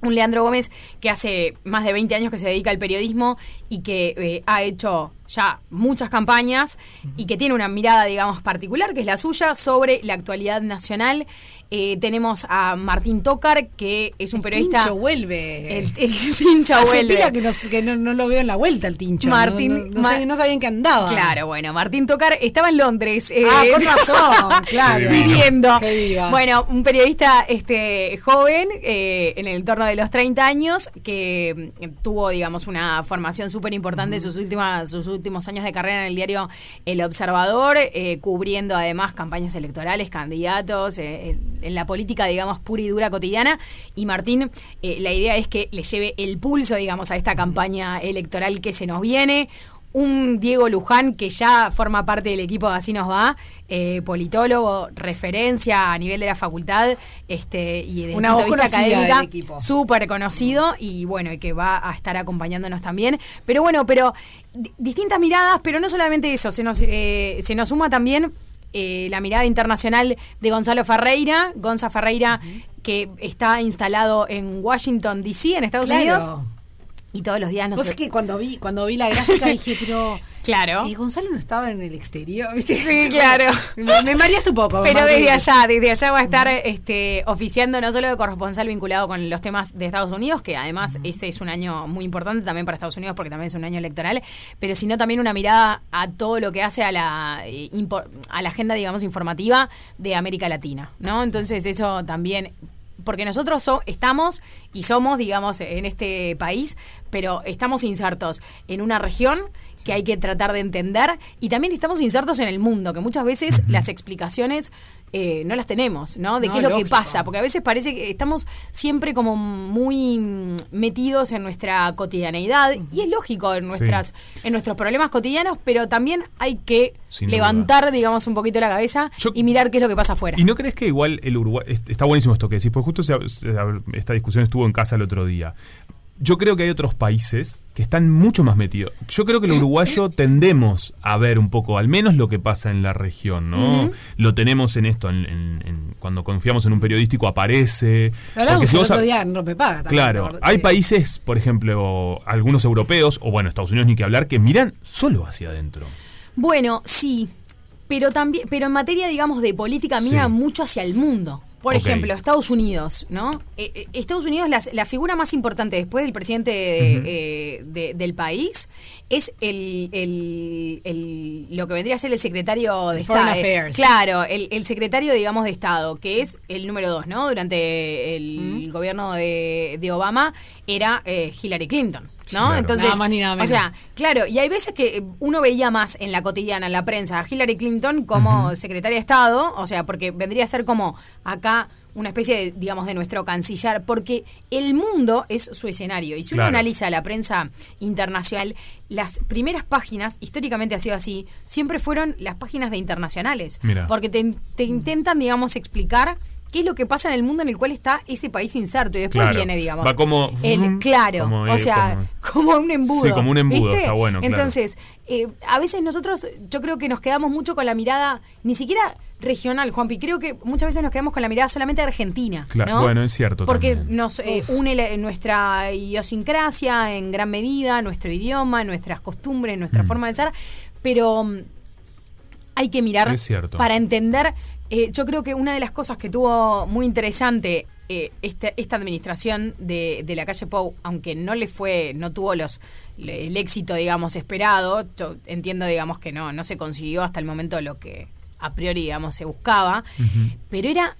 Speaker 16: un Leandro Gómez que hace más de 20 años que se dedica al periodismo y que eh, ha hecho ya muchas campañas y que tiene una mirada, digamos, particular, que es la suya, sobre la actualidad nacional. Eh, tenemos a Martín Tócar, que es un periodista...
Speaker 2: Tincho vuelve.
Speaker 16: El- el Tincho
Speaker 2: Hace
Speaker 16: vuelve.
Speaker 2: pila que, nos- que no, no lo veo en la vuelta el tincho. ¿no?
Speaker 16: Martín-
Speaker 2: No, no sé-
Speaker 16: Ma-
Speaker 2: no sabían que andaba.
Speaker 16: Claro, bueno, Martín Tocar estaba en Londres. eh,
Speaker 2: Ah, con razón, claro. Qué divino.
Speaker 16: Viviendo.
Speaker 2: Qué diva.
Speaker 16: Bueno, un periodista este, joven, eh, en el torno de los 30 años, que mm, tuvo, digamos, una formación súper importante en sus, últimas, sus últimos años de carrera en el diario El Observador, eh, cubriendo además campañas electorales, candidatos, eh, en- en la política, digamos, pura y dura cotidiana. Y Martín, eh, la idea es que le lleve el pulso, digamos, a esta campaña electoral que se nos viene un Diego Luján que ya forma parte del equipo de Así nos va, eh, politólogo, referencia a nivel de la facultad este, y de
Speaker 2: Una voz conocida del equipo.
Speaker 16: súper conocido y bueno, y que va a estar acompañándonos también. Pero bueno, pero di- distintas miradas, pero no solamente eso, se nos, eh, se nos suma también eh, la mirada internacional de Gonzalo Ferreira, Gonza Ferreira que está instalado en Washington, D.C., en Estados
Speaker 2: Claro.
Speaker 16: Unidos. Y todos los días
Speaker 2: Vos
Speaker 16: nos...
Speaker 2: es que cuando vi, cuando vi la gráfica dije, pero.
Speaker 16: Claro.
Speaker 2: eh, Gonzalo no estaba en el exterior, ¿viste?
Speaker 16: Sí, claro.
Speaker 2: Me, me mareaste un poco.
Speaker 16: Pero
Speaker 2: Martín.
Speaker 16: desde allá, desde allá va a estar este, oficiando no solo de corresponsal vinculado con los temas de Estados Unidos, que además este es un año muy importante también para Estados Unidos porque también es un año electoral, pero sino también una mirada a todo lo que hace a la, eh, impo- a la agenda, digamos, informativa de América Latina, ¿no? Entonces eso también porque nosotros so- estamos y somos, digamos, en este país, pero estamos insertos en una región que hay que tratar de entender y también estamos insertos en el mundo, que muchas veces las explicaciones eh, no las tenemos, ¿no? De
Speaker 2: No,
Speaker 16: qué es lo que
Speaker 2: lógico.
Speaker 16: pasa, porque a veces parece que estamos siempre como muy mm, metidos en nuestra cotidianeidad y es lógico en, nuestras, en nuestros problemas cotidianos, pero también hay que
Speaker 1: Sin duda.
Speaker 16: levantar, digamos, un poquito la cabeza y mirar qué es lo que pasa afuera.
Speaker 1: ¿Y no crees que igual el Uruguay. est- Está buenísimo esto que decís, porque justo se- se- esta discusión estuvo en casa el otro día. Yo creo que hay otros países que están mucho más metidos. Yo creo que el
Speaker 2: Eh,
Speaker 1: uruguayo tendemos a ver un poco, al menos lo que pasa en la región, ¿no?
Speaker 2: Ujú.
Speaker 1: Lo tenemos en esto, en- en- en- cuando confiamos en un periodístico aparece.
Speaker 2: Lo hablamos
Speaker 1: Porque si
Speaker 2: el
Speaker 1: vos
Speaker 2: otro
Speaker 1: a-
Speaker 2: día en Rompepaga también,
Speaker 1: Claro,
Speaker 2: ¿te acordás?
Speaker 1: hay países, por ejemplo, algunos europeos, o bueno, Estados Unidos ni que hablar, que miran solo hacia adentro.
Speaker 16: Bueno, sí, pero también, pero en materia, digamos, de política mira
Speaker 1: Sí.
Speaker 16: mucho hacia el mundo. Por
Speaker 1: Ok.
Speaker 16: ejemplo, Estados Unidos, ¿no? Eh, eh, Estados Unidos, las- la, figura más importante después del presidente
Speaker 1: Ujú.
Speaker 16: eh, de- del país es el, el- el- lo que vendría a ser el secretario de
Speaker 2: Foreign
Speaker 16: Estado. eh,
Speaker 2: Affairs.
Speaker 16: claro, el, el secretario, digamos, de Estado, que es el número dos, ¿no? Durante el gobierno de, de Obama era eh, Hillary Clinton. ¿No?
Speaker 2: Claro.
Speaker 16: Entonces,
Speaker 2: Nada más ni nada
Speaker 16: O
Speaker 2: menos.
Speaker 16: sea, Claro, y hay veces que eh, uno veía más en la cotidiana, en la prensa, a Hillary Clinton como secretaria de Estado, o sea, porque vendría a ser como acá una especie, de, digamos, de nuestro canciller, porque el mundo es su escenario. Y si uno
Speaker 20: Claro.
Speaker 16: analiza la prensa internacional, las primeras páginas, históricamente ha sido así, siempre fueron las páginas de internacionales,
Speaker 20: Mirá.
Speaker 16: porque te, te intentan, digamos, explicar qué es lo que pasa en el mundo en el cual está ese país inserto. Y después
Speaker 1: Claro.
Speaker 16: viene, digamos,
Speaker 1: Va como-
Speaker 16: el, claro,
Speaker 1: como, eh,
Speaker 16: o sea,
Speaker 1: como-
Speaker 16: como un embudo.
Speaker 1: Sí, como un embudo,
Speaker 16: ¿viste?
Speaker 1: está bueno, claro.
Speaker 16: Entonces, eh, a veces nosotros, yo creo que nos quedamos mucho con la mirada, ni siquiera regional, Juanpi, creo que muchas veces nos quedamos con la mirada solamente de Argentina.
Speaker 1: Claro,
Speaker 16: ¿no?
Speaker 1: bueno, es cierto
Speaker 16: Porque
Speaker 1: también.
Speaker 16: nos eh, une la- nuestra idiosincrasia en gran medida, nuestro idioma, nuestras costumbres, nuestra
Speaker 1: Mm.
Speaker 16: forma de ser, pero mm, hay que mirar
Speaker 1: Es cierto.
Speaker 16: para entender. eh, yo creo que una de las cosas que tuvo muy interesante eh, esta, esta administración de, de la calle Pou, aunque no le fue, no tuvo los le- el éxito, digamos, esperado, yo entiendo, digamos, que no, no se consiguió hasta el momento lo que a priori, digamos, se buscaba, pero era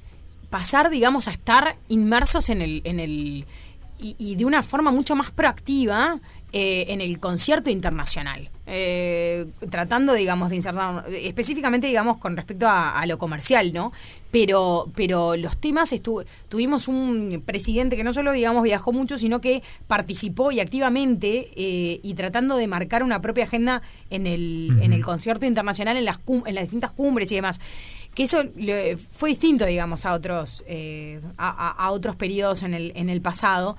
Speaker 16: pasar, digamos, a estar inmersos en el, en el y, y de una forma mucho más proactiva eh, en el concierto internacional. Eh, tratando, digamos, de insertar, específicamente, digamos, con respecto a, a lo comercial, ¿no? Pero, pero los temas, estu- tuvimos un presidente que no solo, digamos, viajó mucho, sino que participó y activamente eh, y tratando de marcar una propia agenda en el, en el
Speaker 20: Ujú.
Speaker 16: concierto internacional, en las, cum- en las distintas cumbres y demás que eso le- fue distinto, digamos, a otros, eh, a, a- a otros periodos en el, en el pasado.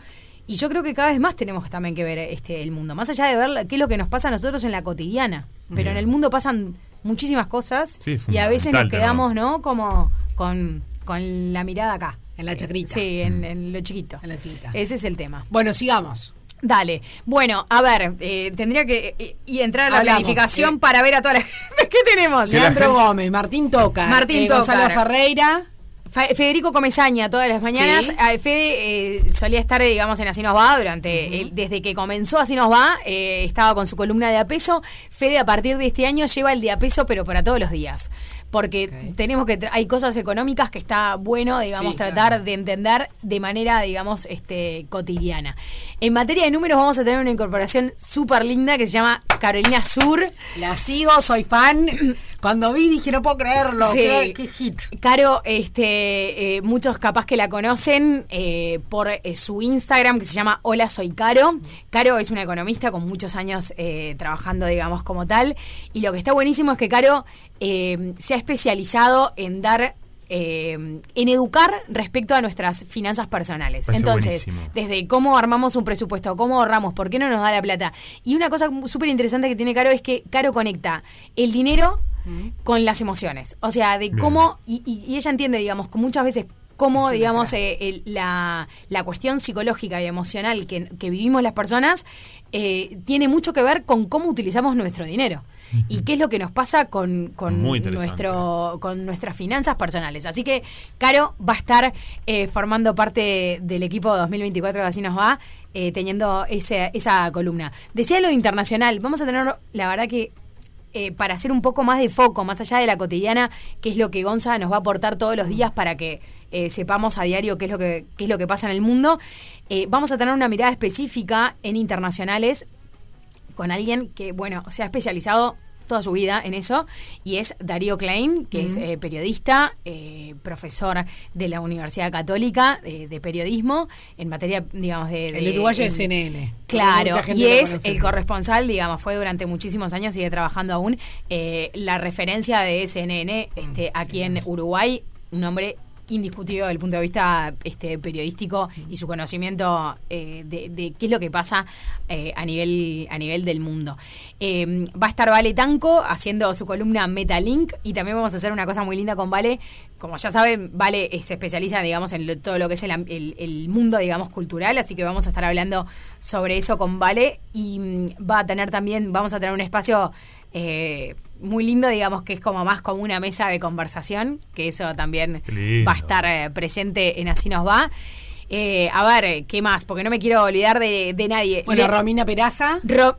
Speaker 16: Y yo creo que cada vez más tenemos también que ver este el mundo, más allá de ver la- qué es lo que nos pasa a nosotros en la cotidiana. Pero en
Speaker 1: Bien.
Speaker 16: el mundo pasan muchísimas cosas
Speaker 1: Sí, es
Speaker 16: y a veces
Speaker 1: fundamental
Speaker 16: nos quedamos, ¿no? Como con, con la mirada acá. En la chacrita. Sí,
Speaker 1: Mm.
Speaker 16: en, en lo chiquito. En lo chiquito. Ese es el tema. Bueno, sigamos. Dale. Bueno, a ver, eh, tendría que eh, y entrar a la
Speaker 2: Hablamos,
Speaker 16: planificación
Speaker 2: eh.
Speaker 16: para ver a toda la gente que tenemos.
Speaker 2: Que la Leandro gente- Gómez, Martín Toca,
Speaker 16: Martín
Speaker 2: eh, Gonzalo
Speaker 16: Tocar.
Speaker 2: Ferreira.
Speaker 16: Fe- Federico Comezaña todas las mañanas.
Speaker 2: Sí.
Speaker 16: Ah, Fede eh, solía estar, digamos, en Así nos va durante, el- desde que comenzó Así nos va, eh, estaba con su columna de apeso. Fede a partir de este año lleva el de apeso, pero para todos los días. Porque tenemos que, tra- hay cosas económicas que está bueno, digamos,
Speaker 2: Sí,
Speaker 16: tratar de entender de manera, digamos, este, cotidiana. En materia de números vamos a tener una incorporación súper linda que se llama Carolina Sur.
Speaker 2: La sigo, soy fan. Cuando vi dije, no puedo creerlo.
Speaker 16: Sí.
Speaker 2: Qué, qué hit.
Speaker 16: Caro, este, eh, muchos capaz que la conocen eh, por eh, su Instagram que se llama Hola Soy Caro. Caro es una economista con muchos años eh, trabajando, digamos, como tal. Y lo que está buenísimo es que Caro eh, se ha especializado en dar, eh, en educar respecto a nuestras finanzas personales.
Speaker 20: Parece
Speaker 16: Entonces,
Speaker 20: buenísimo.
Speaker 16: desde cómo armamos un presupuesto, cómo ahorramos, por qué no nos da la plata. Y una cosa súper interesante que tiene Caro es que Caro conecta el dinero
Speaker 2: ¿Eh?
Speaker 16: con las emociones. O sea, de
Speaker 20: Bien.
Speaker 16: cómo, y, y- y ella entiende, digamos, que muchas veces
Speaker 20: Es
Speaker 16: cómo,
Speaker 20: una
Speaker 16: digamos, eh, el- la, la cuestión psicológica y emocional que, que vivimos las personas eh, tiene mucho que ver con cómo utilizamos nuestro dinero y qué es lo que nos pasa con, con,
Speaker 20: Muy interesante.
Speaker 16: nuestro, con nuestras finanzas personales. Así que Caro va a estar eh, formando parte del equipo 2024 de Así nos va, eh, teniendo ese- esa columna. Decía lo internacional, vamos a tener, la verdad que eh, para hacer un poco más de foco, más allá de la cotidiana, que es lo que Gonza nos va a aportar todos los días para que eh, sepamos a diario qué es lo que, qué es lo que pasa en el mundo, eh, vamos a tener una mirada específica en internacionales con alguien que, bueno, se ha especializado toda su vida en eso, y es Darío Klein, que es
Speaker 10: Ujú.
Speaker 16: eh, periodista, eh, profesor de la Universidad Católica eh, de periodismo, en materia, digamos, de...
Speaker 2: El
Speaker 16: de-
Speaker 2: uruguayo
Speaker 16: en-
Speaker 2: es CNN.
Speaker 16: Eh, Claro,
Speaker 2: Mucha gente
Speaker 16: y
Speaker 2: lo
Speaker 16: es
Speaker 2: conoce.
Speaker 16: el corresponsal, digamos, fue durante muchísimos años, sigue trabajando aún, eh, la referencia de CNN
Speaker 2: Mm,
Speaker 16: este, aquí en Uruguay, un hombre indiscutido desde el punto de vista este, periodístico y su conocimiento eh, de, de qué es lo que pasa eh, a, nivel, a nivel del mundo. Eh, va a estar Vale Tanco haciendo su columna Metalink y también vamos a hacer una cosa muy linda con Vale. Como ya saben, Vale eh, se especializa, digamos, en lo- todo lo que es el, am- el- el mundo, digamos, cultural, así que vamos a estar hablando sobre eso con Vale y mm, va a tener también, vamos a tener un espacio eh, muy lindo, digamos, que es como más como una mesa de conversación, que eso también
Speaker 19: Qué lindo.
Speaker 16: va a estar eh, presente en Así nos va. Eh, a ver, ¿qué más? Porque no me quiero olvidar de, de nadie.
Speaker 2: Bueno,
Speaker 16: Le-
Speaker 2: Romina Peraza.
Speaker 16: Ro-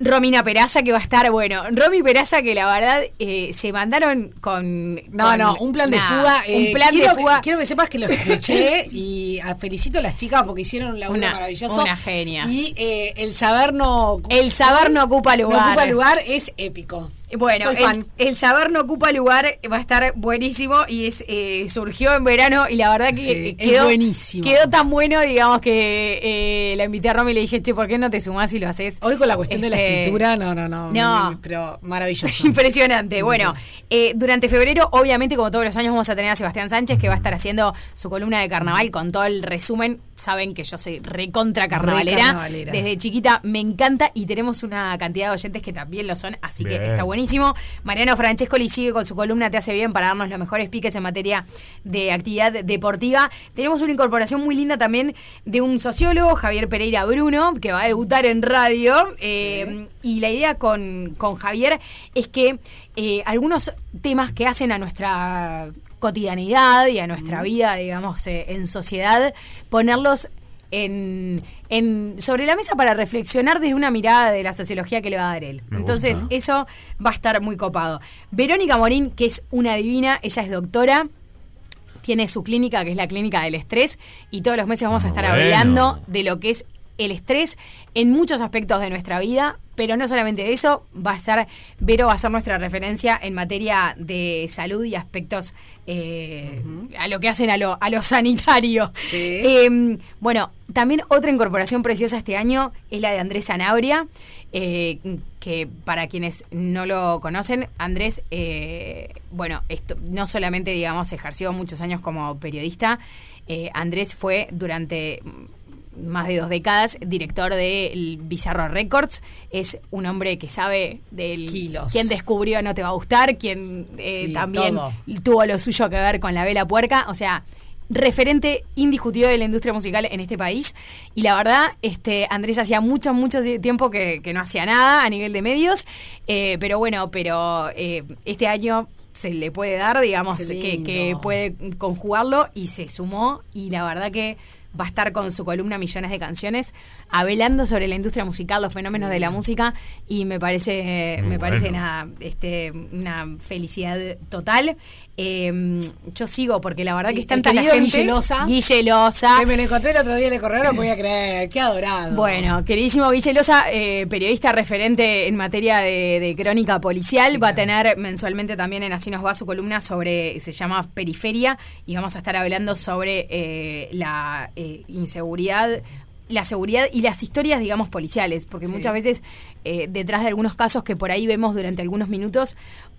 Speaker 16: Romina Peraza que va a estar, bueno, Romy Peraza que la verdad eh, se mandaron con...
Speaker 2: No,
Speaker 16: con-
Speaker 2: no, un plan de
Speaker 16: nah,
Speaker 2: fuga. eh,
Speaker 16: un plan
Speaker 2: quiero,
Speaker 16: de fuga.
Speaker 2: Quiero que sepas que lo escuché y ah, felicito a las chicas porque hicieron un laburo
Speaker 16: Una-
Speaker 2: maravilloso.
Speaker 16: una genia.
Speaker 2: Y eh, el saber no.
Speaker 16: El saber no ocupa lugar.
Speaker 2: ocupa lugar es épico.
Speaker 16: Bueno,
Speaker 2: Soy fan.
Speaker 16: el, el saber no ocupa lugar, va a estar buenísimo y es eh, surgió en verano y la verdad que
Speaker 2: Sí,
Speaker 16: eh,
Speaker 2: es
Speaker 16: quedó,
Speaker 2: buenísimo.
Speaker 16: quedó tan bueno, digamos, que eh, la invité a Romy y le dije, che, ¿por qué no te sumás y lo haces? Este,
Speaker 2: Hoy con la cuestión de la escritura, no, no, no.
Speaker 16: No.
Speaker 2: me- me- pero maravilloso.
Speaker 16: Impresionante. Bueno, eh, durante febrero, obviamente, como todos los años, vamos a tener a Sebastián Sánchez, que va a estar haciendo su columna de carnaval con todo el resumen. Saben que yo soy recontra carnavalera.
Speaker 2: Recarnavalera.
Speaker 16: Desde chiquita me encanta y tenemos una cantidad de oyentes que también lo son, así que
Speaker 2: Bien.
Speaker 16: está buenísimo. Mariano Francescoli sigue con su columna Te hace bien para darnos los mejores piques en materia de actividad deportiva. Tenemos una incorporación muy linda también de un sociólogo, Javier Pereira Bruno, que va a debutar en radio. Eh, Y la idea con, con Javier es que eh, algunos temas que hacen a nuestra cotidianidad y a nuestra vida, digamos, eh, en sociedad, ponerlos en, en- sobre la mesa para reflexionar desde una mirada de la sociología que le va a dar él.
Speaker 10: Me
Speaker 16: Entonces,
Speaker 10: gusta.
Speaker 16: eso va a estar muy copado. Verónica Morín, que es una divina, ella es doctora. Tiene su clínica, que es la clínica del estrés, y todos los meses vamos a estar
Speaker 10: bueno.
Speaker 16: hablando de lo que es el estrés en muchos aspectos de nuestra vida, pero no solamente de eso, va a ser, Vero va a ser nuestra referencia en materia de salud y aspectos eh, a lo que hacen a lo, a lo sanitario. Eh, bueno, también otra incorporación preciosa este año es la de Andrés Sanabria, eh, que para quienes no lo conocen, Andrés, eh, bueno, esto, no solamente, digamos, ejerció muchos años como periodista, eh, Andrés fue durante más de dos décadas, director de Bizarro Records. Es un hombre que sabe del...
Speaker 2: Kilos.
Speaker 16: Quien descubrió No Te Va a Gustar, quien eh,
Speaker 2: Sí,
Speaker 16: también
Speaker 2: todo.
Speaker 16: tuvo lo suyo que ver con La Vela Puerca. O sea, referente indiscutido de la industria musical en este país. Y la verdad, este, Andrés hacía mucho, mucho tiempo que, que no hacía nada a nivel de medios. Eh, pero bueno, pero eh, este año se le puede dar, digamos,
Speaker 2: Qué
Speaker 16: que, que
Speaker 2: lindo.
Speaker 16: puede conjugarlo y se sumó. Y la verdad que va a estar con su columna Millones de Canciones, hablando sobre la industria musical, los fenómenos
Speaker 2: Mm.
Speaker 16: de la música. Y me parece, me
Speaker 10: Muy
Speaker 16: parece
Speaker 10: bueno.
Speaker 16: nada, este, una felicidad total. Eh, yo sigo porque la verdad que es tanta la
Speaker 2: querido
Speaker 16: gente.
Speaker 2: Guille Loza.
Speaker 16: Guille Loza.
Speaker 2: Que me lo encontré el otro día en el correo, no podía creer. Qué adorado.
Speaker 16: Bueno, queridísimo Guille Loza, eh, periodista referente en materia de, de crónica policial, va a tener mensualmente también en Así nos va su columna sobre, se llama Periferia, y vamos a estar hablando sobre eh, la eh, inseguridad la seguridad y las historias, digamos, policiales, porque muchas veces eh, detrás de algunos casos que por ahí vemos durante algunos minutos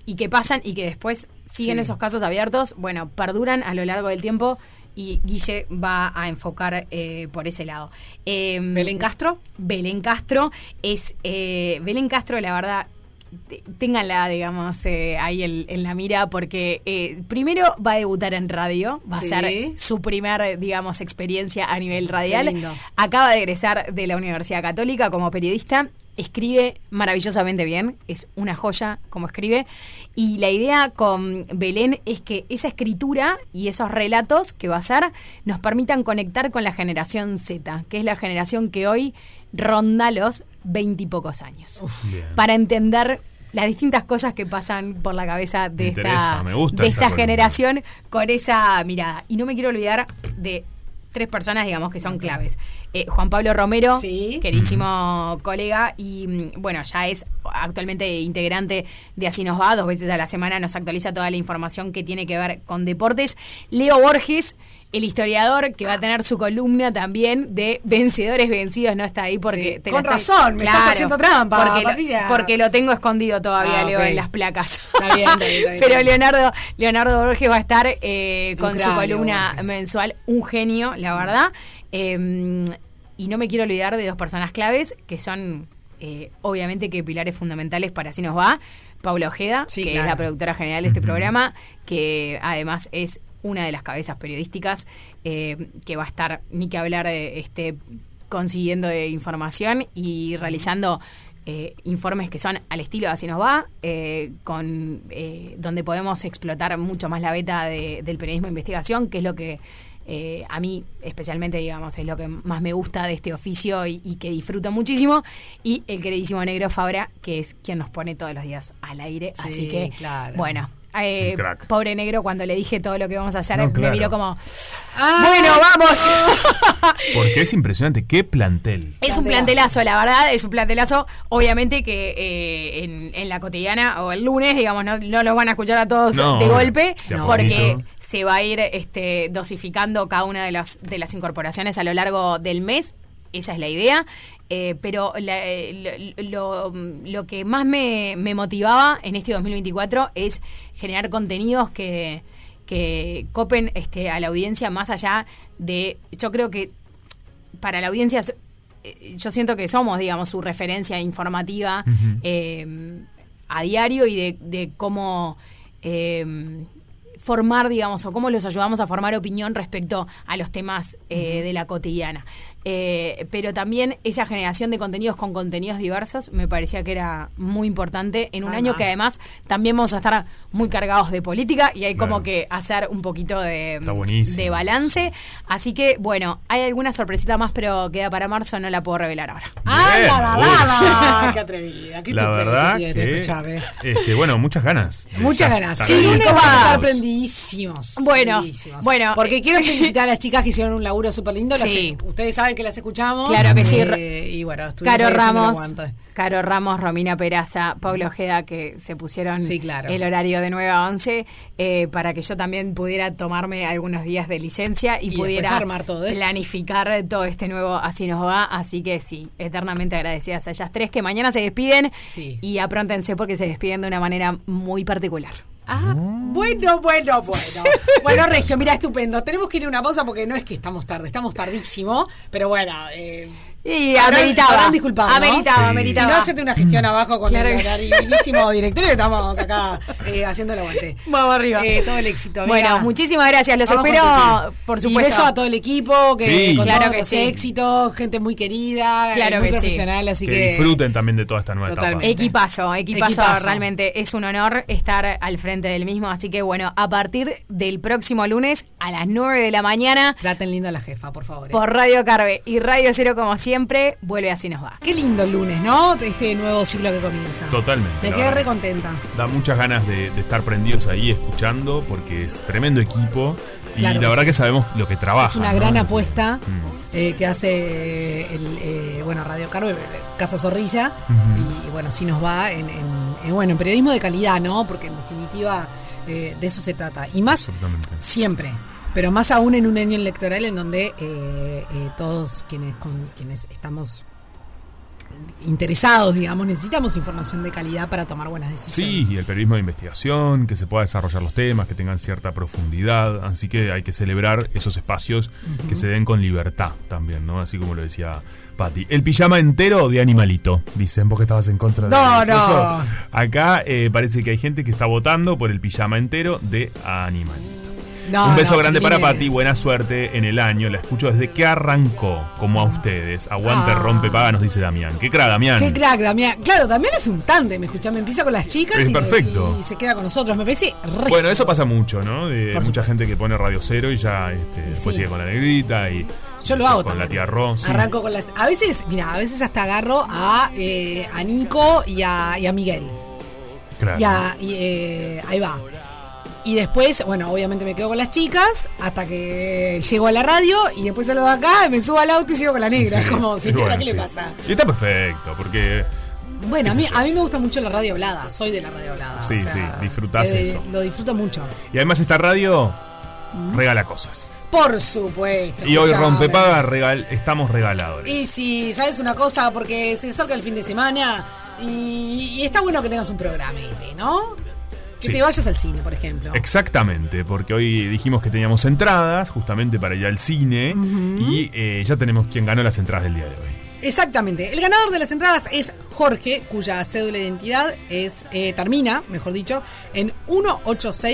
Speaker 16: y que pasan y que después siguen
Speaker 2: Sí.
Speaker 16: esos casos abiertos, bueno, perduran a lo largo del tiempo y Guille va a enfocar eh, por ese lado. Belén Castro. Belén Castro es. eh, Belén Castro, la verdad. te- Ténganla, digamos, eh, ahí en, en la mira, porque eh, primero va a debutar en radio, va
Speaker 2: Sí.
Speaker 16: a ser su primer, digamos, experiencia a nivel radial.
Speaker 2: lindo.
Speaker 16: Acaba de egresar de la Universidad Católica como periodista, escribe maravillosamente bien, es una joya como escribe. Y la idea con Belén es que esa escritura y esos relatos que va a hacer nos permitan conectar con la generación Z, que es la generación que hoy ronda los veintipocos años. Para entender las distintas cosas que pasan por la cabeza de
Speaker 1: Me
Speaker 16: esta,
Speaker 1: interesa, me gusta
Speaker 16: de
Speaker 1: esa
Speaker 16: esta
Speaker 1: columna.
Speaker 16: generación con esa mirada. Y no me quiero olvidar de tres personas, digamos, que son claves. Eh, Juan Pablo Romero, queridísimo colega, y mm, bueno, ya es actualmente integrante de Así nos va, dos veces a la semana nos actualiza toda la información que tiene que ver con deportes. Leo Borges, el historiador, que va a tener su columna también de vencedores vencidos, no está ahí porque...
Speaker 2: Sí,
Speaker 16: te
Speaker 2: con
Speaker 16: la estoy-
Speaker 2: razón, me estás haciendo trampa,
Speaker 16: Porque, lo-
Speaker 2: papilla.
Speaker 16: porque lo tengo escondido todavía,
Speaker 2: Ah,
Speaker 16: Leo,
Speaker 2: ok.
Speaker 16: en las placas.
Speaker 2: Está bien, está bien, está bien.
Speaker 16: Pero Leonardo, Leonardo Borges va a estar eh,
Speaker 2: Un
Speaker 16: con su
Speaker 2: cráneo,
Speaker 16: columna mensual, un genio, la verdad. Eh, y no me quiero olvidar de dos personas claves que son, eh, obviamente, que pilares fundamentales para así nos va. Paula Ojeda, que
Speaker 2: claro.
Speaker 16: es la productora general de este programa, que además es una de las cabezas periodísticas eh, que va a estar, ni que hablar, de, este, consiguiendo de información y realizando eh, informes que son al estilo de Así nos va, eh, con, eh, donde podemos explotar mucho más la beta de- del periodismo de investigación, que es lo que eh, a mí especialmente, digamos, es lo que más me gusta de este oficio y, y que disfruto muchísimo. Y el queridísimo Negro Fabra, que es quien nos pone todos los días al aire. Así
Speaker 2: Sí,
Speaker 16: que,
Speaker 2: claro.
Speaker 16: bueno. eh,
Speaker 2: Un crack.
Speaker 16: pobre negro, cuando le dije todo lo que vamos a hacer,
Speaker 1: No,
Speaker 16: me
Speaker 1: claro.
Speaker 16: miró como,
Speaker 2: Ah,
Speaker 16: bueno, vamos.
Speaker 1: Porque es impresionante. ¿Qué plantel?
Speaker 16: Es un plantelazo, la verdad, es un plantelazo. Obviamente que eh, en, en la cotidiana o el lunes, digamos, no, no los van a escuchar a todos
Speaker 1: No,
Speaker 16: de golpe,
Speaker 1: de a
Speaker 16: porque
Speaker 1: poquito.
Speaker 16: se va a ir este, dosificando cada una de las, de las incorporaciones a lo largo del mes. Esa es la idea. Eh, pero la- eh, lo, lo- lo que más me, me motivaba en este 2024 es generar contenidos que, que copen este, a la audiencia más allá de. Yo creo que para la audiencia, es- eh, yo siento que somos, digamos, su referencia informativa
Speaker 20: Ujú.
Speaker 16: eh, a diario y de, de cómo eh, formar, digamos, o cómo los ayudamos a formar opinión respecto a los temas eh, de la cotidiana. Eh, pero también esa generación de contenidos con contenidos diversos me parecía que era muy importante en un año que además también vamos a estar muy cargados de política y hay como
Speaker 1: Claro.
Speaker 16: que hacer un poquito de,
Speaker 1: Está buenísimo.
Speaker 16: de balance. Así que, bueno, hay alguna sorpresita más, pero queda para marzo, no la puedo revelar ahora.
Speaker 1: Bien, uy,
Speaker 2: Ah, ¡Qué atrevida! ¿Qué
Speaker 1: la
Speaker 2: te
Speaker 1: verdad
Speaker 2: tiene?
Speaker 1: que,
Speaker 2: Escuchame.
Speaker 1: este, bueno, muchas ganas. de
Speaker 2: Muchas
Speaker 1: ya
Speaker 2: ganas.
Speaker 1: estar
Speaker 2: Sí,
Speaker 1: ahí.
Speaker 2: lunes vamos a estar
Speaker 1: Estamos.
Speaker 2: prendidísimos.
Speaker 16: Bueno, bueno. eh,
Speaker 2: Porque quiero felicitar a las chicas que hicieron un laburo súper lindo. Las-
Speaker 16: Sí.
Speaker 2: ustedes saben que las escuchamos.
Speaker 16: Claro que sí.
Speaker 2: Eh, y bueno, estuvimos
Speaker 16: Caro
Speaker 2: ahí haciendo el
Speaker 16: Ramos,
Speaker 2: aguante.
Speaker 16: Caro Ramos, Romina Peraza, Pablo Ojeda, que se pusieron
Speaker 2: Sí, claro.
Speaker 16: el horario de 9 a 11 eh, para que yo también pudiera tomarme algunos días de licencia y,
Speaker 2: después
Speaker 16: pudiera
Speaker 2: armar todo esto.
Speaker 16: planificar todo este nuevo Así nos va. Así que sí, eternamente agradecidas a ellas tres que mañana se despiden y apróntense porque se despiden de una manera muy particular.
Speaker 2: Ah, Bueno, bueno, bueno. Bueno, Regio, mira, estupendo. Tenemos que ir a una pausa porque no es que estamos tarde, estamos tardísimo. Pero bueno. Eh,
Speaker 16: Y
Speaker 2: sabrán-
Speaker 16: ameritaba.
Speaker 2: sabrán disculpar, ¿no?
Speaker 16: Ameritaba, Sí. ameritaba.
Speaker 2: Si no, hacete una gestión abajo con
Speaker 16: Claro
Speaker 2: el
Speaker 16: que-
Speaker 2: honorabilísimo director que estamos acá eh, haciendo el aguante.
Speaker 16: Vamos arriba.
Speaker 2: Eh, todo el éxito. amiga.
Speaker 16: Bueno, muchísimas gracias. Los
Speaker 2: Vamos con
Speaker 16: espero,
Speaker 2: Titi.
Speaker 16: por supuesto.
Speaker 2: Y beso a todo el equipo, que
Speaker 1: Sí.
Speaker 2: con
Speaker 1: Claro
Speaker 2: todos
Speaker 1: que
Speaker 2: los
Speaker 1: sí.
Speaker 2: éxitos, gente muy querida, eh,
Speaker 16: Claro
Speaker 2: muy
Speaker 16: que sí.
Speaker 2: profesional, así
Speaker 1: que,
Speaker 2: que.
Speaker 1: disfruten también de toda esta nueva etapa.
Speaker 16: Equipazo, equipazo,
Speaker 2: Equipazo.
Speaker 16: realmente es un honor estar al frente del mismo. Así que bueno, a partir del próximo lunes a las 9 de la mañana.
Speaker 2: Traten lindo a la jefa, por favor. eh.
Speaker 16: Por Radio Carve y Radio Cero, como siempre, vuelve así nos va.
Speaker 2: Qué lindo el lunes, ¿no? Este nuevo ciclo que comienza.
Speaker 1: Totalmente.
Speaker 2: Me
Speaker 1: la
Speaker 2: quedé
Speaker 1: verdad.
Speaker 2: re contenta.
Speaker 1: Da muchas ganas de, de estar prendidos ahí escuchando porque es tremendo equipo y
Speaker 2: Claro que
Speaker 1: la verdad
Speaker 2: sí.
Speaker 1: que sabemos lo que trabaja.
Speaker 2: es una gran
Speaker 1: ¿no? Mm.
Speaker 2: apuesta eh, que hace el, eh, bueno Radio Carve, Casa Zorrilla y, y bueno sí nos va en, en- en, bueno en periodismo de calidad no porque en definitiva eh, de eso se trata y más siempre pero más aún en un año electoral en donde eh, eh, todos quienes con quienes estamos interesados digamos necesitamos información de calidad para tomar buenas decisiones
Speaker 1: Sí, y el periodismo de investigación, que se pueda desarrollar los temas, que tengan cierta profundidad. Así que hay que celebrar esos espacios que se den con libertad también, ¿no? Así como lo decía Patti. El pijama entero de animalito, dicen, vos que estabas en contra de
Speaker 2: No, no.
Speaker 1: Eso. Acá eh, parece que hay gente que está votando por el pijama entero de animalito.
Speaker 2: No,
Speaker 1: Un beso
Speaker 2: no,
Speaker 1: grande para
Speaker 2: chiquilines.
Speaker 1: Patti, buena suerte en el año. La escucho desde que arrancó, como a ustedes. Aguante,
Speaker 2: Ah.
Speaker 1: rompe, paga, nos dice Damián. ¿Qué cra, Damián?
Speaker 2: Qué crack, Damián. Claro, Damián es un tándem, escuchame, empieza con las chicas
Speaker 1: Es
Speaker 2: y,
Speaker 1: perfecto.
Speaker 2: y se queda con nosotros. Me parece re
Speaker 1: Bueno, eso pasa mucho, ¿no? De
Speaker 2: Por
Speaker 1: mucha gente que pone Radio Cero y ya este, después
Speaker 2: Sí.
Speaker 1: sigue con la negrita y
Speaker 2: Yo lo hago
Speaker 1: con la tía Ron. sí.
Speaker 2: Arranco con las. A veces, mira, a veces hasta agarro a, eh, a Nico y a, y a Miguel.
Speaker 1: Claro.
Speaker 2: Ya, y, eh, ahí va. Y después, bueno, obviamente me quedo con las chicas hasta que llego a la radio y después salgo de acá, me subo al auto y sigo con la negra. es como,
Speaker 1: Sí,
Speaker 2: señora,
Speaker 1: bueno,
Speaker 2: ¿qué
Speaker 1: sí.
Speaker 2: le pasa?
Speaker 1: Y está perfecto, porque.
Speaker 2: Bueno, a mí,
Speaker 1: Eso
Speaker 2: a mí me gusta mucho la radio hablada, soy de la radio hablada.
Speaker 1: Sí,
Speaker 2: o sea,
Speaker 1: sí, disfrutás
Speaker 2: eh,
Speaker 1: eso.
Speaker 2: Lo disfruto mucho.
Speaker 1: Y además, esta radio regala cosas.
Speaker 2: Por supuesto.
Speaker 1: Y hoy
Speaker 2: escuchame.
Speaker 1: Rompepaga regal, estamos regaladores.
Speaker 2: Y si sabes una cosa, porque se acerca el fin de semana y, y está bueno que tengas un programete, ¿no? Que
Speaker 1: Sí.
Speaker 2: te vayas al cine, por ejemplo.
Speaker 1: Exactamente, porque hoy dijimos que teníamos entradas justamente para ir al cine y eh, ya tenemos quien ganó las entradas del día de hoy.
Speaker 2: Exactamente. El ganador de las entradas es Jorge, cuya cédula de identidad es eh, termina, mejor dicho, en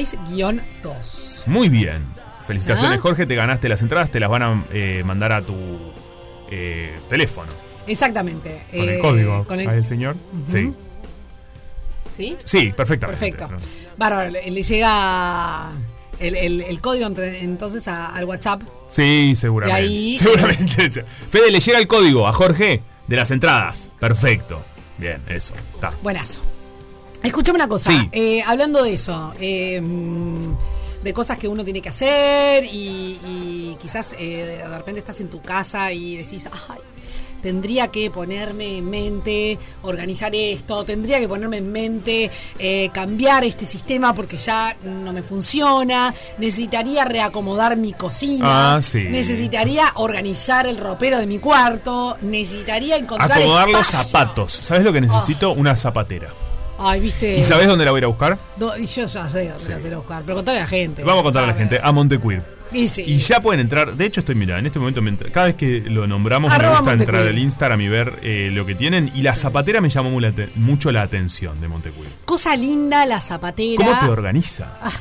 Speaker 2: 186-2.
Speaker 1: Muy bien. Felicitaciones
Speaker 2: Ah.
Speaker 1: Jorge, te ganaste las entradas, te las van a eh, mandar a tu eh, teléfono.
Speaker 2: Exactamente.
Speaker 1: Con
Speaker 2: Eh,
Speaker 1: el código.
Speaker 2: con el-
Speaker 1: ¿Ah, el señor? Sí.
Speaker 2: ¿Sí?
Speaker 1: Sí, perfectamente.
Speaker 2: Perfecto. Bárbaro, le le llega el, el- el código entre- entonces a- al WhatsApp.
Speaker 1: Sí, seguramente.
Speaker 2: Y ahí-
Speaker 1: Seguramente. Fede, le llega el código a Jorge de las entradas. Perfecto. Bien, eso. Está.
Speaker 2: Buenazo. Escuchame una cosa.
Speaker 1: Sí.
Speaker 2: eh, hablando de eso, eh, mm, de cosas que uno tiene que hacer y, y quizás eh, de repente estás en tu casa y decís, ay, tendría que ponerme en mente organizar esto, tendría que ponerme en mente eh, cambiar este sistema porque ya no me funciona, necesitaría reacomodar mi cocina,
Speaker 1: Ah, sí.
Speaker 2: necesitaría organizar el ropero de mi cuarto, necesitaría encontrar
Speaker 1: Acomodar los
Speaker 2: espacio".
Speaker 1: zapatos. ¿Sabes lo que
Speaker 2: Ah.
Speaker 1: necesito? Una zapatera.
Speaker 2: Ay, viste.
Speaker 1: ¿Y sabes dónde la voy a ir a buscar?
Speaker 2: Do- y yo ya sé dónde hacer Oscar, pero contale Este, a la gente.
Speaker 1: Vamos a contar a la gente. A Montecuir.
Speaker 2: Y sí.
Speaker 1: Y ya pueden entrar. De hecho, estoy, mira, en este momento, me entra- cada vez que lo nombramos,
Speaker 2: Arroba
Speaker 1: me gusta entrar
Speaker 2: Montecuir.
Speaker 1: al Instagram y ver eh, lo que tienen. Y la zapatera me llamó mu- la te- mucho la atención de Montecuir.
Speaker 2: Cosa linda la zapatera.
Speaker 1: ¿Cómo te organiza?
Speaker 2: Ah.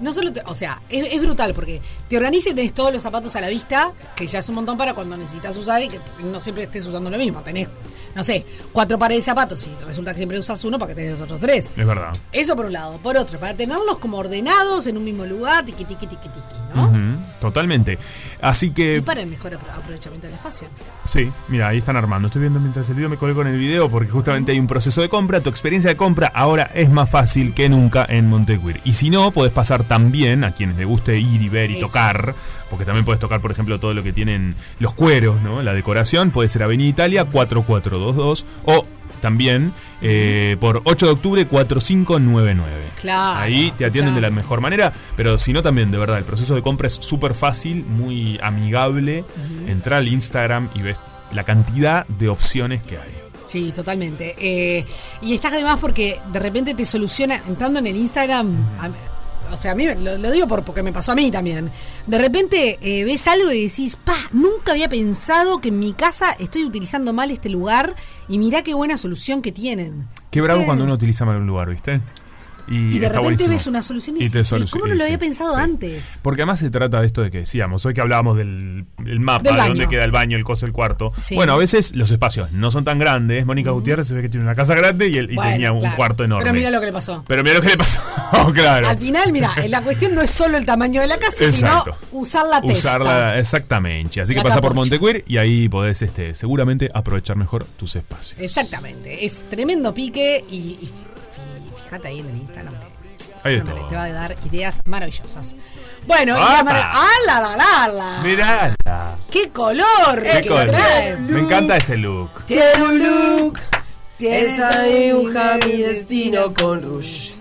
Speaker 2: No solo te- o sea, es, es brutal porque te organizas y tenés todos los zapatos a la vista, que ya es un montón para cuando necesitas usar y que no siempre estés usando lo mismo. Tenés, no sé, cuatro pares de zapatos y resulta que siempre usas uno para que tenés los otros tres.
Speaker 1: Es verdad.
Speaker 2: Eso por un lado. Por otro, para tenerlos como ordenados en un mismo lugar, tiqui, tiqui, tiqui, tiqui.
Speaker 1: Ujú, totalmente. Así
Speaker 2: Y
Speaker 1: que,
Speaker 2: para el mejor apro- aprovechamiento del espacio.
Speaker 1: sí, mira, ahí están armando. Estoy viendo mientras el video me colgué con el video porque justamente hay un proceso de compra. Tu experiencia de compra ahora es más fácil que nunca en Montecuir. Y si no, podés pasar también a quienes les guste ir y ver y
Speaker 20: Eso.
Speaker 1: tocar, porque también podés tocar, por ejemplo, todo lo que tienen los cueros, ¿no? La decoración. Puede ser Avenida Italia 4422 o también eh, por 8 de octubre 4599.
Speaker 2: Claro.
Speaker 1: Ahí te atienden de la mejor manera, pero si no también, de verdad, el proceso de compra es súper fácil, muy amigable. Entra al Instagram y ves la cantidad de opciones que hay.
Speaker 2: Sí, totalmente. Eh, y estás además porque de repente te soluciona, entrando en el Instagram, a- o sea, a mí lo, lo digo por, porque me pasó a mí también. De repente eh, ves algo y decís, pa, nunca había pensado que en mi casa estoy utilizando mal este lugar y mirá qué buena solución que tienen.
Speaker 1: Qué bravo
Speaker 2: Bien.
Speaker 1: cuando uno utiliza mal un lugar, ¿viste?
Speaker 2: Y, de
Speaker 1: está
Speaker 2: repente
Speaker 1: buenísimo.
Speaker 2: ves una solución y,
Speaker 1: Y te
Speaker 2: dices,
Speaker 1: solucion-
Speaker 2: ¿cómo no lo
Speaker 1: y
Speaker 2: había
Speaker 1: sí,
Speaker 2: pensado
Speaker 1: sí.
Speaker 2: antes?
Speaker 1: Porque además se trata de esto de que decíamos, hoy que hablábamos del el mapa,
Speaker 2: Del
Speaker 1: de dónde
Speaker 2: baño.
Speaker 1: queda el baño, el coso, el cuarto.
Speaker 2: Sí.
Speaker 1: Bueno, a veces los espacios no son tan grandes. Mónica Gutiérrez se ve que tiene una casa grande y, él, y
Speaker 2: Bueno,
Speaker 1: tenía un
Speaker 2: claro.
Speaker 1: cuarto enorme.
Speaker 2: Pero mira lo que le pasó.
Speaker 1: Pero mira lo que le pasó, claro.
Speaker 2: Al final, mira, la cuestión no es solo el tamaño de la casa,
Speaker 1: Exacto.
Speaker 2: sino usar la testa.
Speaker 1: Usarla, exactamente. Así
Speaker 2: La
Speaker 1: que pasa por
Speaker 2: capucha.
Speaker 1: Montecuir y ahí podés este, seguramente aprovechar mejor tus espacios.
Speaker 2: Exactamente, es tremendo pique y, y fi- fi- fíjate ahí en el Instagram
Speaker 1: Ahí de
Speaker 2: que
Speaker 1: todo.
Speaker 2: te va a dar ideas maravillosas. Bueno, y
Speaker 1: ¡Apa!
Speaker 2: la mara- ¡Ah, la, la, la, la!
Speaker 1: Mirala.
Speaker 2: ¡Qué color!
Speaker 1: Qué
Speaker 2: que
Speaker 1: cosa.
Speaker 2: trae!
Speaker 1: Me encanta ese look.
Speaker 2: Tiene un look,
Speaker 21: Esa dibuja mi destino con Rush.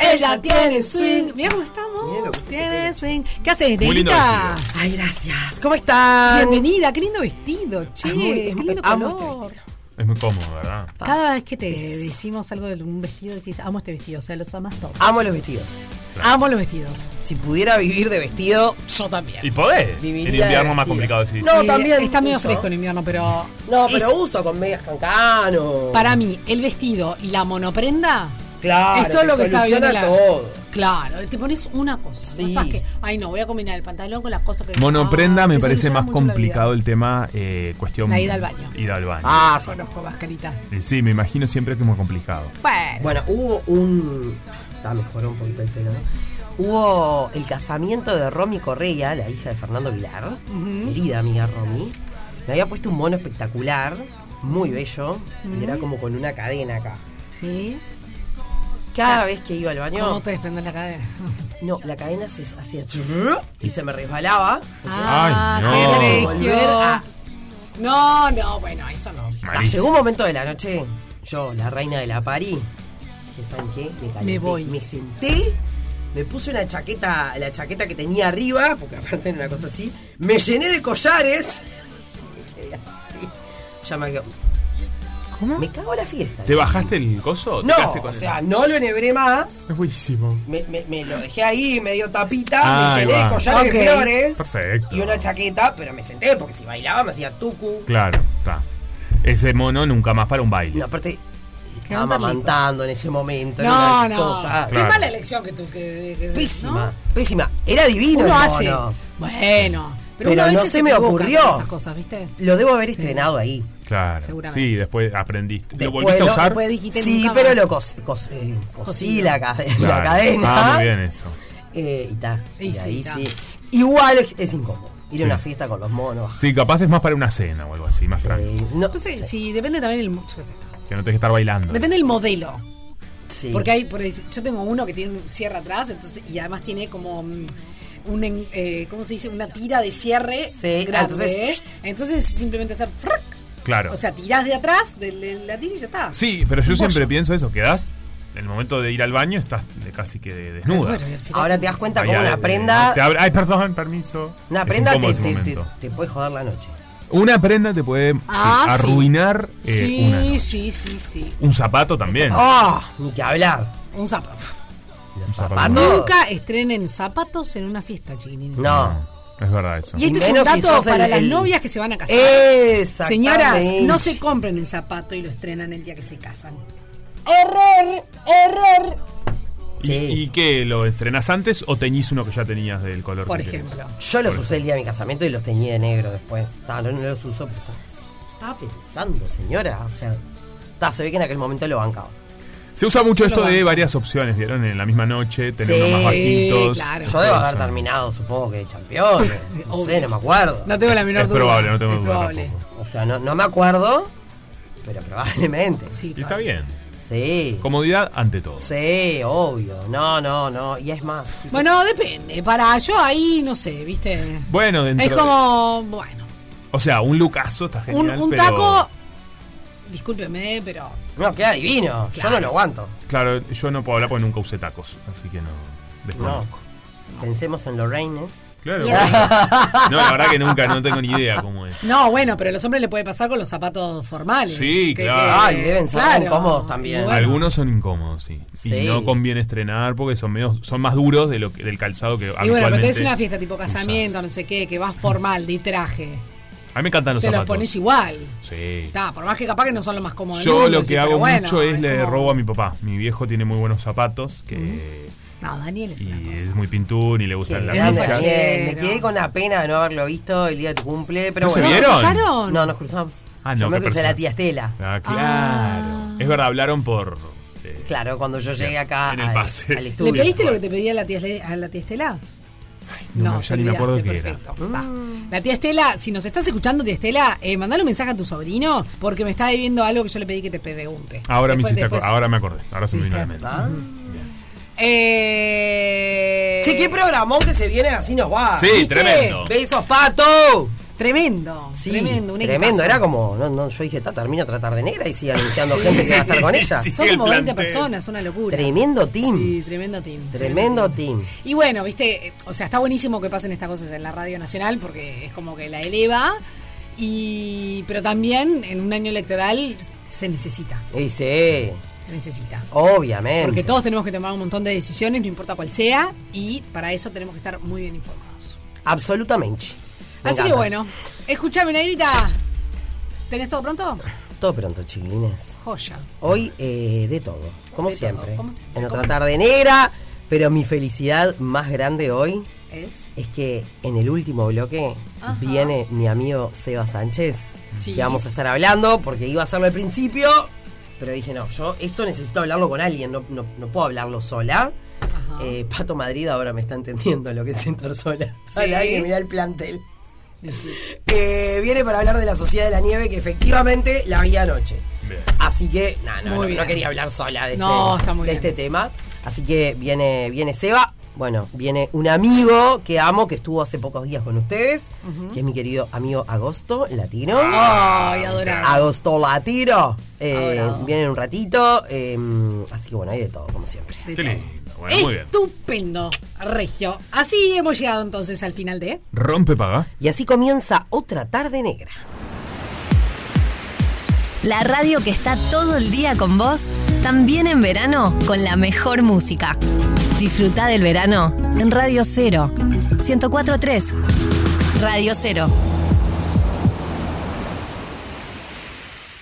Speaker 2: ella tiene swing. Mira cómo estamos. Tiene swing. ¿Qué haces,
Speaker 21: Muy lindo
Speaker 2: Negrita?
Speaker 21: vestido. Ay, gracias. ¿Cómo están?
Speaker 2: Bienvenida, qué lindo vestido, che.
Speaker 21: Amo-
Speaker 2: qué lindo
Speaker 21: amo este
Speaker 2: color.
Speaker 1: Es muy cómodo, ¿verdad?
Speaker 2: Cada vez que te decimos algo de un vestido, decís, amo este vestido, o sea, los amas todos.
Speaker 21: Amo los vestidos.
Speaker 2: Amo los vestidos.
Speaker 21: Si pudiera vivir de vestido,
Speaker 2: yo también.
Speaker 1: Y podés. en
Speaker 21: Viviría
Speaker 1: invierno
Speaker 21: de
Speaker 1: más
Speaker 21: vestido.
Speaker 1: complicado, sí.
Speaker 21: No,
Speaker 2: Eh,
Speaker 21: también
Speaker 2: Está medio
Speaker 21: uso.
Speaker 2: fresco en invierno, pero.
Speaker 21: No, pero
Speaker 2: es-
Speaker 21: uso con medias cancano.
Speaker 2: Para mí, el vestido y la monoprenda.
Speaker 21: Claro,
Speaker 2: es todo
Speaker 21: te
Speaker 2: lo que está bien.
Speaker 21: soluciona
Speaker 2: en la-
Speaker 21: todo.
Speaker 2: Claro, te pones una cosa. No estás que, ay, no, voy a combinar el pantalón con las cosas que.
Speaker 1: Monoprenda
Speaker 2: Ah,
Speaker 1: me
Speaker 2: te
Speaker 1: parece
Speaker 2: soluciona
Speaker 1: más
Speaker 2: mucho la vida.
Speaker 1: complicado el tema eh, cuestión.
Speaker 2: La ida al baño.
Speaker 1: Ida al baño.
Speaker 2: Ah, conozco mascarita.
Speaker 1: Eh, Sí, me imagino siempre que es muy complicado.
Speaker 2: Bueno.
Speaker 21: Bueno, hubo un. Está mejoró un poquito el pelo, ¿no? Hubo el casamiento de Romy Correa, la hija de Fernando Vilar.
Speaker 2: Ujú.
Speaker 21: Querida amiga Romy. Me había puesto un mono espectacular, muy bello.
Speaker 2: Ujú.
Speaker 21: Y era como con una cadena acá.
Speaker 2: Sí.
Speaker 21: cada vez que iba al baño.
Speaker 2: ¿Cómo te desprendes la cadena?
Speaker 21: No, la cadena se hacía churru y se me resbalaba. Entonces,
Speaker 2: Ah, Ay, no. qué
Speaker 21: tenía que
Speaker 2: regio.
Speaker 21: volver a-
Speaker 2: No, no, bueno, eso no.
Speaker 21: Ah, llegó un momento de la noche, yo, la reina de la pari, que saben qué, me calenté,
Speaker 2: Me voy.
Speaker 21: me senté, me puse una chaqueta, la chaqueta que tenía arriba, porque aparte era una cosa así, me llené de collares. quedé así. Ya me quedo. ¿Cómo? Me cago en la fiesta.
Speaker 1: ¿Te bajaste el coso?
Speaker 21: No,
Speaker 1: ¿Te quedaste con
Speaker 21: o
Speaker 1: él?
Speaker 21: sea, no lo enhebré más,
Speaker 1: Es buenísimo.
Speaker 21: me, me- me lo dejé ahí, me dio tapita,
Speaker 1: Ahí
Speaker 21: me llené
Speaker 1: va.
Speaker 21: de collares
Speaker 1: Ok.
Speaker 21: de flores
Speaker 1: Perfecto.
Speaker 21: y una chaqueta, pero me senté, porque si bailaba me hacía tucu.
Speaker 1: Claro, está. Ese mono nunca más para un baile.
Speaker 21: No, aparte, estaba onda, amamantando en ese momento. era
Speaker 2: No,
Speaker 21: una
Speaker 2: no.
Speaker 21: cosa.
Speaker 2: Qué mala elección que tú que, que-
Speaker 21: Pésima,
Speaker 2: ¿no?
Speaker 21: pésima. Era divino
Speaker 2: Uno
Speaker 21: el
Speaker 2: hace.
Speaker 21: mono.
Speaker 2: Bueno, pero,
Speaker 21: Pero
Speaker 2: uno a
Speaker 21: no
Speaker 2: veces
Speaker 21: se me
Speaker 2: equivoca con
Speaker 21: ocurrió.
Speaker 2: Esas cosas, ¿viste?
Speaker 21: Lo debo haber estrenado ahí.
Speaker 1: Claro.
Speaker 21: Seguramente.
Speaker 1: Sí, después aprendiste. ¿Lo
Speaker 21: Después
Speaker 1: volviste a
Speaker 21: lo-
Speaker 1: usar?
Speaker 21: después
Speaker 2: Pues dijiste
Speaker 21: sí,
Speaker 2: nunca
Speaker 21: pero
Speaker 2: más.
Speaker 21: lo cos- cos- eh, cosí la, cade- la
Speaker 1: Claro.
Speaker 21: cadena.
Speaker 1: Ah, muy bien eso.
Speaker 21: Eh, y ta.
Speaker 2: Y
Speaker 21: Y
Speaker 2: sí,
Speaker 21: ahí
Speaker 2: ta.
Speaker 21: sí. Igual es, es incómodo. Ir
Speaker 1: Sí.
Speaker 21: a una fiesta con los monos.
Speaker 1: Sí, capaz es más para una cena o algo así, más tranquilo.
Speaker 21: No,
Speaker 2: sé, sí, depende también el, mo- yo qué sé.
Speaker 1: Que no tenés que estar bailando.
Speaker 2: depende del modelo.
Speaker 21: Sí.
Speaker 2: Porque hay, por ahí- yo tengo uno que tiene un cierre atrás, entonces y además tiene como mm, un, en- eh, ¿cómo se dice? Una tira de cierre
Speaker 21: Sí,
Speaker 2: grande. Entonces,
Speaker 21: entonces-
Speaker 2: simplemente hacer, frac,
Speaker 1: Claro.
Speaker 2: o sea, tirás de atrás de, de la tira y ya está.
Speaker 1: sí, pero yo
Speaker 2: Un
Speaker 1: siempre pienso eso, quedás, en el momento de ir al baño estás de- casi que de- desnuda.
Speaker 21: Ahora te das cuenta
Speaker 1: Ahí,
Speaker 21: cómo
Speaker 1: ahí,
Speaker 21: una
Speaker 1: ahí,
Speaker 21: prenda.
Speaker 1: te abre- ay, perdón, permiso.
Speaker 21: Una
Speaker 1: Es
Speaker 21: prenda
Speaker 1: incómodo
Speaker 21: te,
Speaker 1: ese
Speaker 21: te-
Speaker 1: momento.
Speaker 21: te- te puede joder la noche.
Speaker 1: Una prenda te puede sí,
Speaker 21: Ah, sí.
Speaker 1: arruinar eh, una noche.
Speaker 2: Sí, sí, sí, sí.
Speaker 1: Un zapato también.
Speaker 21: ¡Ah! ni que hablar.
Speaker 2: Un zapato.
Speaker 1: Los
Speaker 2: Nunca estrenen zapatos en una fiesta, chiquilines.
Speaker 1: No. Es verdad eso.
Speaker 2: Y este es un
Speaker 21: menos si
Speaker 2: dato
Speaker 21: sos el-
Speaker 2: para las
Speaker 21: el-
Speaker 2: novias que se van a casar.
Speaker 21: Exactamente.
Speaker 2: Señoras, no se compren el zapato y lo estrenan el día que se casan. ¡Error! ¡Error!
Speaker 1: ¿Y, y qué? ¿Lo estrenás antes o teñís uno que ya tenías del color que querés?
Speaker 21: Yo los usé el día de mi casamiento y los teñí de negro después. Ta, no, no los uso, pero son así. estaba pensando, señora. O sea, ta, se ve que en aquel momento lo bancaba.
Speaker 1: Se usa mucho
Speaker 21: Yo
Speaker 1: esto
Speaker 21: lo
Speaker 1: de
Speaker 21: banco.
Speaker 1: varias opciones, ¿vieron? En la misma noche, tener unos más bajitos.
Speaker 21: Yo debo haber terminado, supongo que campeón. No sé, no me acuerdo.
Speaker 2: No tengo la menor
Speaker 1: Es duda. probable, no tengo Es duda probable.
Speaker 21: O sea, no, no me acuerdo, pero probablemente.
Speaker 2: Sí,
Speaker 1: Y está bien.
Speaker 21: Sí.
Speaker 1: Comodidad ante todo.
Speaker 21: Sí, obvio. No, no, no. Y es más. tipo,
Speaker 2: Bueno, depende. Para yo ahí, no sé, ¿viste?
Speaker 1: Bueno, dentro
Speaker 2: Es
Speaker 1: de-
Speaker 2: como, bueno,
Speaker 1: O sea, un lucazo está
Speaker 2: un,
Speaker 1: genial,
Speaker 2: un
Speaker 1: pero-
Speaker 2: taco, discúlpeme, pero...
Speaker 21: No, queda divino. Yo no lo aguanto.
Speaker 1: Claro, yo no puedo hablar porque nunca usé tacos, así que no. Desconozco.
Speaker 21: Pensemos en Lorraine.
Speaker 1: Claro. No, la verdad que nunca, no tengo ni idea cómo es.
Speaker 2: No, bueno, pero a los hombres le puede pasar con los zapatos formales.
Speaker 1: Sí,
Speaker 2: Que-
Speaker 1: claro.
Speaker 2: que-
Speaker 1: Ay, deben
Speaker 21: ser incómodos también.
Speaker 2: Y bueno,
Speaker 1: Algunos son incómodos, sí.
Speaker 21: Sí.
Speaker 1: Y no conviene estrenar porque son medio, son más duros de lo que, del calzado que
Speaker 2: Y bueno, pero
Speaker 1: habitualmente
Speaker 2: tenés una fiesta tipo casamiento, no sé qué, que vas formal, de traje.
Speaker 1: A mí me encantan los
Speaker 2: te los
Speaker 1: zapatos.
Speaker 2: pones igual.
Speaker 1: Sí.
Speaker 2: Está, por más que capaz que no son los más cómodos. del
Speaker 1: Yo
Speaker 2: mundo,
Speaker 1: lo
Speaker 2: sí,
Speaker 1: que
Speaker 2: pero
Speaker 1: hago
Speaker 2: bueno,
Speaker 1: mucho es le
Speaker 2: como-
Speaker 1: robo a mi papá. Mi viejo tiene muy buenos zapatos que
Speaker 2: No, Daniel es...
Speaker 1: y es muy pintún y le gustan las
Speaker 21: Era
Speaker 1: luchas.
Speaker 21: Daniel, me quedé con la pena de no haberlo visto el día de tu cumple, pero
Speaker 1: ¿No se
Speaker 21: bueno.
Speaker 1: vieron? ¿No se cruzaron?
Speaker 21: No, nos cruzamos.
Speaker 1: Ah,
Speaker 21: yo
Speaker 1: no,
Speaker 21: me
Speaker 1: qué
Speaker 21: crucé a
Speaker 1: persona.
Speaker 21: la tía Estela.
Speaker 1: Ah, claro.
Speaker 2: Ah.
Speaker 1: Es verdad, hablaron por. eh,
Speaker 21: Claro, cuando yo llegué acá
Speaker 1: En el
Speaker 21: al-
Speaker 1: pase.
Speaker 21: al
Speaker 2: ¿Le pediste lo que te pedía la tía, Le- a la tía Estela?
Speaker 1: No,
Speaker 2: No,
Speaker 1: ya
Speaker 2: te
Speaker 1: ni me acuerdo
Speaker 2: olvidaste,
Speaker 1: qué era.
Speaker 2: Va.
Speaker 21: Mm.
Speaker 2: La tía Estela, si nos estás escuchando, tía Estela, eh, mandale un mensaje a tu sobrino porque me está debiendo algo que yo le pedí que te pregunte.
Speaker 1: Ahora me
Speaker 2: Después-
Speaker 1: hiciste acor-
Speaker 2: después-
Speaker 1: ahora me acordé. Ahora se me vino a la mente.
Speaker 2: Eh...
Speaker 21: Che, qué programón que se viene así nos va.
Speaker 1: Sí, ¿Viste? tremendo.
Speaker 21: Besos, pato.
Speaker 2: Tremendo.
Speaker 21: Sí,
Speaker 2: tremendo. Un
Speaker 21: tremendo.
Speaker 2: equipazo.
Speaker 21: Era como, no, no, yo dije, ta, termino de tratar de negra y sigue anunciando gente que va a estar con ella.
Speaker 2: Son como 20 personas, una locura.
Speaker 21: Tremendo team.
Speaker 2: Sí, tremendo team.
Speaker 21: Tremendo team.
Speaker 2: Y bueno, viste, eh, o sea, está buenísimo que pasen estas cosas en la radio nacional porque es como que la eleva. Y, pero también en un año electoral se necesita,
Speaker 21: Y sí,
Speaker 2: se necesita.
Speaker 21: obviamente.
Speaker 2: Porque todos tenemos que tomar un montón de decisiones, no importa cuál sea, y para eso tenemos que estar muy bien informados.
Speaker 21: Absolutamente. Me
Speaker 2: Así que
Speaker 21: encanta.
Speaker 2: bueno, escúchame, Negrita. ¿Tenés todo pronto?
Speaker 21: Todo pronto, chiquilines.
Speaker 2: Joya.
Speaker 21: Hoy eh, de todo, como siempre.
Speaker 2: como
Speaker 21: En otra tarde negra, pero mi felicidad más grande hoy
Speaker 2: Es.
Speaker 21: es que en el último bloque
Speaker 2: Ajá.
Speaker 21: viene mi amigo Seba Sánchez,
Speaker 2: Sí.
Speaker 21: que vamos a estar hablando, porque iba a hacerlo al principio, pero dije, no, yo esto necesito hablarlo con alguien, no, no- no puedo hablarlo sola. Eh, Pato Madrid ahora me está entendiendo lo que es sentar sola.
Speaker 2: Sí.
Speaker 21: Al aire, mirá el plantel. Eh, viene para hablar de la Sociedad de la Nieve que efectivamente la vi anoche. Así que, no, no,
Speaker 16: Muy
Speaker 21: no,
Speaker 16: bien.
Speaker 21: no quería hablar sola de,
Speaker 16: No,
Speaker 21: este,
Speaker 16: está muy
Speaker 21: de
Speaker 16: bien.
Speaker 21: este tema. Así que viene, viene Seba. Bueno, viene un amigo que amo, que estuvo hace pocos días con ustedes, que es mi querido amigo Agosto Latino.
Speaker 16: Ay, adorable.
Speaker 21: Agosto Latino. Eh, viene en un ratito. eh, así que bueno, hay de todo, como siempre.
Speaker 16: De
Speaker 1: Qué lindo. Bueno, muy bien.
Speaker 16: Estupendo, Regio. Así hemos llegado entonces al final
Speaker 2: Ah.
Speaker 16: de.
Speaker 1: Rompe paga.
Speaker 21: Y así comienza otra tarde negra.
Speaker 3: La radio que está todo el día con vos, también en verano con la mejor música. Disfruta del verano en Radio Cero. 1043. Radio Cero.